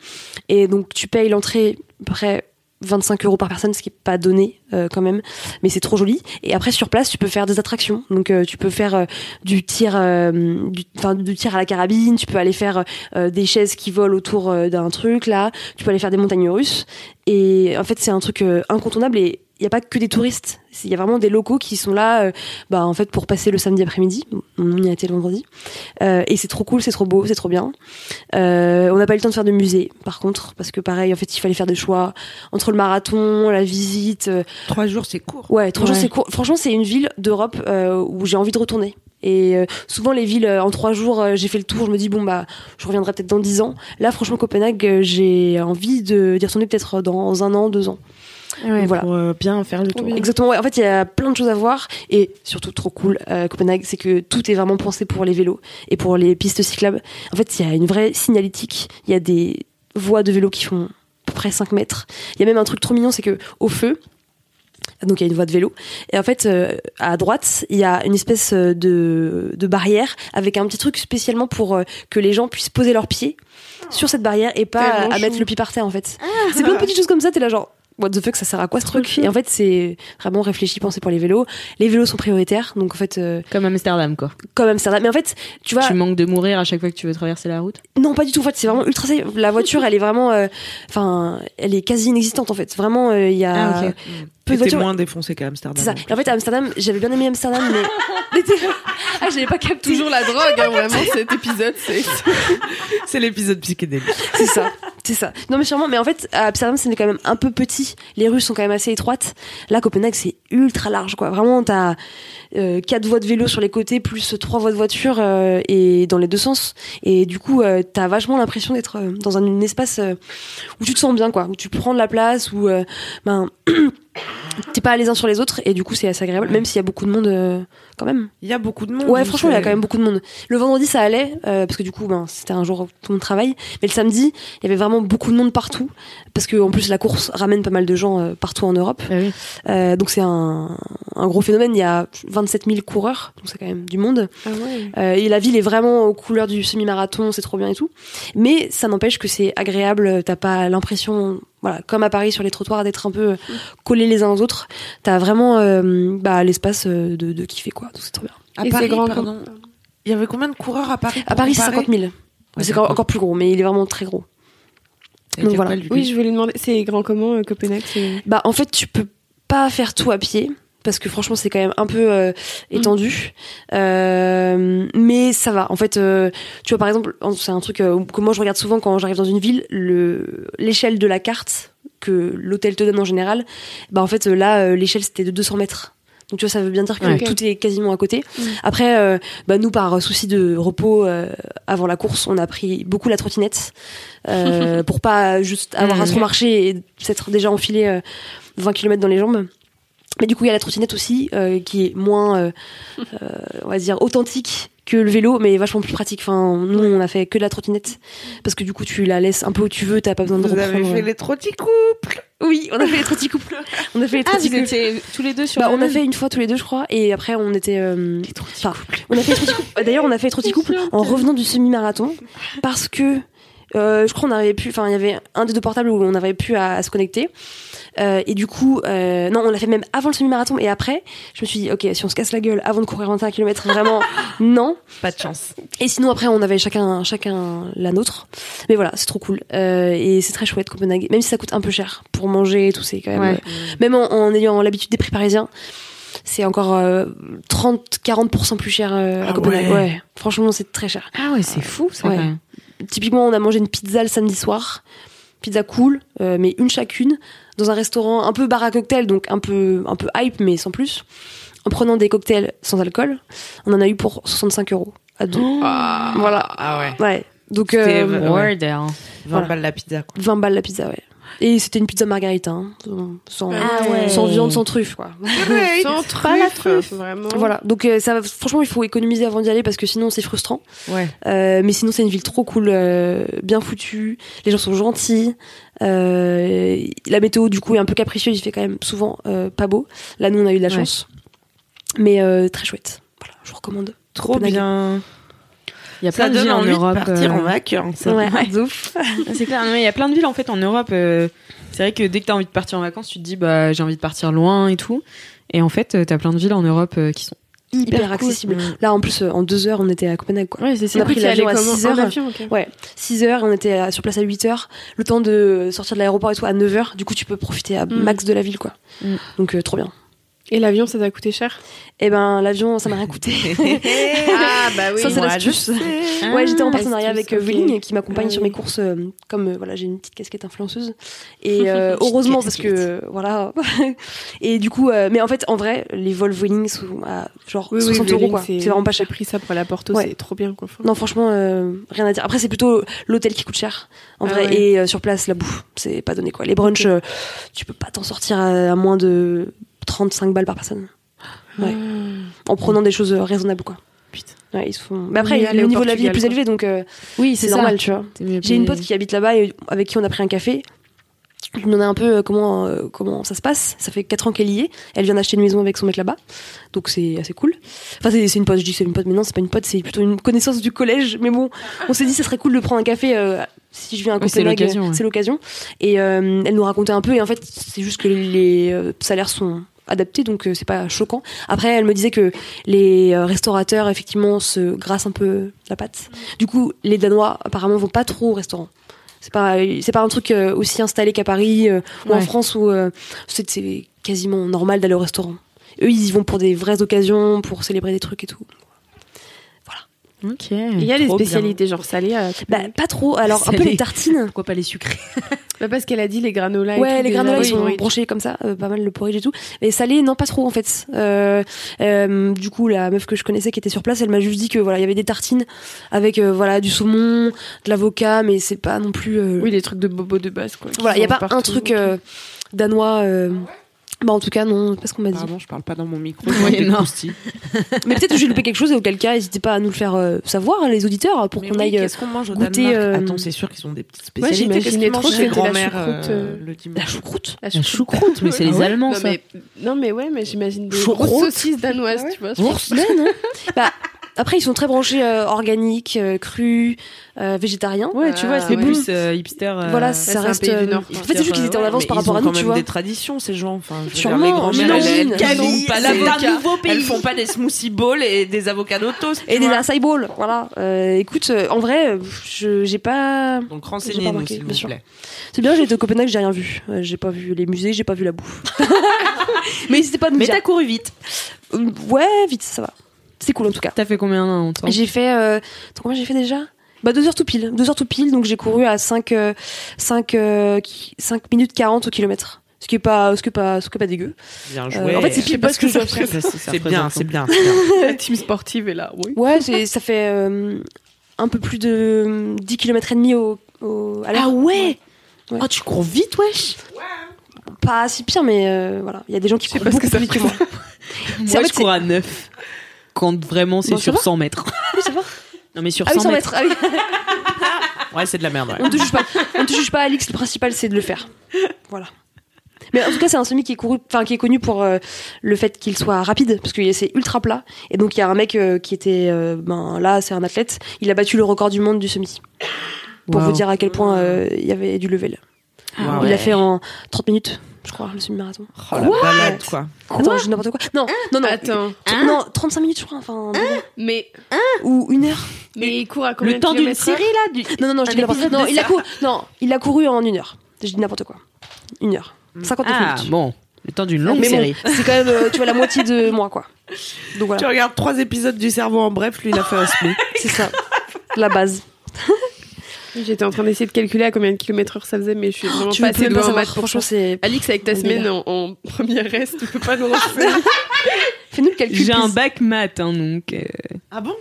Et donc tu payes l'entrée à peu près 25 euros par personne, ce qui n'est pas donné euh, quand même, mais c'est trop joli. Et après sur place, tu peux faire des attractions. Donc euh, tu peux faire euh, du tir, euh, du, enfin, du tir à la carabine, tu peux aller faire euh, des chaises qui volent autour euh, d'un truc là, tu peux aller faire des montagnes russes. Et en fait, c'est un truc euh, incontournable et il n'y a pas que des touristes. Il y a vraiment des locaux qui sont là, euh, bah, en fait, pour passer le samedi après-midi. On y a été le vendredi. Euh, et c'est trop cool, c'est trop beau, c'est trop bien. Euh, on n'a pas eu le temps de faire de musée, par contre, parce que pareil, en fait, il fallait faire des choix entre le marathon, la visite. euh,
Trois jours, c'est court.
Ouais, trois jours,
Ouais.
c'est court. Franchement, c'est une ville d'Europe euh, où j'ai envie de retourner. Et euh, souvent, les villes, euh, en trois jours, euh, j'ai fait le tour, je me dis, bon, bah, je reviendrai peut-être dans dix ans. Là, franchement, Copenhague, euh, j'ai envie de d'y retourner peut-être dans un an, deux ans.
Ouais,
voilà.
Pour euh, bien faire le
Trop
tour.
bien.
Exactement, ouais. en fait, il y a plein de choses à voir et surtout trop cool euh, Copenhague, c'est que tout est vraiment pensé pour les vélos et pour les pistes cyclables. En fait, il y a une vraie signalétique, il y a des voies de vélo qui font à peu près 5 mètres. Il y a même un truc trop mignon, c'est que au feu, donc il y a une voie de vélo, et en fait, euh, à droite, il y a une espèce euh, de, de barrière avec un petit truc spécialement pour euh, que les gens puissent poser leurs pieds sur cette barrière et pas
Tellement
à
chou.
mettre le pied par terre en fait. C'est plein de petites choses comme ça, t'es là genre what the fuck, ça sert à quoi ce truc Et en fait, c'est vraiment réfléchi, pensé pour les vélos. Les vélos sont prioritaires, donc en fait, euh,
Comme Amsterdam quoi.
comme Amsterdam. Mais en fait, tu vois,
Tu manques de mourir à chaque fois que tu veux traverser la route.
non, pas du tout. En fait, c'est vraiment ultra safe. La voiture, elle est vraiment, euh, enfin, elle est quasi inexistante en fait. Vraiment, euh, il y a
Ah, ok.
peu de
T'es
voitures.
moins défoncé qu'à Amsterdam.
C'est ça.
donc.
Et en fait, à Amsterdam, j'avais bien aimé Amsterdam, mais <laughs> mais t'es- ah, j'avais pas capté.
Toujours la drogue, hein, vraiment, cet épisode, c'est.
C'est l'épisode psychédélique.
C'est ça, c'est ça. Non mais sûrement, mais en fait, à Amsterdam, c'est quand même un peu petit. petit. Les rues sont quand même assez étroites. Là, Copenhague, c'est ultra large, quoi. Vraiment, t'as euh, quatre voies de vélo sur les côtés, plus trois voies de voiture euh, et dans les deux sens. Et du coup, euh, t'as vachement l'impression d'être euh, dans un, un espace euh, où tu te sens bien, quoi. Où tu prends de la place, où euh, ben <clears throat> t'es pas les uns sur les autres. Et du coup, c'est assez agréable, même s'il y a beaucoup de monde euh, quand même.
Il y a beaucoup de monde.
Ouais,
donc,
franchement, il y
euh,
a quand même beaucoup de monde. Le vendredi, ça allait, euh, parce que du coup, ben, c'était un jour où tout le monde travaille. Mais le samedi, il y avait vraiment beaucoup de monde partout, parce que en plus, la course ramène pas mal de gens euh, partout en Europe. Euh, donc c'est un, un gros phénomène. Il y a 27 000 coureurs, donc c'est quand même du monde.
<laughs>
Euh, et la ville est vraiment aux couleurs du semi-marathon, c'est trop bien et tout. Mais ça n'empêche que c'est agréable. euh, T'as pas l'impression, voilà, comme à Paris sur les trottoirs, d'être un peu euh, collés les uns aux autres. T'as vraiment euh, bah, l'espace euh, de, de kiffer quoi. Donc c'est trop bien.
À
Et
Paris,
c'est grand
pardon. Il y avait combien de coureurs à Paris
À Paris, c'est 50 000.
Ouais,
c'est
d'accord.
encore, encore plus gros, mais il est vraiment très gros.
Donc
Donc voilà.
Oui, je voulais demander, c'est grand comment euh, Copenhague c'est-
Bah, en fait, tu peux pas faire tout à pied. Parce que franchement, c'est quand même un peu euh, étendu, Euh, mais ça va. En fait, euh, tu vois, par exemple, en- c'est un truc euh, que moi je regarde souvent quand j'arrive dans une ville, le l'échelle de la carte que l'hôtel te donne en général. Bah en fait, euh, là, euh, l'échelle c'était de 200 mètres. Donc tu vois, ça veut bien dire que
Ouais.
tout est quasiment à côté.
Mm.
Après, euh, bah nous, par souci de repos euh, avant la course, on a pris beaucoup la trottinette. euh, pour pas juste avoir
Mm.
à trop marcher et s'être déjà enfilé euh, 20 km dans les jambes. Mais du coup, il y a la trottinette aussi, euh, qui est moins, euh, euh, on va dire, authentique que le vélo, mais vachement plus pratique. Enfin, nous, on a fait que de la trottinette, parce que du coup, tu la laisses un peu où tu veux, t'as pas besoin de
Vous avez
reprendre.
fait les trotticouples.
Oui, on a fait les trotticouples. <laughs> On a fait les trotticouples.
Ah, tous les deux sur
Bah, on a fait une fois tous les deux, je crois, et après on était. euh, enfin, on a fait les trotticouples. D'ailleurs, <laughs> on a fait les trotticouples en revenant du semi-marathon parce que euh, je crois on avait pu. Enfin, il y avait un des deux portables où on avait pu à, à se connecter. Euh, et du coup, euh, non, on l'a fait même avant le semi-marathon et après. Je me suis dit, ok, si on se casse la gueule avant de courir 21 km, vraiment, <laughs> non.
Pas de chance.
Et sinon, après, on avait chacun, chacun la nôtre. Mais voilà, c'est trop cool. Euh, et c'est très chouette, Copenhague. Même si ça coûte un peu cher pour manger et tout, c'est quand même.
Ouais.
euh, même en, en ayant l'habitude des prix parisiens, c'est encore euh, 30-40% plus cher euh, à
Ah
Copenhague.
ouais.
Ouais. franchement, c'est très cher.
Ah ouais, c'est fou ça.
Ouais.
quand même.
Typiquement, on a mangé une pizza le samedi soir. Pizza cool, euh, mais une chacune, dans un restaurant un peu bar à cocktail, donc un peu, un peu hype, mais sans plus. En prenant des cocktails sans alcool, on en a eu pour 65 euros à deux. Voilà.
Ah ouais.
Ouais. Donc
C'était
euh,
Ouais.
Order.
20
Voilà.
balles la pizza. quoi.
20 balles la pizza, ouais. Et c'était une pizza margarita, hein, sans,
Ah ouais. Ah
sans viande, sans truffe, quoi.
Sans
Pas la
truffe, vraiment.
Voilà, donc euh, ça, va- franchement, il faut économiser avant d'y aller parce que sinon c'est frustrant.
Ouais.
Euh, mais sinon, c'est une ville trop cool, euh, bien foutue. Les gens sont gentils. Euh, la météo, du coup, est un peu capricieuse. Il fait quand même souvent euh, pas beau. Là, nous, on a eu de la
Ouais.
chance, mais euh, très chouette. Voilà, je vous recommande.
Trop
Copenhague.
bien.
Il y a
Ça
plein de
donne
villes en
envie
Europe.
de partir
euh,
en vacances.
Ouais. <laughs>
De ouf.
C'est clair, non, mais il y a plein de villes en fait en Europe. euh, c'est vrai que dès que t'as envie de partir en vacances, tu te dis bah j'ai envie de partir loin et tout. Et en fait, euh, t'as plein de villes en Europe euh, qui sont
Hyper,
cool.
Mm.
accessible. Là, en plus, euh, en deux heures, on était à Copenhague, quoi.
Ouais, c'est
On
ça.
a pris
Tu
l'avion à
allais comment
6
En
heures.
avion, ok.
Ouais, 6 heures, on était à- sur place à 8 heures. Le temps de sortir de l'aéroport et tout à 9 heures. Du coup, tu peux profiter à
Mm.
max de la ville, quoi.
Mm.
Donc, euh, trop bien.
Et l'avion, ça t'a coûté cher
Eh ben, l'avion, ça m'a rien coûté.
<laughs>
ah
<laughs>
bah
Ça, c'est
moi, je
l'astuce.
sais.
ouais, j'étais en
Ah,
partenariat
astuce,
avec euh,
ok.
Vueling qui m'accompagne
Ah
sur
oui.
mes courses. euh, comme euh, voilà, j'ai une petite casquette influenceuse.
<laughs>
Et euh, heureusement, parce que euh, voilà. <laughs> et du coup, euh, mais en fait, en vrai, les vols Vueling sont à genre 60 euros, quoi. C'est vraiment pas cher.
J'ai pris ça pour la Porto,
Ouais.
c'est trop bien quoi. Enfin,
Non, franchement, euh, rien à dire. Après, c'est plutôt l'hôtel qui coûte cher, en
Ah
vrai,
ouais.
et euh, sur place, la bouffe, c'est pas donné quoi. Les brunchs, euh, tu peux pas t'en sortir à, à moins de 35 balles par personne. Ouais. En prenant des choses euh, raisonnables, quoi.
Ah. Putain.
Ouais, ils se font. Mais après,
Mieux aller
le
au
niveau de la vie est plus
Portugal,
élevé, donc euh,
oui
c'est normal, tu vois. J'ai une pote qui habite là-bas et avec qui on a pris un café. Je lui demandais un peu euh, comment, euh, comment ça se passe. Ça fait 4 ans qu'elle y est. Elle vient d'acheter une maison avec son mec là-bas. Donc c'est assez cool. Enfin, c'est c'est une pote, je dis c'est une pote, mais non, c'est pas une pote, c'est plutôt une connaissance du collège. Mais bon, on s'est dit ça serait cool de prendre un café euh, si je viens à
Ouais, c'est
Copenhague.
l'occasion, ouais.
C'est l'occasion. Et euh, elle nous racontait un peu. Et en fait, c'est juste que les euh, salaires sont adaptés, donc euh, c'est pas choquant. Après, elle me disait que les euh, restaurateurs, effectivement, se grassent un peu la patte. Du coup, les Danois, apparemment, vont pas trop au restaurant. C'est pas, c'est pas un truc euh, aussi installé qu'à Paris euh, ou en
Ouais.
France où euh, c'est c'est quasiment normal d'aller au restaurant. Eux, ils y vont pour des vraies occasions, pour célébrer des trucs et tout.
Ok.
Il y a les
Trop bien.
spécialités genre salées. à
Bah, pas trop. Alors, un peu
Salé.
les tartines.
Pourquoi pas les sucrés
Bah, parce qu'elle a dit les granolas. et
ouais,
tout,
les
déjà,
granolas, ils
oui,
sont
oui.
branchés comme ça, euh, pas mal le porridge et tout. Mais salé, non, pas trop en fait. Euh, euh, du coup, la meuf que je connaissais qui était sur place, elle m'a juste dit que voilà, il y avait des tartines avec euh, voilà du saumon, de l'avocat, mais c'est pas non plus. euh,
Oui, les trucs de bobo de base, quoi. qui
voilà, il y a
vendent
pas un
partout.
truc euh, danois. euh, Bah en tout cas non, c'est pas ce qu'on m'a dit.
Pardon, je parle pas dans mon micro.
Ouais,
j'ai des
non.
croustilles.
Mais peut-être que j'ai loupé quelque chose et auquel cas, n'hésitez pas à nous le faire euh, savoir les auditeurs pour
Mais
qu'on
oui,
aille euh,
Qu'est-ce qu'on mange au
goûter,
Danemark
euh,
Attends, c'est sûr qu'ils ont des petites
Ouais,
spécialités. Qu'est-ce
j'imaginais
qu'ils
trop
mangent
que
les
c'était la
grands-mères
choucroute,
euh,
euh,
le
la
dimanche
choucroute.
La Ah
La
Ah
choucroute, mais c'est les Allemands,
non,
ça.
mais, non, mais ouais, mais j'imagine des
Choucroute.
grosses saucisses danoises, tu vois.
Ouais,
<laughs>
non bah, après ils sont très branchés euh, organiques, euh, crus, euh, végétariens.
Ouais, tu vois,
C'est
c'est
bon.
plus euh, hipster. euh,
Voilà, ça
c'est un
reste.
pays du
euh,
Nord,
en
quoi.
fait, c'est juste qu'ils étaient en
Ouais,
avance
mais
par
ils
rapport
ont
à nous,
quand
tu
même
vois.
des traditions, ces gens. Enfin, je veux dire,
Sûrement,
les grands-mères,
j'imagine.
elles, elles
Camille,
font
c'est
pas l'avocat.
un nouveau
Elles
pays.
font pas des smoothie bowls et des avocats toast.
Et des acai bowls, voilà. Euh, écoute, euh, en vrai, euh, je j'ai pas.
Donc
J'ai pas
renseignez-nous,
remarqué,
s'il
bien sûr.
vous plaît.
C'est bien, j'ai été au Copenhague, j'ai rien vu. Euh, j'ai pas vu les musées, j'ai pas vu la
<laughs>
bouffe. Mais n'hésitez pas à nous
Mais
dire.
t'as couru vite.
Euh, Ouais, vite, ça va. C'est cool en tout cas.
T'as fait combien en temps
J'ai fait. Euh... attends, combien j'ai fait déjà Bah, deux heures tout pile. Deux heures tout pile, donc j'ai couru à 5, euh, 5, euh, qui- 5 minutes 40 au kilomètre. Ce qui est pas, ce qui est pas, ce qui est pas dégueu.
Bien
Euh,
joué.
en fait, c'est pile poil ce que je dois faire.
c'est bien, c'est bien.
La team sportive est là, oui.
Ouais, c'est- ça fait euh, un peu plus de euh, 10 km et demi au, au- à l'heure.
ouais
Ah Ouais.
Oh, tu cours vite, wesh
Pas si pire, mais euh, voilà. Il y a des gens qui courent beaucoup plus vite que moi. C'est- en
Moi,
fait,
je cours à 9. Quand vraiment, c'est
Bon, ça
sur
va.
100 mètres.
Oui, ça va.
<laughs> Non, mais sur
Ah oui,
100
100
mètres.
mètres. Ah oui.
Ouais, c'est de la merde. ouais.
On ne te juge pas. On ne te juge pas, Alix. Le principal, c'est de le faire. Voilà. Mais en tout cas, c'est un semi qui est couru, enfin qui est connu pour euh, le fait qu'il soit rapide, parce que c'est ultra plat. Et donc il y a un mec euh, qui était, euh, ben là, c'est un athlète. Il a battu le record du monde du semi. Pour
Wow.
vous dire à quel point euh, il y avait du level.
Ah
Il
ouais.
l'a fait en 30 minutes, je crois, le semi-marathon.
Oh, la
Ah,
balade, quoi. hein
Attends, j'ai n'importe quoi. Non, non, non.
Attends,
Tr- Non, 35 minutes, je crois. Enfin, un délire.
mais,
ou une heure.
mais il court à combien
Le temps
de
d'une
kilomètres heure
série, là du-
Non, non, non, je
Un
dis n'importe
épisode
Non,
de
il a
ça.
couru. Non, il a couru en une heure. Je dis n'importe quoi. Une heure. 59
Ah,
minutes.
bon. Le temps d'une longue
Mais bon,
série.
c'est quand même, euh, tu vois, la moitié de moi, quoi. Donc
Tu
voilà,
regardes trois épisodes du cerveau en bref, lui, il a fait un split.
c'est ça. La base.
J'étais en train d'essayer de calculer à combien de kilomètres heure ça faisait, mais je suis vraiment pas
veux
assez
même
douée en
savoir,
maths pour ça.
Franchement, c'est.
Alix, avec ta
Un
semaine
délire.
en, en <laughs> première reste, tu peux pas nous renseigner.
Fais-nous le calcul.
J'ai un
please.
bac maths, hein, donc. euh,
Ah bon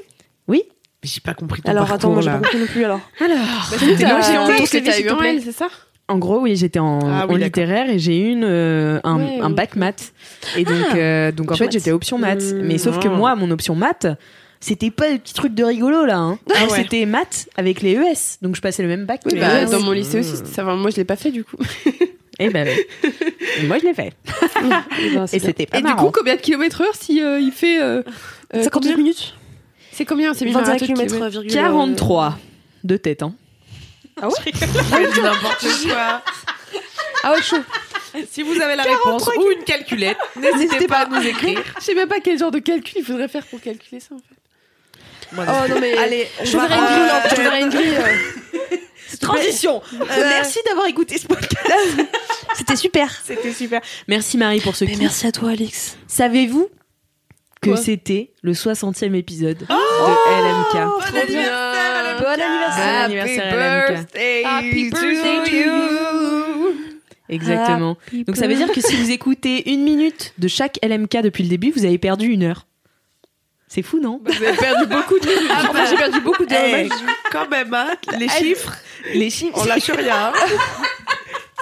Oui.
Mais j'ai pas compris ton
Alors
parcours,
attends, moi j'ai
là.
pas compris non plus alors.
T'es
Ah,
donc j'ai
euh,
honte
ton
Bah, que
CV,
t'as
s'il
eu
te
en
plaît.
L, c'est ça
En gros, oui, j'étais en,
Ah oui,
en
d'accord.
littéraire et j'ai eu une, euh, un,
Ouais,
un
oui.
bac maths. Et donc, euh, donc en
Option
fait, j'étais option maths.
Mmh.
Mais sauf que
Ah.
moi, mon option maths, c'était pas le petit truc de rigolo là. hein.
Ah ouais.
C'était maths avec les ES. Donc je passais le même bac E que les
Oui, bah,
ES.
dans mon lycée
Mmh.
aussi, ça va. Moi, je l'ai pas fait du coup.
Et ben oui. <laughs> Et moi, je l'ai <laughs> fait. ben, Et c'était pas
Et du
marrant.
coup, combien de kilomètres heure si euh, il fait. euh, euh,
52
combien
minutes
C'est combien C'est
21
marathon de
km.
kilomètres.
virgule, euh,
43 de tête. Hein.
<laughs> n'importe quoi.
Ah ouais, chaud.
Si vous avez la réponse ou une
<laughs>
calculette, n'hésitez pas à nous écrire.
Je sais même pas quel genre de calcul il faudrait faire pour calculer ça en fait. Ah.
Moi,
Oh non, mais.
Allez, on
je
va
verrai une grille, en fait, je verrai une grille. euh.
Transition. Euh,
Euh,
merci d'avoir écouté ce podcast.
C'était super.
<laughs> C'était super. Merci Marie pour ce
Mais
kiff.
merci à toi, Alix.
Savez-vous que
Quoi
c'était le 60e épisode
Oh
de LMK
Bon anniversaire, Bon anniversaire.
Bon anniversaire, LMK.
Happy birthday to
Exactement.
Ah,
Donc ça veut dire que si vous écoutez une minute de chaque LMK depuis le début, vous avez perdu une heure. C'est fou, non
Vous avez perdu beaucoup de minutes.
<laughs>
Ah, bah, j'ai perdu beaucoup de.
Hey, Eh, quand même, hein, les chiffres,
Les chiffres.
on lâche rien. hein.
<laughs>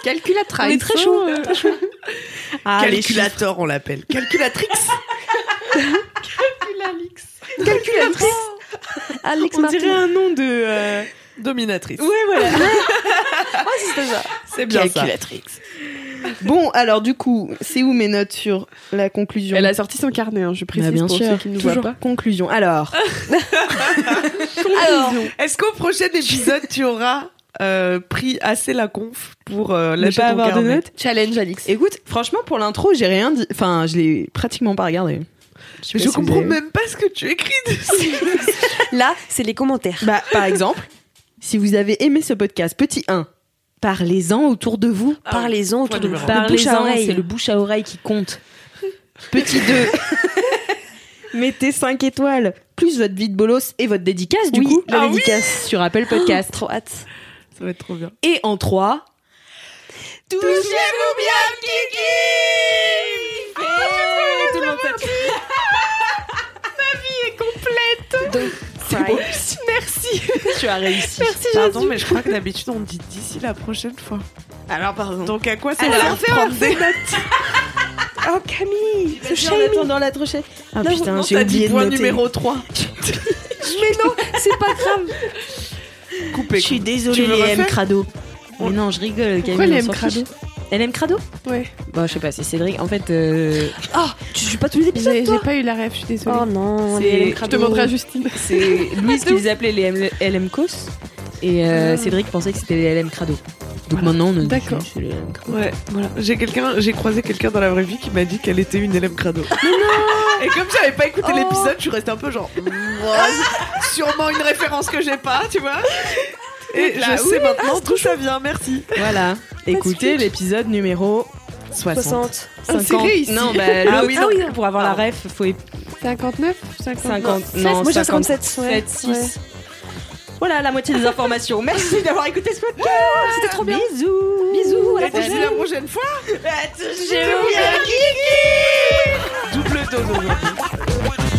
Calculatrice.
On est très chaud. euh.
Ah, les chiffres.
Calculator, on l'appelle. Calculatrix.
Calculatrice. Alix
On
Martin.
dirait un nom de. euh,
Dominatrice.
Ouais, voilà.
<laughs> Ah,
C'est bien ça.
bon, alors du coup, c'est où mes notes sur la conclusion
<laughs> Elle a sorti son carnet, hein, je précise
Bah, bien
pour
sûr.
ceux qui ne nous voient
Toujours
pas.
conclusion. Alors,
Alors,
Est-ce qu'au prochain épisode, tu auras euh, pris assez la conf pour euh,
ne
lâcher
pas
ton
avoir de
carnet
notes.
Challenge Alix.
Écoute, franchement, pour l'intro, j'ai rien dit. Enfin, je l'ai pratiquement pas regardé. sais
Mais
pas
je
si vous
comprends
avez-
même pas ce que tu écris
<laughs>
dessus.
là, c'est les commentaires.
Bah, par exemple, si vous avez aimé ce podcast, petit 1, parlez-en autour de vous.
Parlez-en autour de
numéro
vous.
un.
Le bouche à
Parlez-en,
oreille.
c'est le bouche à oreille qui compte. <laughs> Petit 2, <laughs> mettez 5 étoiles, plus votre vie de bolos et votre dédicace, du
Oui,
coup, Ah
la
<gasps> dédicace sur Apple Podcast.
Trop hâte.
Ça va être trop bien.
et en 3, Touchez-vous bien, Kiki Et Tout le monde s'attend.
C'est beau.
Merci.
Tu as réussi.
Pardon, mais je crois que d'habitude on dit d'ici la prochaine fois.
Alors, pardon.
Donc à quoi ça
Alors,
sert de prendre des notes
Oh, Camille Ce
en
attendant la trochette. Ah
Non,
putain,
Non,
j'ai
t'as dit
oublié de
point
noter. <laughs>
numéro <laughs> 3.
Mais non, c'est pas grave.
Coupé.
Je suis désolée,
Tu veux
les M
refaire
Crado.
On-
Mais non, je rigole,
Pourquoi
Camille.
les
on s'en
M. Crado
fiche. Elle aime Crado
Ouais.
Bah, je sais pas, c'est Cédric. En fait, euh,
Ah, tu suis pas tous les épisodes,
J'ai j'ai
toi
pas eu la rêve, je suis désolée.
Oh non,
C'est-
les Hélène
je
Crado.
demanderai à Justine. <laughs>
c'est Louise qui les appelait les M- LM Cos. Et euh, Cédric pensait que c'était les LM Crado. Donc maintenant, on a dit
D'accord.
que c'est les LM Crado.
Ouais, voilà. J'ai quelqu'un, j'ai croisé quelqu'un dans la vraie vie qui m'a dit qu'elle était une élève crado. <laughs> Et comme j'avais pas écouté
Oh.
l'épisode, je suis restée un peu genre, Mouah, c'est sûrement une référence que j'ai pas, tu vois. Et je sais maintenant d'où ça vient. Merci.
Voilà. Écoutez l'épisode numéro 60.
60.
Ah, c'est
50.
réussi.
Non, bah,
Ah
l'autre,
oui,
non. Ah oui.
pour avoir la ref, faut
59
50. Non,
Moi j'ai
50.
57. ouais.
7, 6. Voilà la moitié des informations. Merci d'avoir écouté ce podcast. C'était trop bien. Bisous.
Ah, Bisous, à la
Et d'ici
prochaine.
la prochaine fois. Double dose aujourd'hui.